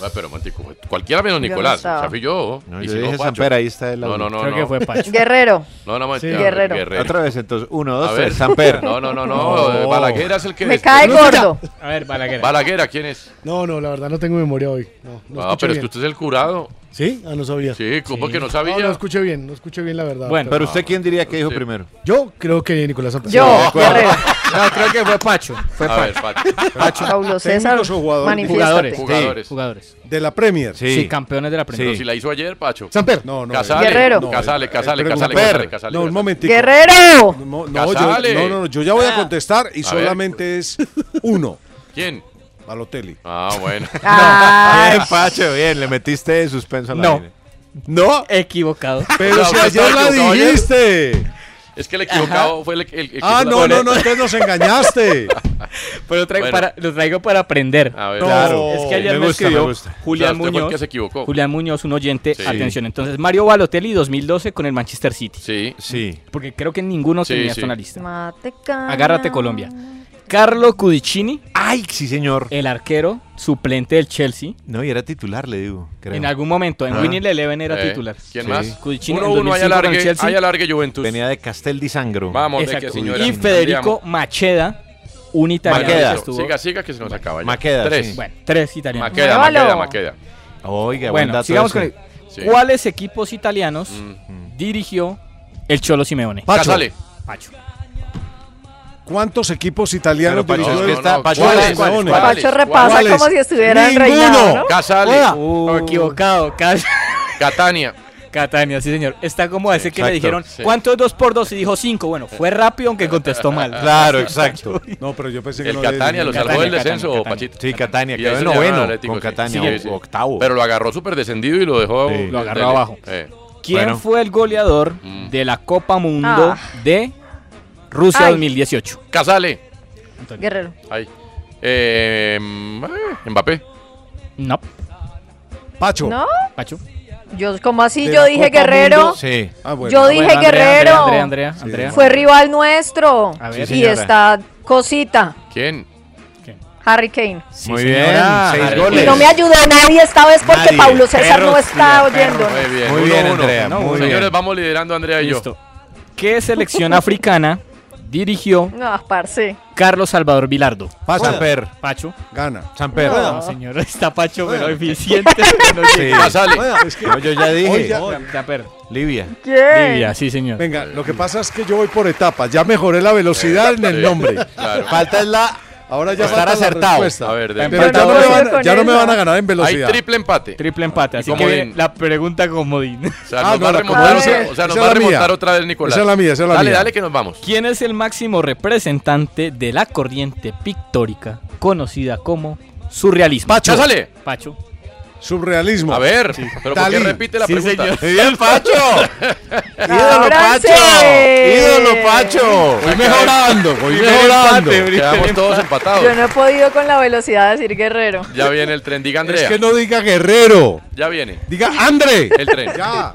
[SPEAKER 3] Ah, pero Montico, cualquiera menos
[SPEAKER 6] Yo no
[SPEAKER 3] Nicolás.
[SPEAKER 6] estaba.
[SPEAKER 3] Chafi y yo.
[SPEAKER 7] No,
[SPEAKER 3] y
[SPEAKER 7] yo
[SPEAKER 3] si no,
[SPEAKER 7] dije
[SPEAKER 3] Pacho.
[SPEAKER 7] Samper, ahí está el
[SPEAKER 3] No, no,
[SPEAKER 7] audio.
[SPEAKER 3] no.
[SPEAKER 7] Creo
[SPEAKER 3] no.
[SPEAKER 7] que fue Pacho.
[SPEAKER 6] Guerrero.
[SPEAKER 3] No, no, Montico.
[SPEAKER 6] Guerrero.
[SPEAKER 7] Otra vez, entonces, uno, dos,
[SPEAKER 3] A
[SPEAKER 7] tres,
[SPEAKER 3] ver.
[SPEAKER 7] Samper.
[SPEAKER 3] No, no, no, no.
[SPEAKER 7] No.
[SPEAKER 3] Balaguer es el que.
[SPEAKER 6] Me
[SPEAKER 3] después-
[SPEAKER 6] cae gordo.
[SPEAKER 16] A ver, Balaguer.
[SPEAKER 3] Balaguer, ¿a quién es?
[SPEAKER 5] No, no, la verdad no tengo memoria hoy. No, no
[SPEAKER 3] Ah,
[SPEAKER 5] escuché
[SPEAKER 3] pero es
[SPEAKER 5] bien.
[SPEAKER 3] que usted es el curado.
[SPEAKER 5] ¿Sí? Ah, no sabía.
[SPEAKER 3] Sí, ¿cómo
[SPEAKER 5] Sí.
[SPEAKER 3] que no sabía?
[SPEAKER 5] No, no escuché bien, no escuché bien la verdad.
[SPEAKER 7] Bueno, pero usted, ¿quién diría que dijo primero?
[SPEAKER 5] Yo creo que Nicolás Samper.
[SPEAKER 7] Yo,
[SPEAKER 5] De acuerdo.
[SPEAKER 7] Guerrero.
[SPEAKER 16] No, creo que fue Pacho.
[SPEAKER 5] Fue
[SPEAKER 3] A ver,
[SPEAKER 5] Pacho.
[SPEAKER 3] Pacho.
[SPEAKER 5] Pacho.
[SPEAKER 6] Paulo César,
[SPEAKER 8] Técnicos o jugadores.
[SPEAKER 6] manifiéstate.
[SPEAKER 16] Jugadores.
[SPEAKER 3] Jugadores.
[SPEAKER 16] Sí, jugadores.
[SPEAKER 8] De la Premier.
[SPEAKER 7] Sí.
[SPEAKER 16] Sí, campeones de la Premier.
[SPEAKER 3] Pero si la hizo ayer, Pacho.
[SPEAKER 5] Samper.
[SPEAKER 8] No, no.
[SPEAKER 3] Casale,
[SPEAKER 8] Guerrero.
[SPEAKER 3] no, Casale,
[SPEAKER 8] eh,
[SPEAKER 3] Casale,
[SPEAKER 8] eh,
[SPEAKER 3] Casale,
[SPEAKER 8] Samper.
[SPEAKER 3] Casale, Casale,
[SPEAKER 8] No, un
[SPEAKER 3] Casale.
[SPEAKER 8] momentico.
[SPEAKER 6] ¡Guerrero!
[SPEAKER 8] No, no, yo,
[SPEAKER 3] Casale.
[SPEAKER 8] no, no, no, yo ya
[SPEAKER 16] Ah.
[SPEAKER 8] voy a contestar y
[SPEAKER 3] A
[SPEAKER 8] solamente es uno.
[SPEAKER 3] ¿Quién?
[SPEAKER 8] Balotelli.
[SPEAKER 3] Ah, bueno.
[SPEAKER 16] Ah.
[SPEAKER 7] Bien, Pacho, bien, le metiste de suspenso a la
[SPEAKER 16] No.
[SPEAKER 7] vaina.
[SPEAKER 8] No,
[SPEAKER 16] Equivocado.
[SPEAKER 8] pero
[SPEAKER 3] No,
[SPEAKER 8] si
[SPEAKER 3] usted
[SPEAKER 8] ayer
[SPEAKER 3] estaba
[SPEAKER 8] la
[SPEAKER 3] equivocado ayer.
[SPEAKER 8] dijiste.
[SPEAKER 3] Es que el equivocado fue el, el, el que
[SPEAKER 8] Ah,
[SPEAKER 3] hizo la
[SPEAKER 8] no, no,
[SPEAKER 3] boleta.
[SPEAKER 8] no, entonces nos engañaste.
[SPEAKER 16] Pero lo traigo,
[SPEAKER 3] Bueno.
[SPEAKER 16] para, lo traigo para aprender.
[SPEAKER 3] A ver,
[SPEAKER 8] No.
[SPEAKER 3] claro.
[SPEAKER 16] Es que ayer
[SPEAKER 7] Me
[SPEAKER 16] me,
[SPEAKER 7] gusta,
[SPEAKER 16] escribió
[SPEAKER 7] me gusta.
[SPEAKER 3] O sea,
[SPEAKER 16] Julián
[SPEAKER 3] usted fue el
[SPEAKER 16] Muñoz.
[SPEAKER 3] que se equivocó.
[SPEAKER 16] Julián Muñoz, un oyente.
[SPEAKER 3] Sí.
[SPEAKER 16] Atención. Entonces, Mario Balotelli 2012 con el Manchester City.
[SPEAKER 3] Sí.
[SPEAKER 7] Sí.
[SPEAKER 16] Porque creo que ninguno
[SPEAKER 3] Sí,
[SPEAKER 16] tenía
[SPEAKER 3] sí.
[SPEAKER 16] esto en la lista.
[SPEAKER 6] Mateca.
[SPEAKER 16] Agárrate, Colombia. Carlo Cudicini,
[SPEAKER 7] Ay, sí, señor.
[SPEAKER 16] el arquero suplente del Chelsea.
[SPEAKER 7] No, y era titular, le digo. creo.
[SPEAKER 16] En algún momento, en
[SPEAKER 7] Ah.
[SPEAKER 16] Winning Eleven era
[SPEAKER 3] Eh,
[SPEAKER 16] titular.
[SPEAKER 3] ¿Quién
[SPEAKER 7] Sí.
[SPEAKER 3] más?
[SPEAKER 16] Cudicini en
[SPEAKER 3] 1-1, hay
[SPEAKER 16] 2005 con el
[SPEAKER 3] alargue,
[SPEAKER 16] Chelsea.
[SPEAKER 3] hay alargue Juventus.
[SPEAKER 7] Venía de Castel di Sangro.
[SPEAKER 3] Vamos, de
[SPEAKER 16] Exacto.
[SPEAKER 3] que señora.
[SPEAKER 16] Y Federico Macheda, un italiano
[SPEAKER 7] Maqueda.
[SPEAKER 16] que estuvo.
[SPEAKER 3] Siga, siga, que se nos acaba ya.
[SPEAKER 7] Maqueda,
[SPEAKER 3] Tres.
[SPEAKER 7] sí.
[SPEAKER 16] Bueno, tres italianos.
[SPEAKER 3] Maqueda, Maqueda,
[SPEAKER 6] Muévalo.
[SPEAKER 3] Maqueda.
[SPEAKER 7] Oiga, buen
[SPEAKER 16] Bueno,
[SPEAKER 7] dato
[SPEAKER 16] sigamos
[SPEAKER 7] ese.
[SPEAKER 16] con el-
[SPEAKER 3] Sí.
[SPEAKER 16] ¿Cuáles equipos italianos
[SPEAKER 3] Mm.
[SPEAKER 16] dirigió el Cholo Simeone?
[SPEAKER 8] Pacho.
[SPEAKER 3] Casale.
[SPEAKER 16] Pacho.
[SPEAKER 8] ¿Cuántos equipos
[SPEAKER 7] Pero
[SPEAKER 8] italianos
[SPEAKER 7] Pacho,
[SPEAKER 8] dirigió
[SPEAKER 7] es que
[SPEAKER 8] el-
[SPEAKER 7] está- Pacho,
[SPEAKER 8] ¿Cuáles?
[SPEAKER 7] es-
[SPEAKER 8] ¿Cuáles?
[SPEAKER 3] ¿Cuáles?
[SPEAKER 6] Pacho repasa
[SPEAKER 8] ¿Cuáles?
[SPEAKER 6] como si estuviera en
[SPEAKER 8] ¡Ninguno!
[SPEAKER 6] reinado, ¿no?
[SPEAKER 3] Casale.
[SPEAKER 8] Hola.
[SPEAKER 16] Oh, equivocado. Cas-
[SPEAKER 3] Catania.
[SPEAKER 16] Catania, sí señor. Está como ese que
[SPEAKER 7] exacto,
[SPEAKER 16] le dijeron,
[SPEAKER 3] sí.
[SPEAKER 16] ¿cuánto es dos por dos? Y dijo cinco. Bueno, fue rápido aunque contestó mal.
[SPEAKER 7] Claro, exacto.
[SPEAKER 8] No, pero yo pensé que
[SPEAKER 3] El
[SPEAKER 8] no le-
[SPEAKER 3] Catania lo salvó
[SPEAKER 16] Catania,
[SPEAKER 3] del descenso,
[SPEAKER 16] Catania,
[SPEAKER 3] Pachito.
[SPEAKER 7] Sí, Catania,
[SPEAKER 3] Y
[SPEAKER 7] quedó
[SPEAKER 3] ahí
[SPEAKER 7] en
[SPEAKER 3] se le llama
[SPEAKER 7] noveno
[SPEAKER 3] Atlético,
[SPEAKER 7] con
[SPEAKER 3] sí.
[SPEAKER 7] Catania,
[SPEAKER 3] Sí, sí.
[SPEAKER 7] o- octavo.
[SPEAKER 3] Pero lo agarró súper descendido y lo dejó.
[SPEAKER 7] Sí.
[SPEAKER 16] Oh, Lo agarró
[SPEAKER 3] dele.
[SPEAKER 16] abajo.
[SPEAKER 3] Eh.
[SPEAKER 16] ¿Quién
[SPEAKER 7] Bueno.
[SPEAKER 16] fue el goleador
[SPEAKER 3] Mm.
[SPEAKER 16] de la Copa Mundo
[SPEAKER 6] Ah.
[SPEAKER 16] de Rusia
[SPEAKER 6] Ay.
[SPEAKER 16] 2018?
[SPEAKER 3] Casale.
[SPEAKER 6] Guerrero.
[SPEAKER 3] Ahí. Eh, mm, eh, Mbappé.
[SPEAKER 16] No,
[SPEAKER 8] Pacho.
[SPEAKER 6] ¿No?
[SPEAKER 16] Pacho.
[SPEAKER 6] Yo, como así,
[SPEAKER 8] De
[SPEAKER 6] yo
[SPEAKER 8] la
[SPEAKER 6] dije
[SPEAKER 8] Copa
[SPEAKER 6] Guerrero.
[SPEAKER 8] Mundo,
[SPEAKER 7] Sí.
[SPEAKER 8] Ah, bueno.
[SPEAKER 6] Yo dije
[SPEAKER 16] Bueno, Andrea,
[SPEAKER 6] Guerrero.
[SPEAKER 16] Andrea, Andrea, Andrea, Andrea.
[SPEAKER 6] Fue rival nuestro.
[SPEAKER 16] A ver.
[SPEAKER 7] Sí,
[SPEAKER 6] y
[SPEAKER 7] señora.
[SPEAKER 6] está cosita,
[SPEAKER 3] ¿Quién?
[SPEAKER 6] Harry Kane.
[SPEAKER 16] Sí,
[SPEAKER 7] Muy
[SPEAKER 16] señora.
[SPEAKER 7] bien, seis
[SPEAKER 16] Harry
[SPEAKER 7] goles.
[SPEAKER 6] Y no me ayudó nadie esta vez porque
[SPEAKER 7] Nadie.
[SPEAKER 6] Paulo César
[SPEAKER 7] Perros,
[SPEAKER 6] no está
[SPEAKER 7] tía, perros.
[SPEAKER 6] oyendo.
[SPEAKER 3] Muy bien.
[SPEAKER 7] Muy
[SPEAKER 3] uno,
[SPEAKER 7] bien,
[SPEAKER 3] uno.
[SPEAKER 7] Andrea,
[SPEAKER 3] No,
[SPEAKER 7] muy
[SPEAKER 3] Señores,
[SPEAKER 7] bien.
[SPEAKER 3] vamos liderando Andrea y yo.
[SPEAKER 16] Listo. ¿Qué selección africana dirigió
[SPEAKER 6] No, parce.
[SPEAKER 16] Carlos Salvador Vilardo?
[SPEAKER 8] Pacho.
[SPEAKER 7] Samper.
[SPEAKER 16] Pacho.
[SPEAKER 8] Gana.
[SPEAKER 7] Samper.
[SPEAKER 16] No, señor, está Pacho, pero eficiente. No
[SPEAKER 7] Sí.
[SPEAKER 3] Casale.
[SPEAKER 8] Es que-
[SPEAKER 7] No, yo ya
[SPEAKER 8] Hoy
[SPEAKER 7] dije.
[SPEAKER 8] ya-
[SPEAKER 16] llega. Taper.
[SPEAKER 7] Libia.
[SPEAKER 6] ¿Quién?
[SPEAKER 16] Libia, sí, señor.
[SPEAKER 8] Venga, lo que pasa es que yo voy por etapas. Ya mejoré la velocidad en el
[SPEAKER 3] Sí,
[SPEAKER 8] nombre.
[SPEAKER 3] claro.
[SPEAKER 7] Falta es la.
[SPEAKER 8] Ahora ya
[SPEAKER 7] Estar
[SPEAKER 8] falta la
[SPEAKER 7] acertado.
[SPEAKER 8] respuesta.
[SPEAKER 3] A ver, de-
[SPEAKER 8] Pero
[SPEAKER 6] Pero
[SPEAKER 8] ya no,
[SPEAKER 6] no
[SPEAKER 8] me
[SPEAKER 6] puedo
[SPEAKER 8] van,
[SPEAKER 6] con
[SPEAKER 8] ya no me
[SPEAKER 6] eso.
[SPEAKER 8] van a ganar en
[SPEAKER 3] Hay
[SPEAKER 8] velocidad.
[SPEAKER 3] triple empate.
[SPEAKER 16] Triple empate. Así que
[SPEAKER 3] comodín.
[SPEAKER 16] viene la pregunta comodín.
[SPEAKER 3] O sea,
[SPEAKER 8] Ah,
[SPEAKER 3] nos
[SPEAKER 8] no,
[SPEAKER 3] va a
[SPEAKER 8] la
[SPEAKER 3] remontar,
[SPEAKER 6] comodín,
[SPEAKER 3] otra- o sea, nos va
[SPEAKER 8] esa
[SPEAKER 3] a
[SPEAKER 8] es la mía.
[SPEAKER 3] remontar otra vez Nicolás.
[SPEAKER 8] Esa es la mía, esa es la
[SPEAKER 3] dale,
[SPEAKER 8] mía.
[SPEAKER 3] dale que nos vamos.
[SPEAKER 16] ¿Quién es el máximo representante de la corriente pictórica conocida como surrealismo?
[SPEAKER 3] Pacho. Casale.
[SPEAKER 16] Pacho.
[SPEAKER 8] Surrealismo.
[SPEAKER 3] A ver, pero ¿por qué
[SPEAKER 8] Dalí.
[SPEAKER 3] repite la
[SPEAKER 16] Sí,
[SPEAKER 3] pregunta?
[SPEAKER 16] señor.
[SPEAKER 7] Muy bien, Pacho. Ídolo
[SPEAKER 6] Ahora
[SPEAKER 7] Pacho.
[SPEAKER 6] sí.
[SPEAKER 7] Ídolo Pacho.
[SPEAKER 8] Voy mejorando, voy
[SPEAKER 7] Primer
[SPEAKER 8] mejorando.
[SPEAKER 7] empate, primer
[SPEAKER 3] Quedamos todos
[SPEAKER 6] Yo
[SPEAKER 3] empatados.
[SPEAKER 6] no he podido con la velocidad de decir Guerrero.
[SPEAKER 3] Ya viene el tren. Diga Andrea.
[SPEAKER 8] Es que no diga Guerrero.
[SPEAKER 3] Ya viene.
[SPEAKER 8] Diga André.
[SPEAKER 3] El tren.
[SPEAKER 8] Ya.